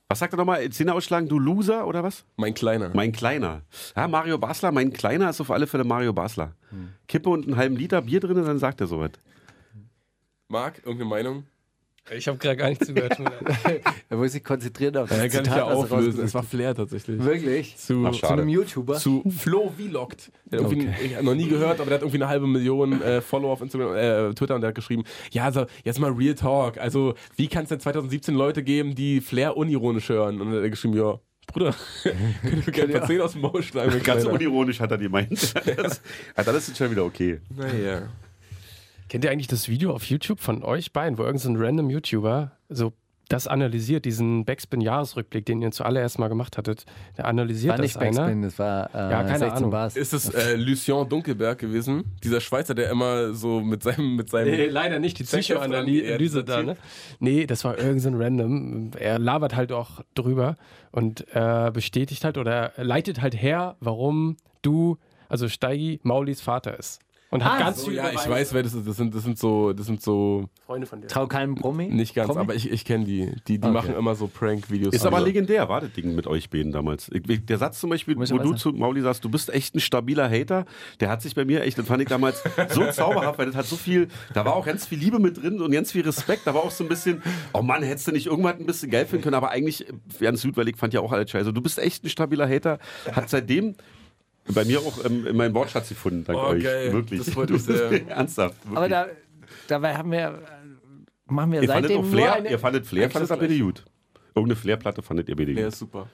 Speaker 7: Was sagt er nochmal? Zähne ausschlagen, du Loser oder was?
Speaker 8: Mein Kleiner.
Speaker 7: Mein Kleiner. Ja, Mario Basler, mein Kleiner ist auf alle Fälle Mario Basler. Kippe und einen halben Liter Bier drin, dann sagt er sowas.
Speaker 8: Marc, irgendeine Meinung?
Speaker 9: Ich habe gerade gar nicht zugehört. tut mir leid.
Speaker 6: Da muss ich konzentrieren auf das
Speaker 8: Ja, Äh, kann ich
Speaker 6: Zitat,
Speaker 8: ja
Speaker 6: was er
Speaker 8: auflösen.
Speaker 6: rausgesucht
Speaker 8: Es war Flair tatsächlich.
Speaker 6: hat. Wirklich?
Speaker 8: Zu,
Speaker 7: Ach,
Speaker 6: Zu
Speaker 7: Schade.
Speaker 6: einem YouTuber?
Speaker 8: zu Flo Vlogt. Der hat irgendwie, Ich hab noch nie gehört, aber der hat irgendwie eine halbe Million äh, Follower auf Instagram, äh, Twitter und der hat geschrieben, ja, also jetzt mal Real Talk. Also, wie kann es denn 2017 Leute geben, die Flair unironisch hören? Und dann hat er geschrieben, ja, Bruder, können wir gerne erzählen aus dem Maul schlagen. wenn
Speaker 7: Ganz
Speaker 8: keiner-
Speaker 7: unironisch hat er gemeint. Das- ah, dann ist es schon wieder okay.
Speaker 8: Naja.
Speaker 9: Kennt ihr eigentlich das Video auf YouTube von euch beiden, wo irgendein so ein random YouTuber so das analysiert, diesen Backspin-Jahresrückblick, den ihr zuallererst mal gemacht hattet? Der analysiert
Speaker 6: war nicht
Speaker 9: das einer.
Speaker 6: Backspin, das war äh,
Speaker 9: Ja, keine
Speaker 6: 16
Speaker 9: Ahnung.
Speaker 6: Bars.
Speaker 8: Ist es äh, Lucien Dunkelberg gewesen? Dieser Schweizer, der immer so mit seinem. Mit seinem
Speaker 9: Nee, Äh, leider nicht die
Speaker 8: Ja,
Speaker 9: Psychoanalyse
Speaker 8: dieser
Speaker 9: da,
Speaker 8: Typ.
Speaker 9: ne? Nee, das war irgendein so ein Random. Er labert halt auch drüber und äh, bestätigt halt oder leitet halt her, warum du, also Steigi, Maulis Vater ist. Und
Speaker 6: Ah,
Speaker 9: hat ganz
Speaker 8: so,
Speaker 9: viele
Speaker 8: ja, ich weiß, wer das ist. Das sind, das sind so. Das sind so
Speaker 9: Freunde von dir.
Speaker 6: Trau keinem Brummi?
Speaker 8: nicht ganz,
Speaker 6: Promi?
Speaker 8: aber ich, ich kenne die. Die, die machen immer so Prank-Videos.
Speaker 7: Ist aber
Speaker 8: Also-
Speaker 7: legendär, war das Ding mit euch beiden damals. Ich- ich- Der Satz zum Beispiel,
Speaker 6: Muss
Speaker 7: wo
Speaker 6: aber
Speaker 7: du
Speaker 6: sein.
Speaker 7: zu Mauli sagst, du bist echt ein stabiler Hater, der hat sich bei mir echt, den fand ich damals so zauberhaft, weil das hat so viel, da war auch ganz viel Liebe mit drin und ganz viel Respekt. Da war auch so ein bisschen, oh Mann, hättest du nicht irgendwas ein bisschen geil finden können, aber eigentlich ganz süd, weil ich fand ja auch alles scheiße. Also Du bist echt ein stabiler Hater, hat seitdem bei mir auch ähm, in meinem Wortschatz gefunden, dank
Speaker 8: Oh,
Speaker 7: euch.
Speaker 8: geil.
Speaker 7: Wirklich.
Speaker 8: Das freut
Speaker 7: Du
Speaker 8: mich
Speaker 7: bist-
Speaker 8: sehr.
Speaker 7: Ernsthaft. Wirklich.
Speaker 6: Aber da, dabei haben wir, äh, machen wir
Speaker 7: ihr, fandet auch
Speaker 6: seitdem nur
Speaker 7: Flair,
Speaker 6: eine,
Speaker 7: ihr fandet Flair, fandet ihr bitte gut. Irgendeine Flair-Platte fandet ihr bitte
Speaker 8: Der
Speaker 7: gut.
Speaker 8: ist super.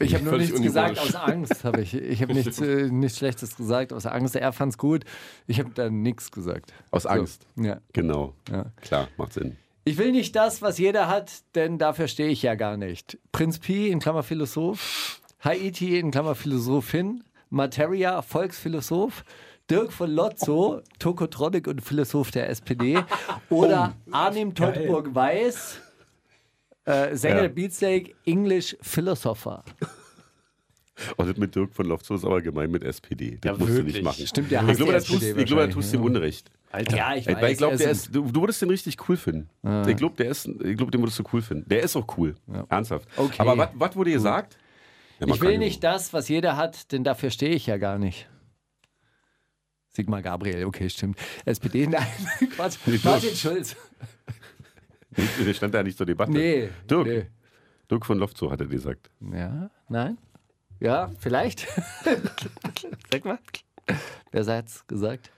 Speaker 6: Ich habe nur
Speaker 8: Völlig
Speaker 6: nichts gesagt
Speaker 8: unironisch.
Speaker 6: aus Angst, habe ich. Ich habe nichts, äh, nichts Schlechtes gesagt aus Angst. Er fand's gut. Ich habe da nichts gesagt.
Speaker 7: Aus Angst.
Speaker 6: Ja.
Speaker 7: Genau.
Speaker 6: Ja.
Speaker 7: Klar, macht Sinn.
Speaker 6: Ich will nicht das, was jeder hat, denn dafür stehe ich ja gar nicht. Prinz Pi in Klammer Philosoph, Haiti in Klammer Philosophin, Materia Volksphilosoph, Dirk von Lotzo, Tokotronic und Philosoph der SPD oder Arnim Teutoburg Weiß, äh, Sänger
Speaker 7: Ja.
Speaker 6: der Beatsteak, English Philosopher.
Speaker 7: Und das Also mit Dirk von Lofzow ist aber gemein mit SPD. Das
Speaker 9: Ja,
Speaker 7: musst du nicht
Speaker 9: wirklich.
Speaker 7: machen.
Speaker 6: Stimmt, der
Speaker 7: ich
Speaker 6: hasst
Speaker 7: glaube,
Speaker 6: die
Speaker 7: da tust,
Speaker 6: SPD
Speaker 7: ich glaube, da tust du ihm
Speaker 6: wahrscheinlich,
Speaker 7: Unrecht.
Speaker 6: Alter. Ja, ich
Speaker 7: Weil
Speaker 6: weiß. also
Speaker 7: ich glaube,
Speaker 6: er
Speaker 7: der
Speaker 6: ist-
Speaker 7: ist, du, du würdest den richtig cool finden. Ich glaube, der ist, ich glaube, den würdest du cool finden. Der ist auch cool. Ernsthaft.
Speaker 6: Okay.
Speaker 7: Aber was- was wurde gesagt? Ja, man
Speaker 6: Ich will
Speaker 7: kann-
Speaker 6: nicht das, was jeder hat, denn dafür stehe ich ja gar nicht. Sigmar Gabriel, okay, stimmt. SPD, nein, Quatsch. Martin Schulz.
Speaker 7: Der stand da nicht zur Debatte.
Speaker 6: Nee.
Speaker 7: Dirk. Dirk von Lofzow hat er gesagt.
Speaker 6: Nee. Ja, nein? Ja, vielleicht. Sag mal. Wer hat's gesagt?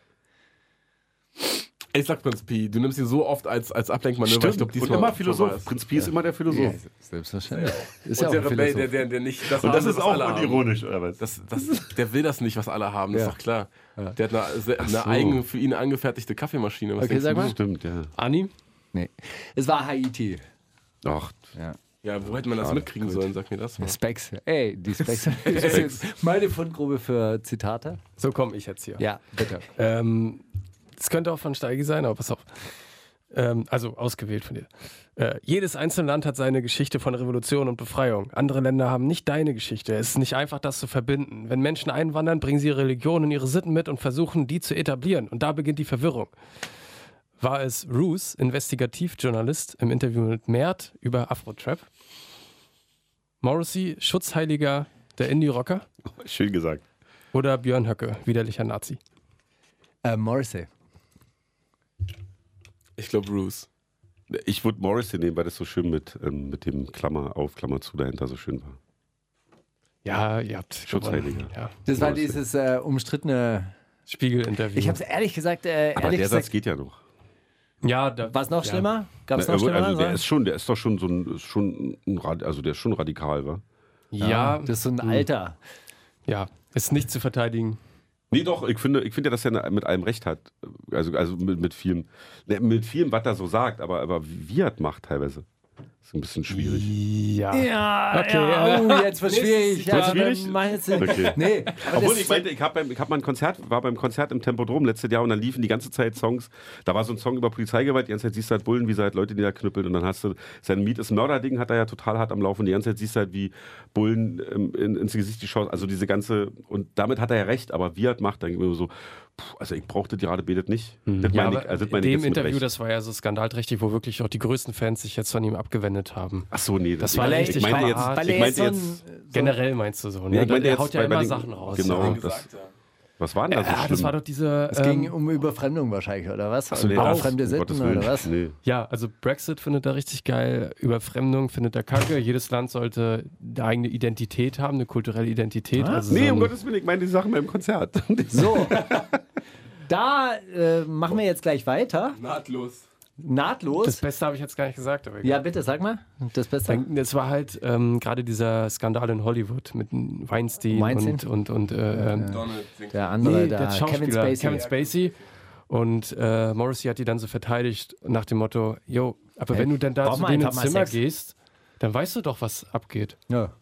Speaker 8: Ich sag Prinz Pi, du nimmst ihn so oft als, als Ablenkmanöver. Ich glaub,
Speaker 7: Und
Speaker 8: diesmal
Speaker 7: immer
Speaker 8: war
Speaker 7: Philosoph. Genau,
Speaker 8: es.
Speaker 7: Prinz Pi ist immer der Philosoph.
Speaker 6: Selbstverständlich. Ist ja
Speaker 8: Und
Speaker 6: auch
Speaker 8: der
Speaker 6: ein
Speaker 8: Rebell, der,
Speaker 6: Philosoph.
Speaker 8: der, der nicht.
Speaker 7: Und das
Speaker 8: haben,
Speaker 7: ist
Speaker 8: was
Speaker 7: auch
Speaker 8: alle haben.
Speaker 7: unironisch, oder was?
Speaker 8: Das, das, der will das nicht, was alle haben, das
Speaker 6: Ja.
Speaker 8: ist doch klar. Der hat eine, se- eine
Speaker 7: so.
Speaker 8: eigene, für ihn angefertigte Kaffeemaschine. Was
Speaker 6: Okay,
Speaker 8: denkst
Speaker 6: sag
Speaker 8: du?
Speaker 6: mal.
Speaker 7: Stimmt, ja.
Speaker 9: Ani?
Speaker 6: Nee. Es war Haiti.
Speaker 7: Ach,
Speaker 8: Ja, wo hätte man das mitkriegen sollen, sag mir das mal.
Speaker 6: Specs. Ey, die Specs. Das ist jetzt meine Fundgrube für Zitate.
Speaker 9: So komme ich jetzt hier.
Speaker 6: Ja, bitte.
Speaker 9: Ähm, das könnte auch von Steigi sein, aber pass auf. Ähm, also ausgewählt von dir. Äh, jedes einzelne Land hat seine Geschichte von Revolution und Befreiung. Andere Länder haben nicht deine Geschichte. Es ist nicht einfach, das zu verbinden. Wenn Menschen einwandern, bringen sie ihre Religion und ihre Sitten mit und versuchen, die zu etablieren. Und da beginnt die Verwirrung. War es Roos, Investigativjournalist, im Interview mit Mert über Afro-Trap? Morrissey, Schutzheiliger der Indie-Rocker?
Speaker 7: Schön gesagt.
Speaker 9: Oder Björn Höcke, widerlicher Nazi?
Speaker 6: Äh, Morrissey.
Speaker 8: Ich glaube, Bruce.
Speaker 7: Ich würde Morrissey nehmen, weil das so schön mit, ähm, mit dem Klammer auf, Klammer zu dahinter so schön war.
Speaker 9: Ja, ihr habt.
Speaker 7: Schutzheiliger.
Speaker 9: gewonnen. Ja.
Speaker 6: Das war
Speaker 7: Morrissey.
Speaker 6: dieses äh, umstrittene.
Speaker 9: Spiegel-Interview.
Speaker 6: Ich habe es ehrlich gesagt, äh,
Speaker 7: Aber
Speaker 6: ehrlich
Speaker 7: der Satz
Speaker 6: gesagt.
Speaker 7: geht ja noch.
Speaker 9: Ja, da,
Speaker 6: War es noch
Speaker 9: ja.
Speaker 6: schlimmer? Gab es
Speaker 7: Na,
Speaker 6: noch
Speaker 7: also
Speaker 6: schlimmer?
Speaker 7: der ist schon, der ist doch schon so ein, ist schon ein Rad- also der ist schon radikal, wa?
Speaker 9: Ja,
Speaker 6: Das ist so ein
Speaker 7: Mhm.
Speaker 6: Alter.
Speaker 9: ja, ist nicht zu verteidigen.
Speaker 7: Nee, doch, ich finde, ich finde ja, dass er mit allem recht hat. Also, also mit, mit vielem, ne, mit vielem, was er so sagt, aber, aber wie er es macht teilweise. Ist ein bisschen schwierig.
Speaker 9: Ja.
Speaker 6: Ja,
Speaker 9: Okay,
Speaker 6: ja,
Speaker 9: ja.
Speaker 6: oh, jetzt wird schwierig. Ja,
Speaker 7: Wird's schwierig?
Speaker 6: dann mach jetzt den-
Speaker 7: Okay.
Speaker 6: Nee, aber
Speaker 7: Obwohl,
Speaker 6: das-
Speaker 7: ich meinte, ich, hab beim, ich hab mal ein Konzert, war beim Konzert im Tempodrom letztes Jahr und dann liefen die ganze Zeit Songs. Da war so ein Song über Polizeigewalt, die ganze Zeit siehst du halt Bullen, wie sie halt Leute niederknüppeln und dann hast du, sein Miet ist Mörder-Ding hat er ja total hart am Laufen, die ganze Zeit siehst du halt, wie Bullen ähm, in, ins Gesicht geschaut, also diese ganze, und damit hat er ja recht, aber wie er es macht, dann immer so, puh, also ich brauchte die gerade betet nicht. Das
Speaker 9: Hm. Ja,
Speaker 7: meine
Speaker 9: aber
Speaker 7: ich, also das
Speaker 9: in
Speaker 7: meine ich
Speaker 9: dem
Speaker 7: jetzt mit
Speaker 9: Interview,
Speaker 7: Recht.
Speaker 9: das war ja so skandalträchtig, wo wirklich auch die größten Fans sich jetzt von ihm abgewendet haben.
Speaker 7: Ach so, nee,
Speaker 9: Das
Speaker 7: ich-
Speaker 9: war
Speaker 7: ich,
Speaker 9: richtig
Speaker 7: meinte jetzt,
Speaker 9: hart.
Speaker 6: weil
Speaker 7: ich
Speaker 6: er jetzt
Speaker 7: meinte
Speaker 6: Äh, so ein,
Speaker 7: jetzt,
Speaker 9: Generell meinst du so, ne?
Speaker 7: nee, ich meinte
Speaker 9: der
Speaker 7: jetzt
Speaker 9: haut ja
Speaker 7: bei- bei
Speaker 9: immer
Speaker 7: den-
Speaker 9: Sachen raus.
Speaker 7: Genau,
Speaker 9: Ja.
Speaker 7: das, was war denn da so
Speaker 9: Ja,
Speaker 7: schlimm?
Speaker 9: das war doch diese. ähm,
Speaker 6: es ging um Überfremdung wahrscheinlich, oder was?
Speaker 7: Ähm, Ach so, nee,
Speaker 6: Über
Speaker 7: das-
Speaker 6: fremde
Speaker 7: um Gottes
Speaker 6: Sitten
Speaker 7: Willen.
Speaker 6: oder was?
Speaker 7: Nee.
Speaker 9: Ja, also Brexit findet er richtig geil, Überfremdung findet er kacke. Jedes Land sollte eine eigene Identität haben, eine kulturelle Identität. Also
Speaker 7: Nee,
Speaker 9: so
Speaker 7: um
Speaker 9: ein-
Speaker 7: Gottes Willen, ich meine die Sachen beim Konzert.
Speaker 6: So, da äh, machen wir jetzt gleich weiter.
Speaker 8: Nahtlos.
Speaker 9: Das
Speaker 6: Nahtlos.
Speaker 9: Beste habe ich jetzt gar nicht gesagt. Aber
Speaker 6: Ja, bitte, sag mal. Das Beste.
Speaker 9: Dann- Es war halt ähm, gerade dieser Skandal in Hollywood mit Weinstein,
Speaker 6: Weinstein?
Speaker 9: und, und, und äh, ähm,
Speaker 8: Donald singt.
Speaker 6: Der andere
Speaker 9: nee,
Speaker 6: da,
Speaker 9: der Schauspieler,
Speaker 6: Kevin Spacey.
Speaker 9: Kevin Spacey. Und äh, Morrissey hat die dann so verteidigt nach dem Motto, yo, aber
Speaker 6: Hey,
Speaker 9: wenn du dann da
Speaker 6: brauchen
Speaker 9: zu
Speaker 6: wir
Speaker 9: denen ins
Speaker 6: einfach mal
Speaker 9: Zimmer
Speaker 6: Sex.
Speaker 9: gehst, dann weißt du doch, was abgeht.
Speaker 6: Ja.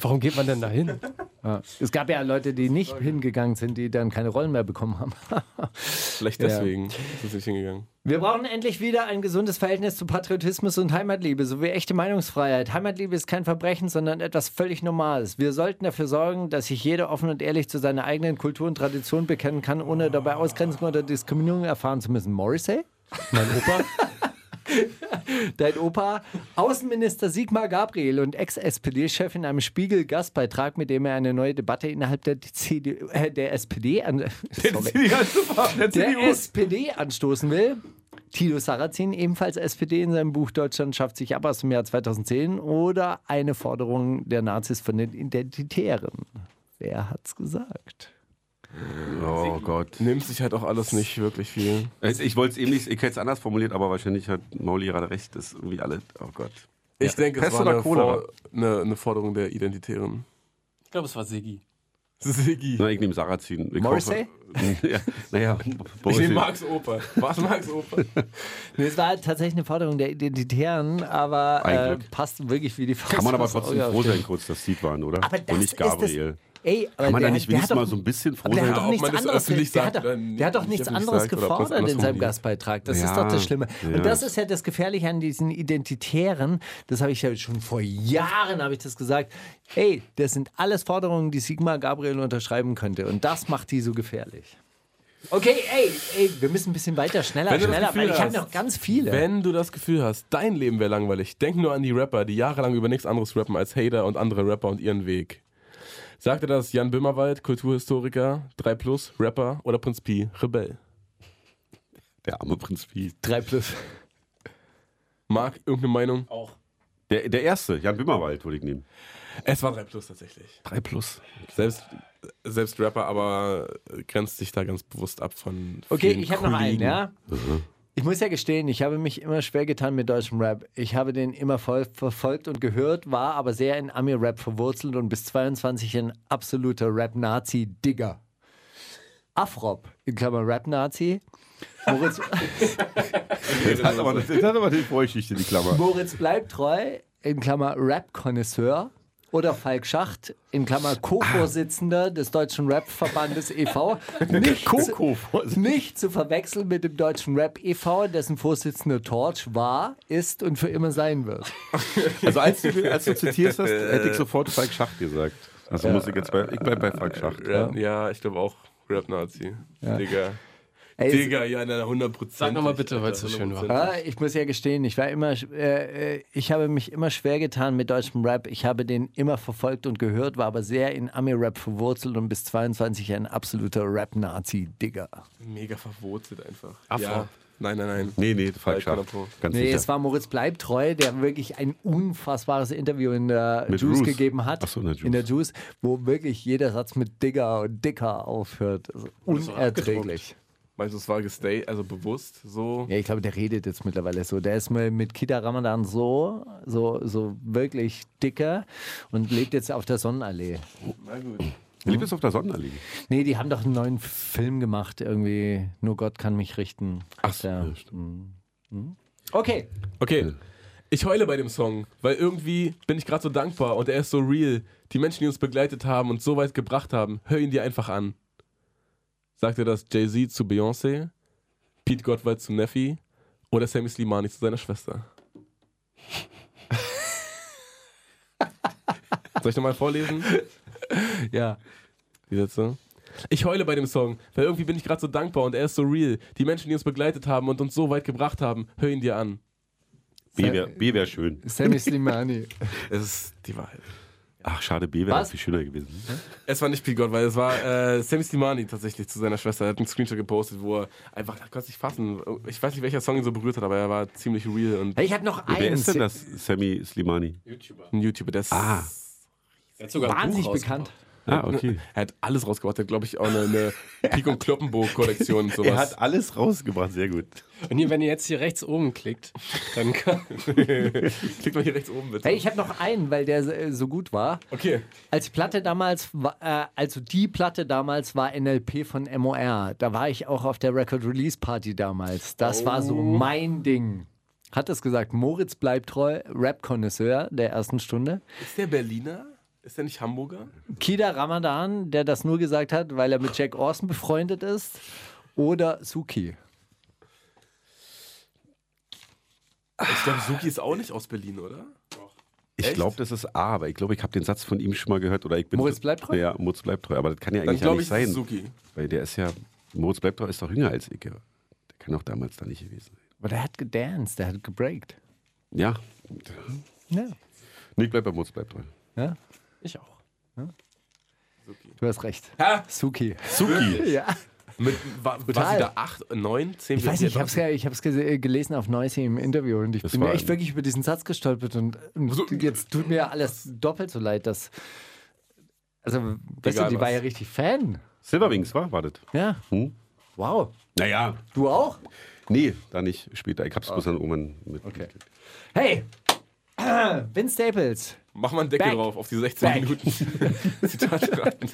Speaker 9: Warum geht man denn da hin?
Speaker 6: Ja. Es gab ja Leute, die nicht hingegangen sind, die dann keine Rollen mehr bekommen haben.
Speaker 8: Vielleicht
Speaker 6: Ja.
Speaker 8: deswegen ist es nicht hingegangen.
Speaker 6: Wir brauchen endlich wieder ein gesundes Verhältnis zu Patriotismus und Heimatliebe sowie echte Meinungsfreiheit. Heimatliebe ist kein Verbrechen, sondern etwas völlig Normales. Wir sollten dafür sorgen, dass sich jeder offen und ehrlich zu seiner eigenen Kultur und Tradition bekennen kann, ohne dabei Ausgrenzung oder Diskriminierung erfahren zu müssen. Morrissey?
Speaker 9: Mein Opa?
Speaker 6: Dein Opa, Außenminister Sigmar Gabriel und Ex-SPD-Chef in einem Spiegel-Gastbeitrag, mit dem er eine neue Debatte innerhalb der, CDU, äh, der SPD an, sorry,
Speaker 7: also
Speaker 6: der SPD anstoßen will. Tilo Sarrazin, ebenfalls SPD, in seinem Buch Deutschland schafft sich ab aus dem Jahr 2010 oder eine Forderung der Nazis von den Identitären. Wer hat's gesagt?
Speaker 7: Oh Gott.
Speaker 8: Nimmt sich halt auch alles nicht wirklich viel.
Speaker 7: Ich, Also ich wollte es eben nicht, ich hätte es anders formuliert, aber wahrscheinlich hat Mauli gerade recht, das ist irgendwie alle. Oh Gott.
Speaker 8: Ich denke, es
Speaker 7: Pest
Speaker 8: war
Speaker 7: oder
Speaker 8: eine,
Speaker 7: Cholera?
Speaker 8: For eine, eine Forderung der Identitären.
Speaker 9: Ich glaube, es war Sigi.
Speaker 8: Siggi.
Speaker 7: Na, ich nehme Sarrazin. Ich
Speaker 6: Morrissey?
Speaker 7: hoffe- ja, naja,
Speaker 8: Ich
Speaker 7: Morrissey.
Speaker 8: nehme Marx Oper. Was Marx Oper?
Speaker 6: Nee, es war halt tatsächlich eine Forderung der Identitären, aber
Speaker 7: Ein
Speaker 6: äh,
Speaker 7: Glück.
Speaker 6: passt wirklich wie die Faust.
Speaker 7: Kann man aber
Speaker 6: aufs
Speaker 7: trotzdem
Speaker 6: Auge
Speaker 7: froh
Speaker 6: steht.
Speaker 7: sein, kurz, dass Seed waren, oder?
Speaker 6: Oh, Aber das
Speaker 7: Und nicht
Speaker 6: ist das-
Speaker 7: Gabriel.
Speaker 6: Ey, aber
Speaker 7: Kann man
Speaker 6: der,
Speaker 7: da nicht
Speaker 6: der hat
Speaker 7: wenigstens
Speaker 6: doch,
Speaker 7: mal so ein bisschen froh
Speaker 6: aber der
Speaker 7: sein?
Speaker 6: hat doch
Speaker 8: ob
Speaker 6: nichts
Speaker 8: man das
Speaker 6: anderes,
Speaker 8: öffentlich
Speaker 6: der,
Speaker 8: sagt
Speaker 6: hat doch,
Speaker 8: oder nicht
Speaker 6: der hat doch nichts
Speaker 8: öffentlich
Speaker 6: anderes
Speaker 8: sagt oder ob man es
Speaker 6: gefordert in
Speaker 8: andersrum
Speaker 6: seinem
Speaker 8: liest.
Speaker 6: Gastbeitrag. Das ist
Speaker 7: Ja,
Speaker 6: doch das Schlimme.
Speaker 7: ja.
Speaker 6: Und das ist ja das Gefährliche an diesen Identitären. Das habe ich ja schon vor Jahren habe ich das gesagt. Ey, das sind alles Forderungen, die Sigmar Gabriel unterschreiben könnte. Und das macht die so gefährlich. Okay, ey, ey, wir müssen ein bisschen weiter, schneller,
Speaker 8: Wenn du das
Speaker 6: schneller,
Speaker 8: Gefühl
Speaker 6: weil ich habe
Speaker 8: hast,
Speaker 6: noch ganz viele.
Speaker 8: Wenn du das Gefühl hast, dein Leben wäre langweilig, denk nur an die Rapper, die jahrelang über nichts anderes rappen als Hater und andere Rapper und ihren Weg. Sagte das Jan Böhmerwald, Kulturhistoriker, 3 Plus, Rapper oder Prinz Pi, Rebell?
Speaker 7: Der arme Prinz Pi.
Speaker 6: Drei plus.
Speaker 8: Marc, irgendeine Meinung?
Speaker 7: Der, der erste, Jan Bimmerwald, würde ich nehmen.
Speaker 8: Es war 3 Plus tatsächlich.
Speaker 7: 3 plus.
Speaker 8: Selbst, selbst Rapper, aber grenzt sich da ganz bewusst ab von.
Speaker 6: Okay,
Speaker 8: vielen
Speaker 6: ich habe noch einen,
Speaker 8: Kollegen. Mhm.
Speaker 6: ja. Ich muss ja gestehen, ich habe mich immer schwer getan mit deutschem Rap. Ich habe den immer voll verfolgt und gehört, war aber sehr in Ami-Rap verwurzelt und bis 22 ein absoluter Rap-Nazi-Digger. Afrop, in Klammern Rap-Nazi. Moritz,
Speaker 7: Das hat aber, das hat aber die Vorgeschichte, die Klammer.
Speaker 6: Moritz bleibt treu, in Klammer Rap-Konnoisseur. oder Falk Schacht, in Klammer Co-Vorsitzender des Deutschen Rap-Verbandes E e.V., nicht, zu,
Speaker 7: Co-Co-Vorsitzender.
Speaker 6: nicht zu verwechseln mit dem Deutschen Rap e.V., dessen Vorsitzender Torch war, ist und für immer sein wird.
Speaker 7: Also als du, als du zitierst hast, hätte ich sofort Falk Schacht gesagt. Also muss ich jetzt bei, ich bleib bei Falk Schacht.
Speaker 8: Rap, ja. ich glaube auch Rap-Nazi. Digga.
Speaker 6: Ey,
Speaker 8: Digga, ja, na, 100%.
Speaker 9: Sag noch mal bitte, weil es so schön war.
Speaker 6: Ja, ich muss ja gestehen, ich war immer, äh, äh, ich habe mich immer schwer getan mit deutschem Rap. Ich habe den immer verfolgt und gehört, war aber sehr in Ami-Rap verwurzelt und bis 22 ein absoluter Rap-Nazi-Digger.
Speaker 8: Mega verwurzelt einfach.
Speaker 9: Afro.
Speaker 8: Ja. Nein, nein, nein.
Speaker 7: Nee, nee, Falk
Speaker 8: Falk
Speaker 7: Schacht.
Speaker 8: Schacht.
Speaker 7: Ganz
Speaker 6: Nee, es
Speaker 7: sicher.
Speaker 6: war Moritz Bleibtreu, der wirklich ein unfassbares Interview in der
Speaker 7: Mit
Speaker 6: Juice
Speaker 7: Juice.
Speaker 6: gegeben hat.
Speaker 7: Ach so, in der Juice.
Speaker 6: Juice, wo wirklich jeder Satz mit Digger und Dicker aufhört. Also unerträglich.
Speaker 8: Meinst du, es war gestay, also bewusst so?
Speaker 6: Ja, ich glaube, der redet jetzt mittlerweile so. Der ist mal mit Kita Ramadan so, so, so wirklich dicker und lebt jetzt auf der Sonnenallee.
Speaker 8: Na gut.
Speaker 7: Lieb ist auf der Sonderlinie.
Speaker 6: Nee, die haben doch einen neuen Film gemacht, irgendwie. Nur Gott kann mich richten. Mhm. Ach
Speaker 7: so, ja,
Speaker 6: Okay.
Speaker 8: Okay. Ich heule bei dem Song, weil irgendwie bin ich gerade so dankbar und er ist so real. Die Menschen, die uns begleitet haben und so weit gebracht haben, hör ihn dir einfach an. Sagte das Jay-Z zu Beyoncé, Pete Gottwald zu Neffy oder Sammy Slimani zu seiner Schwester? Soll ich nochmal vorlesen?
Speaker 6: Ja.
Speaker 8: Die Sätze. Ich heule bei dem Song, weil irgendwie bin ich gerade so dankbar und er ist so real. Die Menschen, die uns begleitet haben und uns so weit gebracht haben, hör ihn dir an.
Speaker 7: B wäre B wär schön.
Speaker 6: Sammy Slimani.
Speaker 8: Es ist die Wahrheit.
Speaker 7: Ach, schade, B wäre
Speaker 6: Was?
Speaker 7: viel schöner gewesen.
Speaker 8: Es war nicht Pete Gott, weil es war äh, Sammy Slimani tatsächlich zu seiner Schwester. Er hat einen Screenshot gepostet, wo er einfach, ich konnte es nicht fassen. Ich weiß nicht, welcher Song ihn so berührt hat, aber er war ziemlich real und
Speaker 6: Ich habe noch
Speaker 7: Wer
Speaker 6: eins.
Speaker 7: ist denn das? Sammy Slimani.
Speaker 8: ein YouTuber, der ist.
Speaker 7: Ah.
Speaker 9: Er hat sogar ein
Speaker 6: Wahnsinnig
Speaker 9: Buch
Speaker 6: bekannt.
Speaker 7: Ah, okay.
Speaker 8: Er hat alles rausgebracht. Er hat, glaube ich, auch eine, eine Pik- und Kloppenburg-Kollektion und sowas.
Speaker 7: Er hat alles rausgebracht, sehr gut.
Speaker 9: rausgebracht. Und hier, wenn ihr jetzt hier rechts oben klickt, dann kann.
Speaker 8: Klickt mal hier rechts oben, bitte.
Speaker 6: Hey, ich habe noch einen, weil der äh, so gut war.
Speaker 8: Okay.
Speaker 6: Als Platte damals, war- äh, also die Platte damals war NLP von MOR. Da war ich auch auf der Record Release Party damals. Das war so mein Ding. Hat es gesagt, Moritz bleibt treu, Rap-Konnoisseur der ersten Stunde.
Speaker 8: Ist der Berliner? Ist der nicht Hamburger?
Speaker 6: Kida Ramadan, der das nur gesagt hat, weil er mit Jack Orson befreundet ist. Oder Suki.
Speaker 8: Ich glaube, Suki ist auch nicht aus Berlin, oder?
Speaker 7: Ich glaube, das ist A, aber ich glaube, ich habe den Satz von ihm schon mal gehört. Oder ich bin
Speaker 6: Moritz bleibt treu?
Speaker 7: Ja, Moritz bleibt treu. Aber das kann ja
Speaker 8: Dann
Speaker 7: eigentlich ja
Speaker 8: glaube
Speaker 7: nicht
Speaker 8: ich, es
Speaker 7: sein.
Speaker 8: ist Suki.
Speaker 7: Weil der ist ja, Moritz bleibt treu, ist doch jünger als ich. ja. Der kann auch damals da nicht gewesen sein.
Speaker 6: Aber der hat gedanced, der hat gebreakt.
Speaker 7: Ja,
Speaker 6: Ja.
Speaker 7: nee, ich bleib bei Moritz bleibt treu.
Speaker 6: ja.
Speaker 9: Ich auch.
Speaker 6: Du hast recht.
Speaker 8: Hä?
Speaker 6: Suki.
Speaker 7: Suki.
Speaker 6: Ja.
Speaker 8: Mit, war, war sie da 8, 9, 10
Speaker 6: Ich weiß nicht, ich habe es ja, ich hab's gese- äh, gelesen auf Neues im Interview und ich
Speaker 7: Das
Speaker 6: bin
Speaker 7: war
Speaker 6: echt
Speaker 7: ein-
Speaker 6: wirklich über diesen Satz gestolpert und, und
Speaker 8: So-
Speaker 6: jetzt tut mir alles doppelt so leid, dass. Also, weißt du,
Speaker 8: Egal
Speaker 6: die war
Speaker 8: was.
Speaker 6: ja richtig Fan.
Speaker 7: Silverwings, war? Wartet.
Speaker 6: Ja.
Speaker 7: Hm?
Speaker 6: Wow.
Speaker 7: Naja,
Speaker 6: Du auch?
Speaker 7: nee, da nicht. Später. Ich hab's bloß an Oman mit. Okay.
Speaker 6: Hey! Vince Staples.
Speaker 8: Mach mal einen Deckel
Speaker 6: Back.
Speaker 8: drauf auf die 16
Speaker 6: Back.
Speaker 8: Minuten. Zitate raten.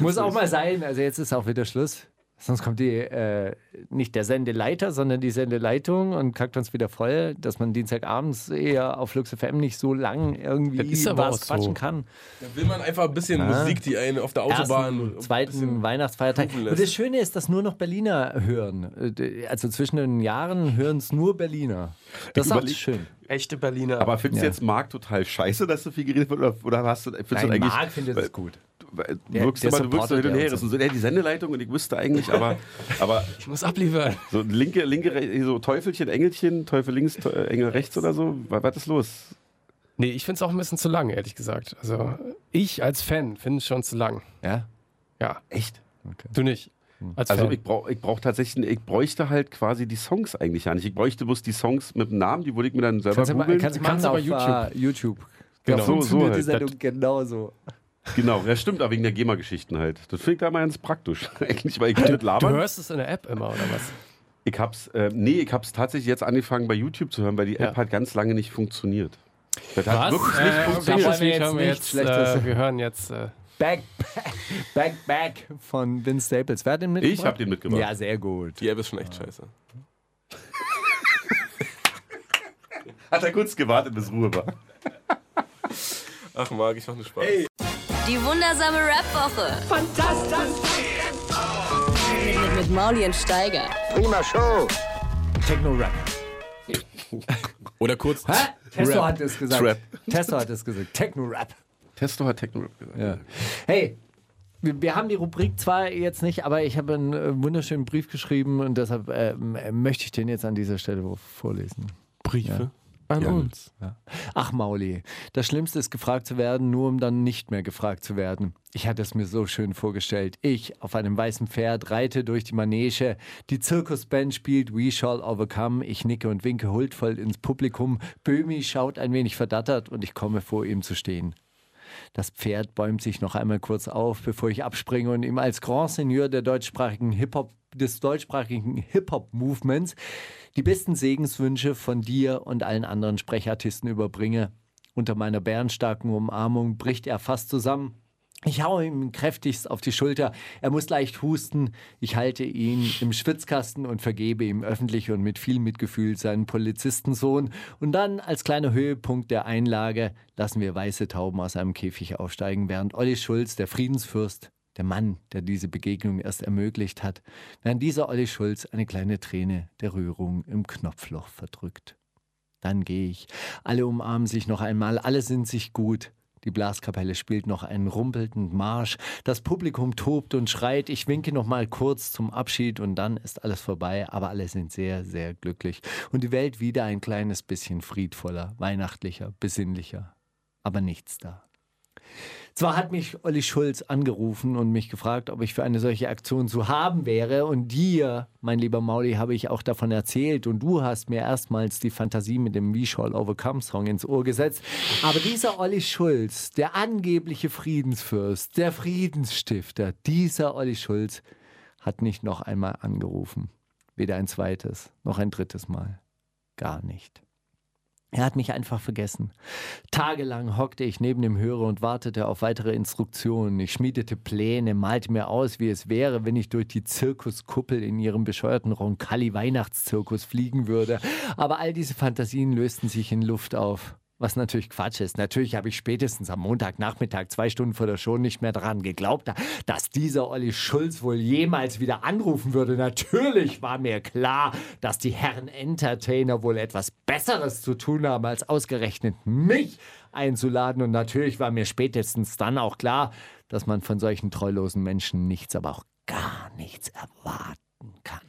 Speaker 6: Muss auch mal sein. Also jetzt ist auch wieder Schluss. Sonst kommt die, äh, nicht der Sendeleiter, sondern die Sendeleitung und kackt uns wieder voll, dass man Dienstagabends eher auf Lux FM nicht so lang irgendwie
Speaker 9: Das ist aber
Speaker 6: was
Speaker 9: auch so.
Speaker 6: quatschen kann.
Speaker 8: Da will man einfach ein bisschen Musik, die einen auf der Autobahn.
Speaker 6: Ersten,
Speaker 8: ein
Speaker 6: zweiten
Speaker 8: bisschen-
Speaker 6: Weihnachtsfeiertag.
Speaker 8: jubeln
Speaker 6: Und das
Speaker 8: lässt.
Speaker 6: Schöne ist, dass nur noch Berliner hören. Äh, Also zwischen den Jahren hören es nur Berliner. Das ist auch
Speaker 7: überleg-
Speaker 6: schön.
Speaker 9: Echte Berliner.
Speaker 7: Aber findest du
Speaker 6: Ja.
Speaker 7: jetzt Marc total scheiße, dass so viel geredet wird? Oder, oder hast du, findest du
Speaker 6: Nein,
Speaker 7: eigentlich.
Speaker 6: Marc findet
Speaker 7: weil-
Speaker 6: es gut.
Speaker 7: weil Du
Speaker 6: Der-
Speaker 7: wirkst
Speaker 6: der
Speaker 7: immer, du wirkst so
Speaker 6: supportet
Speaker 7: hin und
Speaker 6: ja
Speaker 7: her.
Speaker 6: uns.
Speaker 7: Und so, ja, die Sendeleitung und ich wüsste eigentlich, aber, aber
Speaker 9: ich muss abliefern.
Speaker 7: so linke, linke, Re- so Teufelchen, Engelchen, Teufel links, Teu- äh, Engel rechts oder so. Was, was ist los?
Speaker 9: Nee, ich finde es auch ein bisschen zu lang, ehrlich gesagt. Also, ich als Fan finde es schon zu lang.
Speaker 6: Ja?
Speaker 9: Ja.
Speaker 7: Echt?
Speaker 9: Du nicht.
Speaker 6: Hm.
Speaker 9: Als
Speaker 7: Also
Speaker 9: Fan.
Speaker 7: ich brauche ich brauch tatsächlich, ich bräuchte halt quasi die Songs eigentlich ja nicht. Ich bräuchte bloß die Songs mit dem Namen, die würde ich mir dann selber
Speaker 6: Kannst du mal,
Speaker 7: googeln.
Speaker 6: kannst, du machen
Speaker 9: Kannst du
Speaker 6: auf
Speaker 9: aber
Speaker 6: YouTube. YouTube.
Speaker 9: Genau.
Speaker 6: Da
Speaker 9: So, so
Speaker 6: funktioniert die
Speaker 7: halt.
Speaker 6: Sendung genauso.
Speaker 7: Genau, ja stimmt, aber wegen der GEMA-Geschichten halt. Das finde ich da mal ganz praktisch. eigentlich, weil ich
Speaker 6: Äh,
Speaker 7: kann nicht
Speaker 9: du
Speaker 7: labern.
Speaker 9: hörst es in der App immer, oder was?
Speaker 7: Ich hab's, äh, nee, ich hab's tatsächlich jetzt angefangen bei YouTube zu hören, weil die App hat ganz lange nicht funktioniert. Das hat wirklich nicht
Speaker 9: Äh, da
Speaker 7: funktioniert.
Speaker 9: wollen
Speaker 6: jetzt
Speaker 9: wir jetzt, hören wir,
Speaker 6: nicht
Speaker 9: jetzt
Speaker 6: Schlechtes.
Speaker 9: äh, wir hören jetzt. Äh,
Speaker 6: Back, back, back, back von Vince Staples. Wer hat den mitgebracht?
Speaker 7: Ich habe den mitgebracht.
Speaker 6: Ja, sehr gut.
Speaker 8: Die App ist schon echt scheiße.
Speaker 7: Hat er kurz gewartet, bis Ruhe war.
Speaker 8: Ach, Marc, ich mach nur Spaß.
Speaker 2: Die wundersame Rap-Woche. Fantastisch. Mit, mit Mauli und Steiger.
Speaker 3: Prima Show.
Speaker 6: Techno-Rap.
Speaker 8: Oder kurz.
Speaker 6: Hä? Testo
Speaker 8: Rap.
Speaker 6: hat es gesagt.
Speaker 8: Trap.
Speaker 6: Testo hat es gesagt. Techno-Rap.
Speaker 8: Testo hat Techno-Rap gesagt.
Speaker 6: Ja. Hey, wir, wir haben die Rubrik zwar jetzt nicht, aber ich habe einen äh, wunderschönen Brief geschrieben und deshalb ähm, äh, möchte ich den jetzt an dieser Stelle wo- vorlesen.
Speaker 8: Briefe an uns.
Speaker 6: Ach Mauli, das Schlimmste ist gefragt zu werden, nur um dann nicht mehr gefragt zu werden. Ich hatte es mir so schön vorgestellt. Ich auf einem weißen Pferd reite durch die Manege. Die Zirkusband spielt We Shall Overcome. Ich nicke und winke huldvoll ins Publikum. Böhmi schaut ein wenig verdattert und ich komme vor ihm zu stehen. Das Pferd bäumt sich noch einmal kurz auf, bevor ich abspringe und ihm als Grand Seigneur der deutschsprachigen Hip-Hop, des deutschsprachigen Hip-Hop-Movements die besten Segenswünsche von dir und allen anderen Sprechartisten überbringe. Unter meiner bärenstarken Umarmung bricht er fast zusammen. Ich haue ihm kräftigst auf die Schulter. Er muss leicht husten. Ich halte ihn im Schwitzkasten und vergebe ihm öffentlich und mit viel Mitgefühl seinen Polizistensohn. Und dann, als kleiner Höhepunkt der Einlage, lassen wir weiße Tauben aus einem Käfig aufsteigen, während Olli Schulz, der Friedensfürst, der Mann, der diese Begegnung erst ermöglicht hat, während dieser Olli Schulz eine kleine Träne der Rührung im Knopfloch verdrückt. Dann gehe ich. Alle umarmen sich noch einmal, alle sind sich gut. Die Blaskapelle spielt noch einen rumpelnden Marsch. Das Publikum tobt und schreit. Ich winke noch mal kurz zum Abschied und dann ist alles vorbei. Aber alle sind sehr, sehr glücklich. Und die Welt wieder ein kleines bisschen friedvoller, weihnachtlicher, besinnlicher. Aber nichts da. Zwar hat mich Olli Schulz angerufen und mich gefragt, ob ich für eine solche Aktion zu haben wäre. Und dir, mein lieber Mauli, habe ich auch davon erzählt. Und du hast mir erstmals die Fantasie mit dem We Shall Overcome Song ins Ohr gesetzt. Aber dieser Olli Schulz, der angebliche Friedensfürst, der Friedensstifter, dieser Olli Schulz hat nicht noch einmal angerufen. Weder ein zweites, noch ein drittes Mal. Gar nicht. Er hat mich einfach vergessen. Tagelang hockte ich neben dem Hörer und wartete auf weitere Instruktionen. Ich schmiedete Pläne, malte mir aus, wie es wäre, wenn ich durch die Zirkuskuppel in ihrem bescheuerten Roncalli-Weihnachtszirkus fliegen würde. Aber all diese Fantasien lösten sich in Luft auf. Was natürlich Quatsch ist. Natürlich habe ich spätestens am Montagnachmittag, zwei Stunden vor der Show, nicht mehr daran geglaubt, dass dieser Olli Schulz wohl jemals wieder anrufen würde. Natürlich war mir klar, dass die Herren Entertainer wohl etwas Besseres zu tun haben, als ausgerechnet mich einzuladen. Und natürlich war mir spätestens dann auch klar, dass man von solchen treulosen Menschen nichts, aber auch gar nichts erwarten kann.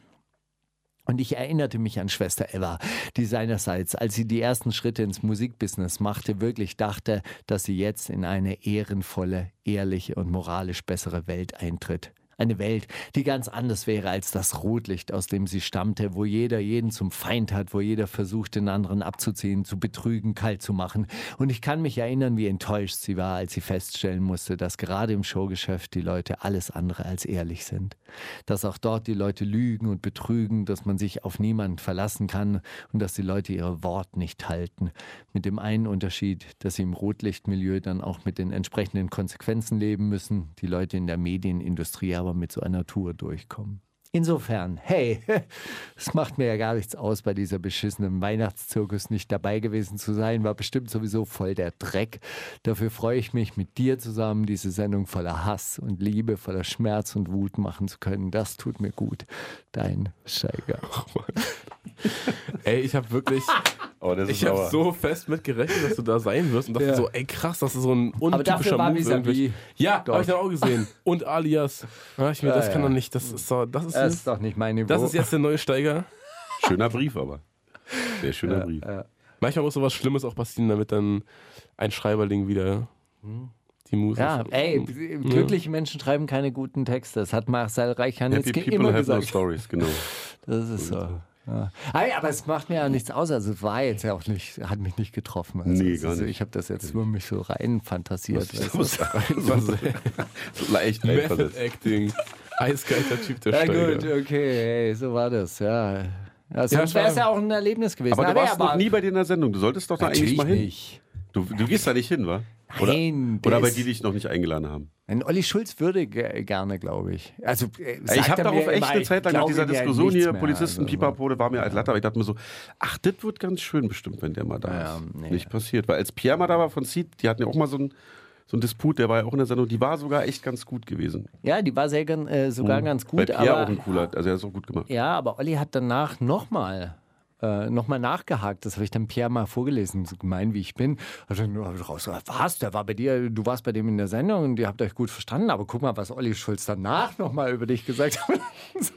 Speaker 6: Und ich erinnerte mich an Schwester Eva, die seinerseits, als sie die ersten Schritte ins Musikbusiness machte, wirklich dachte, dass sie jetzt in eine ehrenvolle, ehrliche und moralisch bessere Welt eintritt. Eine Welt, die ganz anders wäre als das Rotlicht, aus dem sie stammte, wo jeder jeden zum Feind hat, wo jeder versucht, den anderen abzuziehen, zu betrügen, kalt zu machen. Und ich kann mich erinnern, wie enttäuscht sie war, als sie feststellen musste, dass gerade im Showgeschäft die Leute alles andere als ehrlich sind. Dass auch dort die Leute lügen und betrügen, dass man sich auf niemanden verlassen kann und dass die Leute ihr Wort nicht halten. Mit dem einen Unterschied, dass sie im Rotlichtmilieu dann auch mit den entsprechenden Konsequenzen leben müssen, die Leute in der Medienindustrie aber mit so einer Tour durchkommen. Insofern, hey, es macht mir ja gar nichts aus, bei dieser beschissenen Weihnachtszirkus nicht dabei gewesen zu sein. War bestimmt sowieso voll der Dreck. Dafür freue ich mich, mit dir zusammen diese Sendung voller Hass und Liebe, voller Schmerz und Wut machen zu können. Das tut mir gut. Dein Steiger.
Speaker 8: Ey, ich habe wirklich.
Speaker 7: Oh, das
Speaker 8: Ich habe so fest mitgerechnet, dass du da sein wirst und dachte so, ey krass, das ist so ein
Speaker 6: Aber dafür
Speaker 8: untypischer
Speaker 6: war
Speaker 8: Move
Speaker 6: vis-à-vis
Speaker 8: irgendwie. Ja,
Speaker 6: Oh Gott.
Speaker 8: habe ich dann auch gesehen. Und Alias. Ja, ich mir,
Speaker 6: Ja,
Speaker 8: das kann
Speaker 6: ja.
Speaker 8: doch nicht. Das ist, so, das, ist
Speaker 6: Das ist
Speaker 8: jetzt,
Speaker 6: doch nicht mein Niveau.
Speaker 8: das ist jetzt der neue Steiger.
Speaker 7: Schöner Brief aber. Sehr schöner Brief.
Speaker 8: Manchmal muss sowas Schlimmes auch passieren, damit dann ein Schreiberling wieder die Muse.
Speaker 6: ja,
Speaker 8: von-
Speaker 6: ey, glückliche Menschen schreiben keine guten Texte. Das hat Marcel Reichanitzki
Speaker 7: Happy
Speaker 6: immer
Speaker 7: people have no
Speaker 6: gesagt.
Speaker 7: stories, genau.
Speaker 6: Das ist so. Ja. Ey, Aber es macht mir ja nichts aus. Also es war jetzt ja auch nicht, hat mich nicht getroffen. Also
Speaker 7: Nee,
Speaker 6: es
Speaker 7: gar
Speaker 6: ist so,
Speaker 7: nicht.
Speaker 6: Ich habe das jetzt nur mich so rein fantasiert.
Speaker 7: Ich
Speaker 6: weißt du.
Speaker 7: muss sagen, so- so leicht
Speaker 8: Method
Speaker 7: einversetzt.
Speaker 8: Acting. Eiskalter Typ, der
Speaker 6: Ja
Speaker 8: Steiger.
Speaker 6: gut, okay, ey, so war das, ja. ja sonst
Speaker 8: schade.
Speaker 6: wäre es ja auch ein Erlebnis gewesen.
Speaker 7: Aber du
Speaker 6: nee,
Speaker 7: warst noch nie bei dir in der Sendung. Du solltest doch da eigentlich
Speaker 6: natürlich
Speaker 7: mal hin.
Speaker 6: nicht.
Speaker 7: Du, du gehst da nicht hin, wa?
Speaker 6: Nein, der
Speaker 7: Oder weil
Speaker 6: ist-
Speaker 7: die dich noch nicht eingeladen haben.
Speaker 6: Ein Olli Schulz würde ge- gerne, glaube ich. Also, äh, sagt
Speaker 7: Ich habe
Speaker 6: er mir
Speaker 7: darauf echt
Speaker 6: immer,
Speaker 7: eine
Speaker 6: ich
Speaker 7: Zeit lang nach
Speaker 6: glaube
Speaker 7: dieser
Speaker 6: dir
Speaker 7: Diskussion
Speaker 6: nichts
Speaker 7: hier,
Speaker 6: mehr.
Speaker 7: Polizisten,
Speaker 6: Also,
Speaker 7: Pipapo, da war mir als Latte, aber ich dachte mir so, ach, das wird ganz schön bestimmt, wenn der mal da
Speaker 6: Ja,
Speaker 7: ist.
Speaker 6: nee.
Speaker 7: Nicht passiert. Weil als Pierre mal da war von Seed, die hatten ja auch mal so einen so ein Disput, der war ja auch in der Sendung, die war sogar echt ganz gut gewesen.
Speaker 6: Ja, die war sehr, gern- äh, sogar ganz
Speaker 7: Weil
Speaker 6: gut.
Speaker 7: Mhm. Pierre
Speaker 6: Aber,
Speaker 7: auch ein cooler, also er hat es auch gut gemacht.
Speaker 6: ja, aber Olli hat danach nochmal äh, noch mal nachgehakt. Das habe ich dann Pierre mal vorgelesen, so gemein wie ich bin. Also nur rausgehört, was, der war bei dir, du warst bei dem in der Sendung und ihr habt euch gut verstanden. Aber guck mal, was Olli Schulz danach nochmal über dich gesagt hat.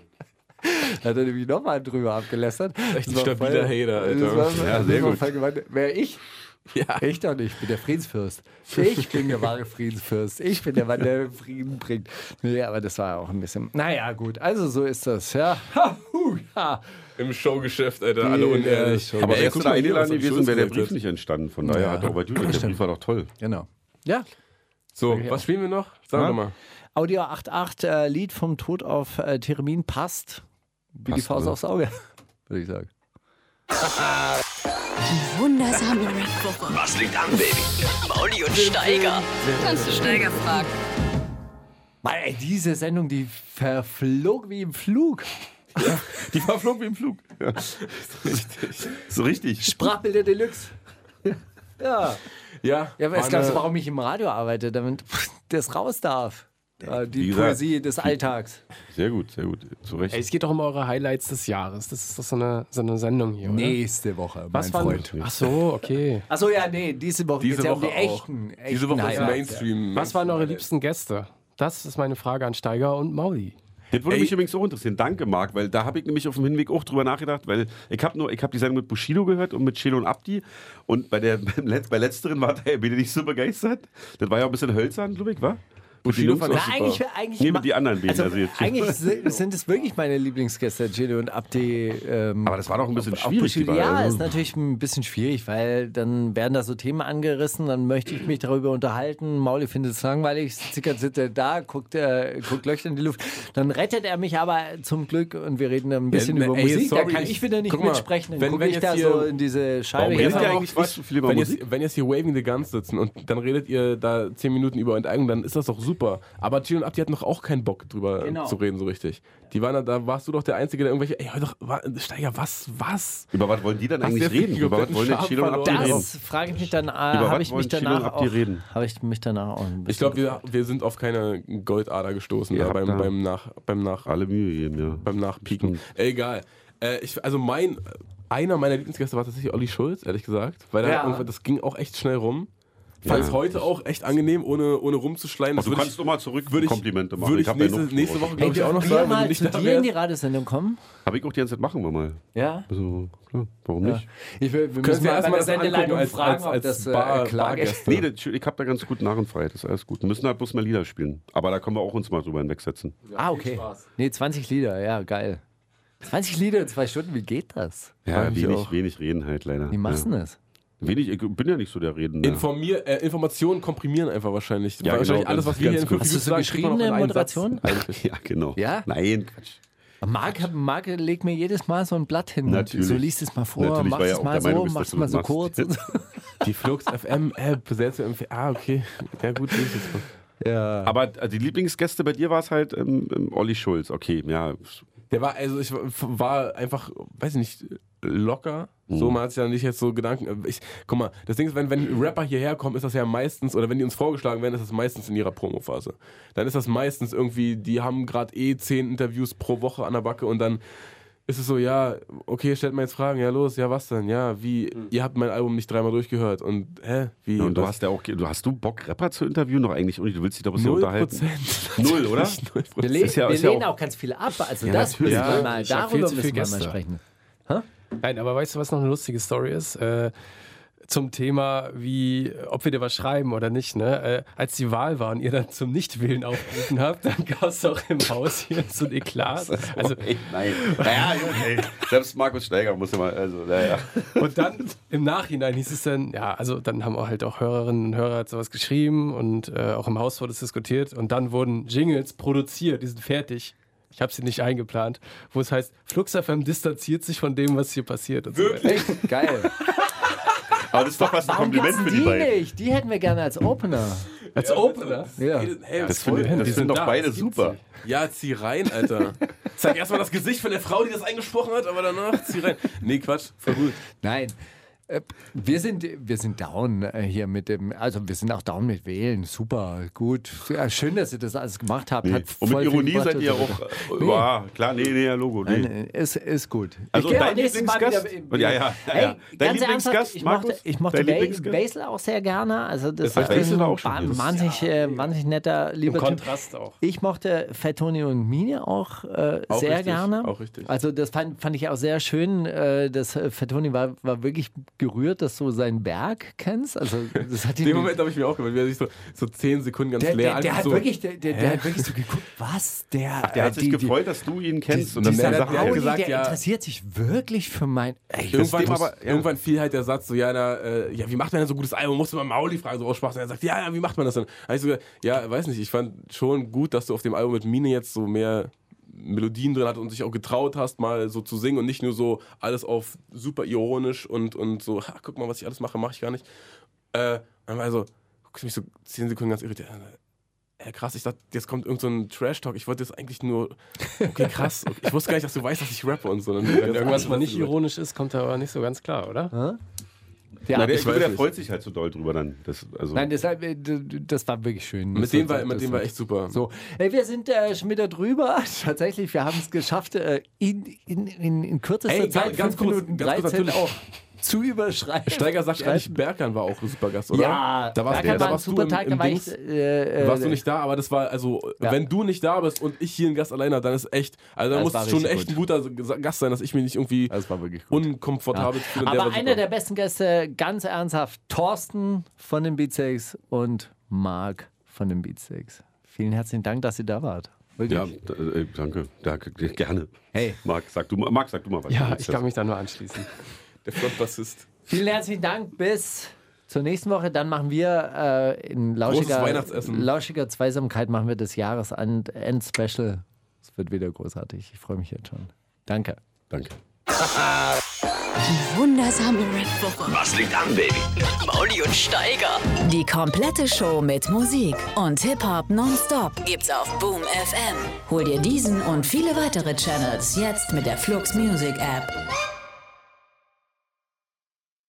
Speaker 6: Da hat er nämlich nochmal drüber abgelästert.
Speaker 8: Echt ein
Speaker 6: Das war
Speaker 8: stabiler Hater, Alter.
Speaker 6: Das war,
Speaker 7: Ja,
Speaker 6: das
Speaker 7: sehr
Speaker 6: war
Speaker 7: gut.
Speaker 6: voll gemein. Wer ich?
Speaker 8: Ja.
Speaker 6: Ich doch nicht, ich bin der Friedensfürst. Ich bin der wahre Friedensfürst. Ich bin der Mann, der Frieden bringt. Nee, aber das war auch ein bisschen. Naja, gut, also so ist das, ja. Ha, hu, ha.
Speaker 8: Im Showgeschäft, Alter, alle
Speaker 6: Nee,
Speaker 8: unehrlich.
Speaker 6: nee,
Speaker 7: Aber
Speaker 8: Ey,
Speaker 7: wärst du
Speaker 8: guck
Speaker 7: da
Speaker 8: mal hier,
Speaker 7: eingeladen
Speaker 8: was am
Speaker 7: gewesen,
Speaker 8: Schulz
Speaker 7: wäre der
Speaker 8: geredet.
Speaker 7: Brief nicht entstanden. Von daher hat auch bei Judith, der Brief war doch toll.
Speaker 6: Genau. Ja,
Speaker 8: So, was spielen wir noch? Sag doch mal.
Speaker 6: Audio 8.8, äh, Lied vom Tod auf äh, Termin passt. Wie die
Speaker 7: Passt,
Speaker 6: Faust
Speaker 7: ne?
Speaker 6: aufs Auge, würde ich sagen.
Speaker 4: Wundersame
Speaker 2: Was liegt an, Baby? Mauli und Steiger. Kannst du Steiger fragen?
Speaker 6: Mann, ey, diese Sendung, die verflog wie im Flug.
Speaker 8: Die war flog wie im Flug.
Speaker 7: So richtig.
Speaker 6: Sprachbilder Deluxe. ja.
Speaker 8: Ja,
Speaker 6: Ja, aber es
Speaker 8: war
Speaker 6: gab
Speaker 8: eine-
Speaker 6: warum ich im Radio arbeite, damit das raus darf. Äh,
Speaker 7: wie
Speaker 6: Die
Speaker 7: gesagt,
Speaker 6: Poesie des Alltags.
Speaker 7: Sehr gut, sehr gut. Zu Recht.
Speaker 9: Ey, es geht doch um eure Highlights des Jahres. Das ist doch so eine, so eine Sendung hier, oder?
Speaker 6: Nächste Woche, mein
Speaker 9: Was war
Speaker 6: Freund.
Speaker 9: Ach so, okay.
Speaker 6: Achso, ja, nee, diese Woche geht
Speaker 8: Diese
Speaker 6: es ja um die
Speaker 8: Woche auch.
Speaker 6: echten, echten
Speaker 8: Diese Woche ist
Speaker 6: Highlights.
Speaker 8: Mainstream.
Speaker 9: Was waren eure liebsten Gäste? Das ist meine Frage an Steiger und Mauli.
Speaker 7: Das würde
Speaker 8: Ey.
Speaker 7: mich übrigens auch interessieren. Danke, Marc, weil da habe ich nämlich auf dem Hinweg auch drüber nachgedacht, weil ich habe nur, ich habe die Sendung mit Bushido gehört und mit Chelo und Abdi und bei der beim Let- bei letzteren war der bin ich nicht so begeistert. Das war ja ein bisschen hölzern, glaube ich, war?
Speaker 8: Bushido fand
Speaker 6: Na,
Speaker 8: ich super.
Speaker 6: eigentlich, eigentlich,
Speaker 7: Nee,
Speaker 6: ma-
Speaker 7: mit die anderen beiden, also jetzt.
Speaker 6: eigentlich si- sind es wirklich meine Lieblingsgäste, Gilly und Abdi. Ähm,
Speaker 7: Aber das war doch ein bisschen
Speaker 6: auch
Speaker 7: schwierig. die
Speaker 6: Bushido.
Speaker 7: Wahl.
Speaker 6: Ja,
Speaker 7: Also,
Speaker 6: ist natürlich ein bisschen schwierig, weil dann werden da so Themen angerissen, dann möchte ich mich darüber unterhalten. Mauli findet es langweilig, Zickert sitzt er da, guckt, äh, guckt Löcher in die Luft. Dann rettet er mich aber zum Glück und wir reden dann ein bisschen
Speaker 8: na,
Speaker 6: über
Speaker 8: ne, ey,
Speaker 6: Musik.
Speaker 8: sorry,
Speaker 6: da kann ich
Speaker 8: ich-
Speaker 6: wieder nicht
Speaker 8: guck mal,
Speaker 6: mitsprechen. Dann
Speaker 8: wenn-
Speaker 6: gucke
Speaker 8: wenn
Speaker 6: ich
Speaker 8: jetzt
Speaker 6: da
Speaker 8: hier-
Speaker 6: so in diese Scheibe.
Speaker 7: Warum
Speaker 6: hier.
Speaker 7: redet ihr
Speaker 8: aber
Speaker 7: eigentlich
Speaker 8: auch
Speaker 7: nicht so viel über
Speaker 8: wenn
Speaker 7: Musik?
Speaker 8: Jetzt, wenn jetzt hier Waving the Guns sitzen und dann redet ihr da 10 Minuten über Enteignung, dann ist das doch super. Aber Tio und Abdi hatten noch auch keinen Bock drüber
Speaker 6: Genau.
Speaker 8: zu reden, so richtig. Die waren da, da warst du doch der Einzige, der irgendwelche, ey, hör doch, wa- Steiger, was, was?
Speaker 7: über was wollen die dann
Speaker 8: Hast
Speaker 7: eigentlich
Speaker 8: du jetzt
Speaker 7: reden?
Speaker 8: die
Speaker 7: Über was
Speaker 8: kompletten
Speaker 7: wollen denn Chelo und Abdi
Speaker 8: Schaf verloren?
Speaker 7: reden?
Speaker 6: Das frage ich mich dann, äh,
Speaker 7: was
Speaker 6: habe ich mich
Speaker 7: wollen Chilo und
Speaker 6: danach
Speaker 7: Abdi
Speaker 6: auch,
Speaker 7: reden?
Speaker 6: habe ich mich danach auch ein bisschen
Speaker 8: Ich glaube, wir, wir sind auf keine Goldader gestoßen
Speaker 7: Ihr
Speaker 8: da
Speaker 7: habt
Speaker 8: beim,
Speaker 7: da-
Speaker 8: beim, nach, beim, nach,
Speaker 7: Alle Mühe geben, ja.
Speaker 8: beim Nachpieken.
Speaker 7: Stimmt.
Speaker 8: Egal. Äh, ich, also mein, einer meiner Lieblingsgäste war tatsächlich Olli Schulz, ehrlich gesagt. Weil der
Speaker 6: Ja.
Speaker 8: hat irgendwann- das ging auch echt schnell rum. Fand es heute auch echt angenehm, ohne, ohne rumzuschleimen. Das
Speaker 7: Also Du
Speaker 8: würd
Speaker 7: kannst
Speaker 8: ich,
Speaker 7: nochmal zurück
Speaker 8: würde ich-
Speaker 7: Komplimente machen.
Speaker 8: würde ich
Speaker 7: hab
Speaker 8: nächste-
Speaker 7: einen Luft-
Speaker 8: nächste Woche-
Speaker 6: Ey,
Speaker 8: glaub ich, auch noch
Speaker 6: dürfen wir
Speaker 8: sagen, wenn du
Speaker 6: mal
Speaker 8: nicht
Speaker 6: zu
Speaker 8: da
Speaker 6: dir in die
Speaker 8: wärst.
Speaker 6: Radiosendung kommen?
Speaker 7: Hab ich auch die ganze Zeit, machen wir mal.
Speaker 6: Ja.
Speaker 7: Also, klar, warum nicht?
Speaker 6: Ich will, wir
Speaker 8: Können
Speaker 6: müssen
Speaker 8: wir
Speaker 6: mal erstmal
Speaker 8: erst
Speaker 6: der
Speaker 8: mal das angucken
Speaker 6: Sendeleitung
Speaker 8: als,
Speaker 6: fragen,
Speaker 8: als,
Speaker 6: ob das
Speaker 8: als
Speaker 6: äh, klar
Speaker 8: Bar,
Speaker 6: ist.
Speaker 8: Bargäste.
Speaker 7: Nee, das, ich habe da ganz guten Narrenfreiheit, das ist alles gut. Wir müssen halt bloß mal Lieder spielen. Aber da können wir auch uns mal drüber hinwegsetzen.
Speaker 6: Ah, okay. Nee, 20 Lieder, ja, geil. 20 Lieder in zwei Stunden, wie geht das?
Speaker 7: Ja,
Speaker 8: ich
Speaker 7: wenig,
Speaker 8: auch.
Speaker 7: wenig reden halt leider.
Speaker 6: Wie machst du
Speaker 7: ja.
Speaker 6: denn das?
Speaker 7: Wenig, ich bin ja nicht so der Redende.
Speaker 8: Informier, äh, Informationen komprimieren einfach wahrscheinlich.
Speaker 7: Ja,
Speaker 8: wahrscheinlich
Speaker 7: genau,
Speaker 8: alles, was
Speaker 7: ganz-
Speaker 8: wir hier
Speaker 7: ganz gut.
Speaker 8: in fünf
Speaker 6: Hast du
Speaker 8: Minuten
Speaker 6: so
Speaker 8: sagen, kriegt man
Speaker 6: geschriebene
Speaker 8: noch in einen Satz.
Speaker 6: Moderation?
Speaker 7: ja, genau.
Speaker 6: Ja?
Speaker 7: Nein, Quatsch.
Speaker 6: Marc, hat- Marc legt mir jedes Mal so ein Blatt hin.
Speaker 7: Natürlich.
Speaker 6: So liest es mal vor,
Speaker 7: Natürlich,
Speaker 6: machst
Speaker 7: weil er
Speaker 6: es
Speaker 7: auch
Speaker 6: mal
Speaker 7: der Meinung
Speaker 6: so,
Speaker 7: ist,
Speaker 6: machst es
Speaker 7: dass du
Speaker 6: mal
Speaker 7: das
Speaker 6: so
Speaker 7: machst.
Speaker 6: kurz. und so.
Speaker 8: Die Flux FM App, sehr zu empfehlen. Ah, okay. Ja, gut, lese ich jetzt mal.
Speaker 7: Aber äh, die Lieblingsgäste bei dir war es halt ähm, ähm, Olli Schulz. Okay, ja.
Speaker 8: Der war, also ich war einfach, weiß ich nicht, locker. So, man hat sich ja nicht jetzt so Gedanken. äh, Ich, guck mal, das Ding ist, wenn, wenn Rapper hierher kommen, ist das ja meistens, oder wenn die uns vorgeschlagen werden, ist das meistens in ihrer Promophase. Dann ist das meistens irgendwie, die haben gerade eh zehn Interviews pro Woche an der Backe und dann ist es so, ja, okay, stellt mir jetzt Fragen, ja los, ja was denn, ja, wie, ihr habt mein Album nicht dreimal durchgehört und, hä, wie?
Speaker 7: Und du
Speaker 8: was?
Speaker 7: hast ja auch, du hast du Bock, Rapper zu interviewen? Noch eigentlich, Uli, du willst dich doch ein bisschen
Speaker 8: null
Speaker 7: unterhalten.
Speaker 8: Prozent.
Speaker 7: Null, oder?
Speaker 8: Null
Speaker 6: Wir,
Speaker 8: Prozent.
Speaker 6: lehnen,
Speaker 7: ist ja-
Speaker 6: wir
Speaker 7: ist ja
Speaker 6: lehnen
Speaker 7: auch-
Speaker 6: auch ganz viel ab. Also
Speaker 7: Ja,
Speaker 6: das
Speaker 7: natürlich.
Speaker 6: müssen wir
Speaker 7: Ja,
Speaker 6: mal,
Speaker 9: ich hab
Speaker 6: darüber
Speaker 9: viel zu
Speaker 6: müssen
Speaker 9: viel
Speaker 6: wir mal
Speaker 9: Gäste.
Speaker 6: sprechen.
Speaker 9: Nein, aber weißt du, was noch eine lustige Story ist? Äh, zum Thema, wie, ob wir dir was schreiben oder nicht, ne? Äh, als die Wahl war und ihr dann zum Nichtwählen aufgerufen habt, dann gab es auch im Haus hier so ein Eklat. Also,
Speaker 7: Ey, nein. Naja, gut, ey. Selbst Markus Steiger muss ja mal, also, naja.
Speaker 9: und dann im Nachhinein hieß es dann, ja, also dann haben auch halt auch Hörerinnen und Hörer sowas geschrieben und äh, auch im Haus wurde es diskutiert und dann wurden Jingles produziert, die sind fertig. Ich habe sie nicht eingeplant, wo es heißt, Flux FM distanziert sich von dem, was hier passiert. Und So weiter.
Speaker 6: Geil.
Speaker 7: Aber das ist doch fast ein
Speaker 6: Warum
Speaker 7: Kompliment
Speaker 6: gibt's
Speaker 7: für
Speaker 6: die
Speaker 7: die beiden.
Speaker 6: nicht? Die hätten wir gerne als Opener.
Speaker 9: Als Opener.
Speaker 6: Ja.
Speaker 7: Äh,
Speaker 8: Hey,
Speaker 7: Das
Speaker 8: voll.
Speaker 7: finde das finden
Speaker 9: die sind
Speaker 7: doch
Speaker 9: da,
Speaker 7: beide
Speaker 9: das gibt's
Speaker 7: super.
Speaker 9: nicht.
Speaker 8: Ja, zieh rein, Alter. Zeig erstmal das Gesicht von der Frau, die das eingesprochen hat, aber danach zieh rein. Nee, Quatsch, voll gut.
Speaker 6: Nein. Äh, Wir sind, wir sind down äh, hier mit dem, also wir sind auch down mit Wählen. Super, gut. Ja, schön, dass ihr das alles gemacht habt.
Speaker 7: Nee.
Speaker 6: Hat
Speaker 7: Und mit
Speaker 6: voll viel
Speaker 7: Ironie
Speaker 6: gebracht
Speaker 7: seid
Speaker 6: und
Speaker 7: ihr
Speaker 6: so
Speaker 7: auch.
Speaker 6: weiter.
Speaker 7: äh, boah, klar, nee, nee, ja, Logo. Nee.
Speaker 6: Nein, Ist, ist gut.
Speaker 7: Also,
Speaker 6: Ich geh
Speaker 7: dein
Speaker 6: beim nächsten Mal
Speaker 7: Lieblingsgast?
Speaker 6: wieder in-
Speaker 7: Und ja, ja, ja,
Speaker 6: Ey,
Speaker 7: ja. Dein
Speaker 6: ganz
Speaker 7: Lieblingsgast,
Speaker 6: ernsthaft, ich
Speaker 7: Markus?
Speaker 6: mochte, ich mochte
Speaker 7: Dein
Speaker 6: Ba-
Speaker 7: Lieblingsgast?
Speaker 6: Basel auch sehr gerne. Also das,
Speaker 7: war
Speaker 6: ist ein
Speaker 7: Basel auch schon
Speaker 6: wa-
Speaker 7: hier.
Speaker 6: wahnsinnig, äh, wahnsinnig netter, lieber Typ.
Speaker 9: Kontrast auch.
Speaker 6: Ich mochte Fettoni und Mine auch, äh,
Speaker 8: Auch
Speaker 6: sehr
Speaker 8: richtig,
Speaker 6: gerne.
Speaker 8: auch richtig.
Speaker 6: Also das fand, fand ich auch sehr schön. Äh, das äh, Fettoni war, war wirklich gerührt, dass du seinen Berg kennst. Also das hat ihn
Speaker 8: Den Moment habe ich mir auch gewählt, wie er sich so, so 10 Sekunden ganz
Speaker 6: der,
Speaker 8: leer
Speaker 6: der, der,
Speaker 8: einfach
Speaker 6: hat
Speaker 8: so.
Speaker 6: wirklich, der, der, der hat wirklich so geguckt, was der.
Speaker 7: Der hat
Speaker 6: äh,
Speaker 7: sich
Speaker 6: die- die-
Speaker 7: gefreut, dass du ihn kennst. und dann
Speaker 8: dieser
Speaker 7: der
Speaker 8: Rauli,
Speaker 7: Sache
Speaker 6: Pauli,
Speaker 8: gesagt,
Speaker 6: der
Speaker 8: ja.
Speaker 6: interessiert sich wirklich für mein. Ey,
Speaker 8: Irgendwann,
Speaker 7: Dem aber- ja.
Speaker 8: irgendwann fiel halt der Satz so, ja, na, äh, ja, wie macht man denn so ein gutes Album? Musste man Mauli fragen, so aussprachst. Und er sagt, ja, ja, wie macht man das denn? Hab ich so gesagt, ja, weiß nicht, ich fand schon gut, dass du auf dem Album mit Mine jetzt so mehr Melodien drin hattest und dich auch getraut hast, mal so zu singen und nicht nur so alles auf super ironisch und, und so, ha, guck mal, was ich alles mache, mache ich gar nicht. Äh, und dann war er so, guckst mich so 10 Sekunden ganz irritiert. an. Äh, krass, ich dachte, jetzt kommt irgend so ein Trash-Talk. Ich wollte jetzt eigentlich nur. Okay, krass. Okay. Ich wusste gar nicht, dass du weißt, dass ich rappe und so. Dann
Speaker 9: Wenn irgendwas mal nicht ironisch ist, kommt da aber nicht so ganz klar, oder?
Speaker 6: der,
Speaker 7: Nein, der,
Speaker 8: ich
Speaker 7: ich glaube,
Speaker 8: weiß
Speaker 7: der
Speaker 8: nicht.
Speaker 7: freut sich halt so doll drüber dann. Das, also,
Speaker 6: Nein, das, äh, d- das war wirklich schön.
Speaker 8: Mit
Speaker 6: Das
Speaker 8: dem
Speaker 6: war-
Speaker 8: war, mit
Speaker 6: das
Speaker 8: dem war echt super.
Speaker 6: halt So, ey, wir sind äh, schon wieder drüber. Tatsächlich, wir haben es geschafft, äh, in, in, in, in kürzester
Speaker 8: Ey, ganz-
Speaker 6: Zeit,
Speaker 8: ganz
Speaker 6: 5
Speaker 8: kurz,
Speaker 6: Minuten
Speaker 8: ganz kurz
Speaker 6: 13
Speaker 8: natürlich.
Speaker 6: auch zu überschreiten.
Speaker 8: Steiger sagt ehrlich, Berkan war auch ein super Gast, oder?
Speaker 6: Ja,
Speaker 8: da warst,
Speaker 6: Berkan
Speaker 8: da
Speaker 6: war ein
Speaker 8: warst
Speaker 6: super
Speaker 8: du
Speaker 6: Tag,
Speaker 8: im, im
Speaker 6: da war
Speaker 8: Dings,
Speaker 6: ich. Äh, äh,
Speaker 8: warst du nicht da, aber das war, also,
Speaker 6: Ja.
Speaker 8: wenn du nicht da bist und ich hier ein Gast alleine, hab, dann ist echt, also, da
Speaker 6: Das
Speaker 8: muss
Speaker 6: war
Speaker 8: es schon
Speaker 6: richtig
Speaker 8: echt ein guter Gast sein, dass ich mich nicht irgendwie
Speaker 6: Das war wirklich gut.
Speaker 8: unkomfortabel fühle. Der
Speaker 6: Aber
Speaker 8: war
Speaker 6: einer
Speaker 8: super.
Speaker 6: der besten Gäste, äh, ganz ernsthaft, Thorsten von den Beatseaks und Marc von den Beatseaks. Vielen herzlichen Dank, dass ihr da wart. Wirklich.
Speaker 7: ja, d- äh, danke. Danke, gerne.
Speaker 6: Hey.
Speaker 7: Marc, sag du, mal- Marc, sag du mal was.
Speaker 9: Ja, ich kann mich da nur anschließen.
Speaker 8: der Frontbassist.
Speaker 6: Vielen herzlichen Dank. Bis zur nächsten Woche. Dann machen wir äh, in lauschiger,
Speaker 8: Großes Weihnachtsessen.
Speaker 6: lauschiger Zweisamkeit machen wir des Jahres ein End-Special. Es wird wieder großartig. Ich freue mich jetzt schon. Danke.
Speaker 7: Danke.
Speaker 4: Wundersame Red Booker.
Speaker 2: Was liegt an, Baby? Mauli und Steiger.
Speaker 5: Die komplette Show mit Musik und Hip-Hop nonstop gibt's auf Boom FM. Hol dir diesen und viele weitere Channels jetzt mit der Flux Music App.